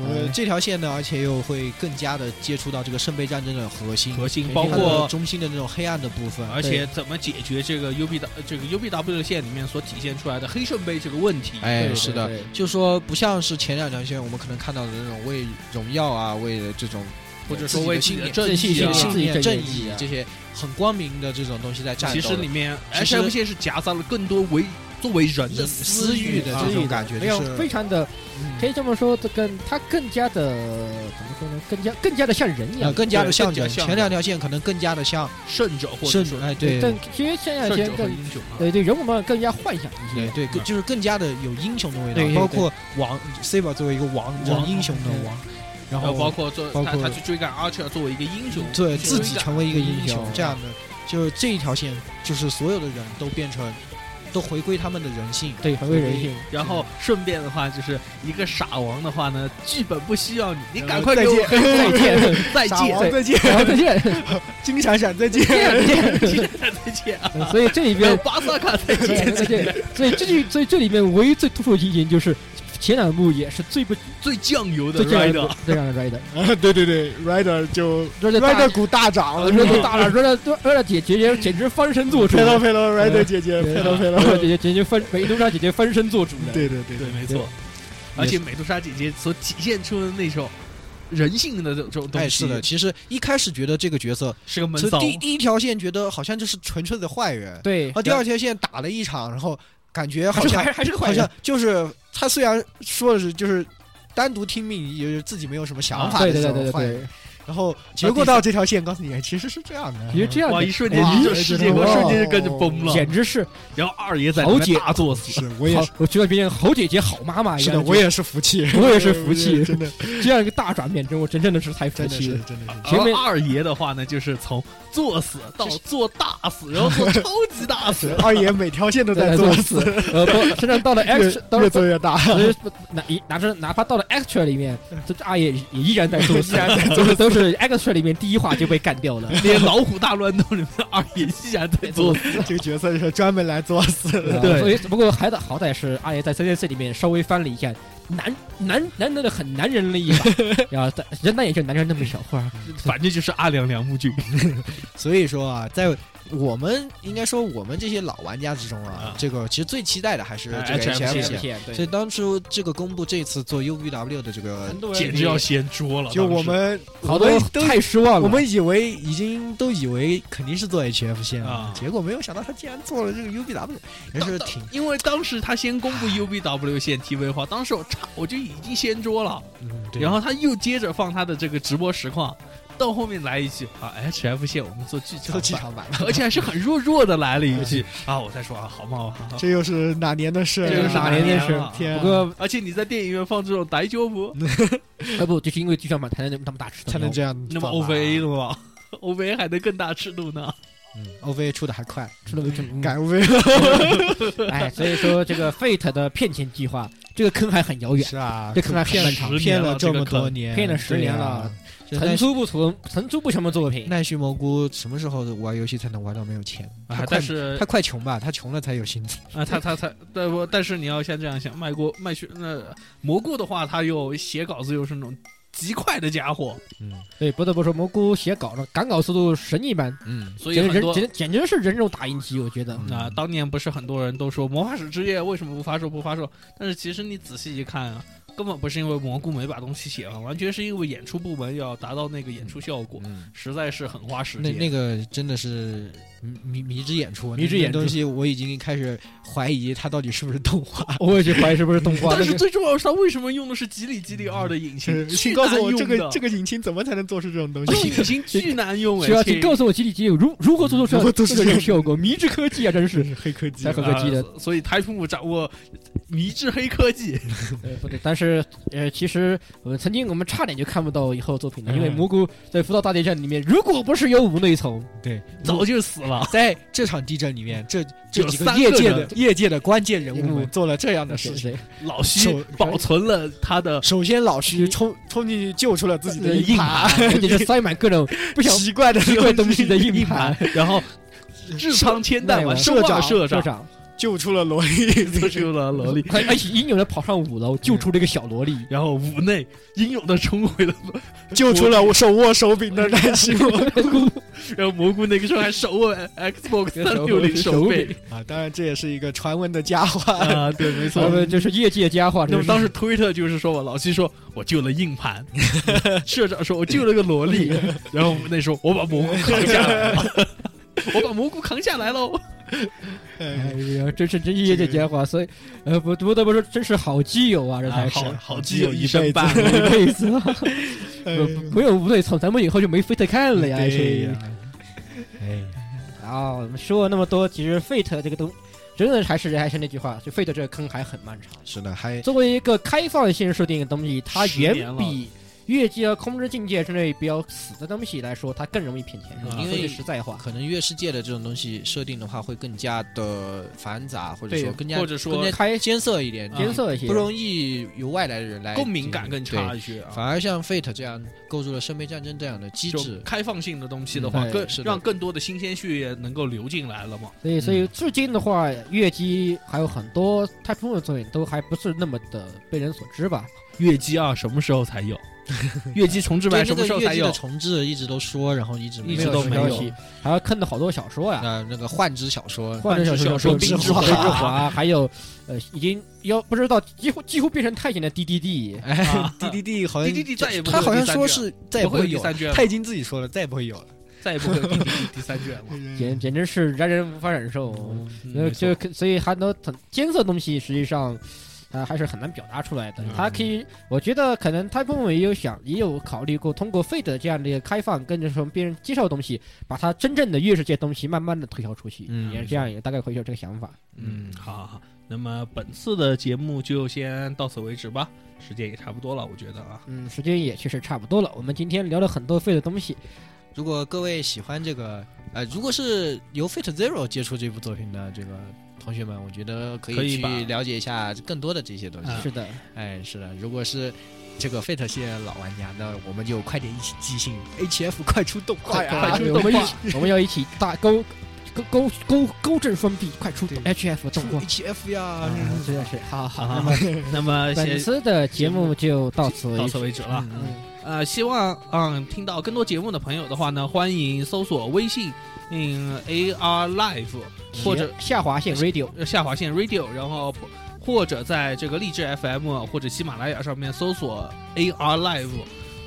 E: 呃，这条线呢，而且又会更加的接触到这个圣杯战争的核心，
B: 核心
A: 对
B: 包
E: 它的
B: 括，
E: 中心的那种黑暗的部分。
B: 而且怎么解决这个 UB 的这个 UBW 线里面所体现出来的黑圣杯这个问题？
E: 哎，
A: 对
E: 是
A: 对
E: 的
A: 对，
E: 就说不像是前两条线我们可能看到的那种为荣耀啊，为了这种
B: 或者
E: 自
B: 说
E: 己
B: 为
E: 的
B: 自己
E: 信
B: 的
A: 信
B: 正义
E: 念、
A: 念
B: 啊
A: 自己的
E: 信
A: 信念
E: 念、正
A: 正义
E: 义
A: 啊
E: 这些很光明的这种东西在战
B: 其
E: 斗的。
B: 实里面
E: 其实
B: S F 线是夹杂了更多为作为人的
E: 人私欲的
B: 啊
E: 这种感觉，
A: 没
E: 就
A: 有
E: 是嗯
A: 非常的
B: 嗯
A: 可以这么说，这跟他更加的怎么说呢？更加更加的像人一
E: 呃
A: 样。
E: 更加的
B: 对
E: 像
B: 更加
E: 人。
B: 像
E: 前两条线可能更加的像
B: 胜者或者
E: 圣
B: 说，
E: 哎，
A: 对，
E: 对
A: 但其实现在
B: 胜
A: 天
B: 者和
A: 更
B: 英雄啊。
A: 呃对人物们更加幻想一
E: 对
A: 些。
E: 对，更就是更加的有英雄的味
A: 对对
E: 道，包括王 Saber 作为一个王，这种英雄的王，
B: 然
E: 然
B: 后
E: 后
B: 呃包括做
E: 包
B: 他
E: 括
B: 他去追赶 Archer 作为一个英雄，
E: 对
B: 去
E: 自
B: 追
E: 己
B: 赶
E: 成为一个英
A: 英雄
E: 雄，这样的就是这一条线，就是所有的人都变成，都回归他们的人性。
A: 对，回归人性。
B: 然后顺便的话，就是一个傻王的话呢，剧本不需要你，你赶快
E: 呃再
B: 给我
E: 见
A: 再见，
B: 再
E: 傻
B: 见，
E: 王再见，
A: 然后再见，
E: 金闪闪再
A: 再见，
E: 见，
A: 再 见。
B: 再见，啊
A: 呃所以这里
B: 还有
A: 边
B: 巴萨卡再
A: 对
B: 见，
A: 对对，所以这句，所以这里面唯一最突出的一点就是前两部也是最不
B: 最酱油的
A: 最这样的
B: Rider，
A: 最这样的 rider，
E: 啊 对对对，Rider 就
A: rider 大
E: 股大涨
A: 啊 rider 大了，rider rider 姐姐姐简直翻身做主，
E: 佩罗佩罗
A: 对
E: Rider 姐姐，佩罗佩罗，
A: rider 姐姐姐姐翻美杜莎姐姐翻身做主了，
E: 对对对
B: 对，没错。而且美杜莎姐姐所体现出的那种人性的这种东西，
E: 哎，是的，其实一开始觉得这个角色，
B: 是个闷
E: 从
B: 骚，
E: 第第一条线觉得好像就是纯粹的坏人，
A: 对
E: 然后第二条线打了一场，然后感觉
A: 还
E: 好
A: 是还
E: 像
A: 是还是个坏
E: 好
A: 人
E: 像，就是他虽然说的是就是单独听命，也就是自己没有什么想法
A: 对
E: 的
A: 啊对
E: 这
A: 对
E: 种
A: 对
E: 坏
A: 对
E: 人。
A: 对，
E: 然后结果嗯到这条线，告诉你其实是这样的。
A: 其实这样
B: 哇，
A: 的
B: 一瞬间
E: 哎
B: 这个
E: 哎
B: 世
E: 这
B: 界
E: 个
B: 观瞬
E: 哇
B: 间就跟着崩了，
A: 简直是
B: 然后二爷在里面
A: 豪杰
B: 大作死，
E: 是我也
A: 好
E: 是，，
A: 我觉得别人好姐姐好妈妈一
E: 是
A: 样
E: 的，我也是服气，
A: 我也是服气
E: 真的，
A: 这样一个大转变，真我真正的是太服
E: 真的
A: 气
E: 是
A: 了，，
E: 真的是。
A: 前面
B: 而二爷的话呢，就是从作死到做大死，然后做超级大
E: 是
B: 死。
E: 二爷每条线都在作 死，哎
A: 呃，不，身上到了 X，到 了
E: 越越做越大。
A: 所以拿一拿着哪怕到了 Extra 里面，这阿也也依然在做，依然在做，都是 Extra 里面第一话就被干 掉了。
B: 连老虎大乱斗里面的二爷依然在作死，
E: 这个角色是专门来作死的。
A: 啊所以不过还得好歹是阿爷在 CDC 里面稍微翻了一下，男男男人的很男人了一 把，然后但人那也就男人那么一小会儿，
B: 反正就是阿良良木俊。
E: 所以说啊，在我们应该说我们这些老玩家之中啊
B: 啊，
E: 这个其实最期待的还是
B: 哎
E: 这个
B: HMC
E: 线。所以当初这个公布这次做 UBW 的这个
A: 很多人
B: 简直要掀桌了。
E: 就
B: 当时
E: 我们
A: 好多
E: 我
A: 人
E: 们都
A: 太失望了。
E: 我们以为已经都以为肯定是做 HF 线
B: 啊
E: 了，结果没有想到他竟然做了这个 UBW，也是挺
B: 因为当时他先公布 UBW 线 TV 化，当时我差我就已经掀桌了，
E: 嗯，对
B: 然后他又接着放他的这个直播实况，到后面来一句啊 HF 线我们做剧场
E: 做剧
B: 版，
E: 场版，
B: 而且还是很弱弱的来了一句啊，我才说啊好嘛好嘛，好
E: 这又是哪年的事啊？
B: 这又是
A: 哪年的事
B: 啊
E: 天啊
A: 不过
B: 而且你在电影院放这种白酒谱，
A: 呃不，就是因为剧场版才能那么大尺寸，
E: 才能这样
B: 那么
E: 放吧
B: OVA 的 吗？OVA 还能更大尺度 呢？
E: 嗯 OVA 出的还快，
A: 出了个整嗯
E: 改 OVA
A: 哎，所以说这个 Fate 的骗钱计划，这个坑还很 遥远，
E: 是啊
A: 这，坑还很
E: 骗
A: 漫长。
E: 了骗了这么多年，啊
A: 骗了十年了，层出不穷，层出不穷的作品。
E: 奈须蘑菇什么时候玩游戏才能玩到没有钱？他
B: 啊
E: 快，
B: 但是
E: 他快穷吧，他穷了才有心思。
B: 啊，他他他，但不，但是你要像这样想，卖过卖去那蘑菇的话，他又写稿子又是那种极快的家伙，
E: 嗯
A: 对，不得不说，蘑菇写稿了，赶稿速度神一般，
E: 嗯，
B: 所以
A: 简直
B: 很
A: 人
B: 多
A: 简简直是人肉打印机，我觉得。
E: 嗯
B: 啊，当年不是很多人都说《魔法使之夜》为什么不发售不发售，但是其实你仔细一看啊，根本不是因为蘑菇没把东西写完，完全是因为演出部门要达到那个演出效果，
E: 嗯，
B: 实在是很花时
E: 那
B: 间。
E: 那个真的是迷迷迷之演出，啊
A: 迷之
E: 那
A: 演出
E: 东西我已经开始怀疑它到底是不是动画。
A: 我也去怀疑是不是动画。
B: 但
A: 那
B: 是
A: 个
B: 最重要的是，他为什么用的是吉里吉里二的引擎？
E: 请
B: 巨
E: 告诉
B: 难
E: 我
B: 用
E: 这个
B: 的，
E: 这个引擎怎么才能做出这种东
B: 这
E: 西？
B: 个引擎巨难用哎！
A: 需要请
B: 亲
A: 告诉我吉里吉里如如何做出这样
E: 如何做出
A: 这
E: 这
A: 种
E: 样
A: 效果，迷之科技啊，真是。
E: 黑科技
A: 才
E: 啊
A: 很科技的
B: 呃所以 Type 5掌握迷之黑科技，
A: 呃，不对，但是呃，其实呃，曾经我们差点就看不到以后作品了，因为
E: 嗯
A: 蘑菇在福岛大地震里面，如果不是有五内从，
B: 早就死 了。
E: 在这场地震里面，这这
B: 有
E: 几个
B: 三个
E: 业界的
B: 人
E: 业界的关键人物
A: 嗯
E: 们做了这样的事
A: 是
E: 情。
A: 谁？
B: 老徐
E: 手
B: 保存了他的
E: 首先，老徐冲冲进去救出了自己的
A: 硬
E: 盘，
A: 而且是塞满各种不想
E: 奇怪的
A: 奇怪东西的硬盘
B: 硬盘。，然后智商千弹丸
E: 社长
B: 社
A: 社
B: 长
A: 长，
E: 救出了萝莉，
B: 救 出了萝莉，
A: 快而且英勇的跑上五楼，救出了一个小萝莉。
B: 然后五内英勇的 冲回了，
E: 救出了手握手柄的南希莫
B: 然后蘑菇那个时候还手握 Xbox 三六零
A: 手
B: 手
A: 柄
B: 柄
E: 啊！当然，这也是一个传闻的佳话。
B: 啊，对，没错
A: 他。们呃就是业界佳话。真
B: 那么
A: 是
B: 啊当时推特就是说嘛，老七说我救了硬 盘，社长说我救了个萝 莉，然后那时候我把蘑菇扛下来了， 我把蘑菇扛下来喽。
E: 嗯
A: 哎呀，真是真业界佳话，所以呃，不不得不说，真是好基友啊，这才
B: 啊
A: 是
B: 好好基
E: 基友
B: 友
E: 一
B: 一
E: 辈
B: 生
E: 子
B: 伴，
A: 一辈子啊。
E: 哎
A: 不不没有不对，从咱们以后就没 Fate 看了呀，
E: 对
A: 是
E: 呀。哎，
A: 啊，我们说了那么多，其实 Fate 这个东，真的还是还是那句话，就 Fate 这个坑还很漫长。
E: 是的，还
A: 作为一个开放性设定的东西，它
B: 十年
A: 远
B: 了
A: 比越界和空之境界之类比较死的东西来说，它更容易骗钱，啊
E: 嗯
A: 说
E: 因
A: 句
E: 为
A: 实在话，
E: 可能月世界的这种东西设定的话，会更加的繁杂，或者
A: 对
E: 说更加
B: 或者说
E: 更加
A: 开啊
E: 艰涩一点，
A: 艰涩一些，
E: 啊不容易有外来的人来
B: 共鸣感更
E: 对
B: 差一些啊。
E: 反而像 Fate 这样构筑了圣杯战争这样的机
B: 就
E: 制，
B: 开放性的东西的话，
A: 嗯
B: 更
E: 对是的
B: 让更多的新鲜血液能够流进来了嘛。
A: 所以，所以至今的话，月姬还有很多太空的作品都还不是那么的被人所知吧？
B: 月姬啊，什么时候才 有？月姬重置
E: 对
B: 版什么时
E: 那
B: 候
E: 个
B: 才
E: 月季
B: 有
E: 的？重置一直都说，然后一直
B: 一
E: 没
B: 直
E: 有
B: 都
A: 什么
B: 没
A: 消
B: 有啊
A: 息，还有坑的好多小说呀，
E: 那那个幻之小说，
A: 幻之
B: 小
A: 说
B: 说
A: 冰
B: 冰
A: 之
B: 之
A: 华，
B: 华
A: 冰之华， 还有呃，已经要不知道几乎几乎变成太监的 DDD，
E: 哎
B: 啊，
E: D D D 好像
B: D D D 再也不会
E: 他
B: 有
E: 好像
B: 第三
E: 说
B: 卷了
E: 是再也
B: 不
E: 不
B: 会有
E: 会
B: 第
E: 有了，
B: 三卷了，
E: 他已经自己说了再也不会有了。
B: 再也不会有 D D D 第三 卷了。嗯
A: 简简直是让人无法忍受。呃，
B: 没错
A: 就所以很多很艰涩的东西，实际上。啊，还是很难表达出来的。他可以，我觉得可能 t y p 也有想，也有考虑过通过 Fate 这样的一个开放，跟着从别人介绍的东西，把它真正的月世界东西慢慢的推销出去，
E: 嗯
A: 也是这样，也大概会有这个想法。
B: 嗯，好好好，那么本次的节目就先到此为止吧，时间也差不多了，我觉 得啊，
A: 嗯，时间也确实差不多了。我们今天聊了很多 Fate 的东西，
E: 如果各位喜欢这个，呃，如果是由 Fate Zero 接触这部作品的这个同学们，我觉得可
B: 可
E: 以
B: 以吧
E: 去了解一下更多的这些东西。
B: 嗯
A: 是的，
E: 哎，是的，如果是这个 Fate 系列的老玩家，那我们就快点一起即兴 HF 快出动画呀！
A: 快出动画，我们要一起大勾勾勾勾勾正双臂，快出
E: 对
A: HF 动画。
E: HF 呀！
A: 啊，真的是好好
B: 好
A: 好
B: 好。好，那么
A: 本
B: 先
A: 次的节目就到此
B: 到
A: 为
B: 此
A: 止。
B: 为止了。
E: 嗯
B: 呃，希望嗯听到更多节目的朋友的话呢，欢迎搜索微信嗯 AR Live 或者
A: 嗯下划线 radio
B: 呃下划线 Radio，然后或者在这个荔枝 FM 或者喜马拉雅上面搜索 AR Live，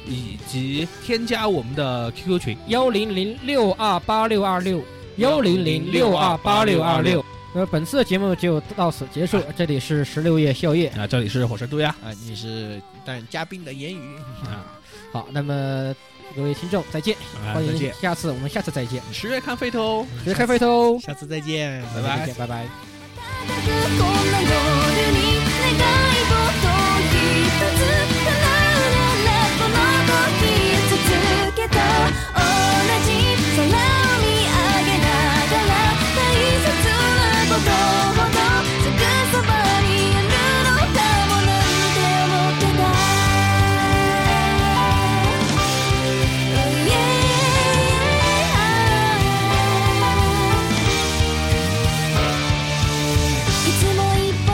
B: 以及添加我们的 QQ 群。
A: 幺零零六二八六二六幺零零六二八六二六。啊呃，本次的节目就到此结束。这里是十六夜宵夜。
B: 啊，这里是火山渡呀
E: 啊，你是但嘉宾的言语。
B: 啊，
A: 好，那么各位听众啊再见，欢
B: 再
A: 迎
B: 见，
A: 下次我们下次再见。
B: 十月看费头。
A: 别开飞头，
E: 下次再见，
B: 拜
A: 再
B: 拜
A: 见，拜拜。
D: 「こんな夜に願い事ひとつ叶えて」「この時続けた同じ空を見上げながら」「大切なことほどすぐそばにあるのかもなんて思ってた」「いつも一歩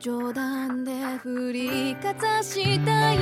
D: 冗談で振りかざした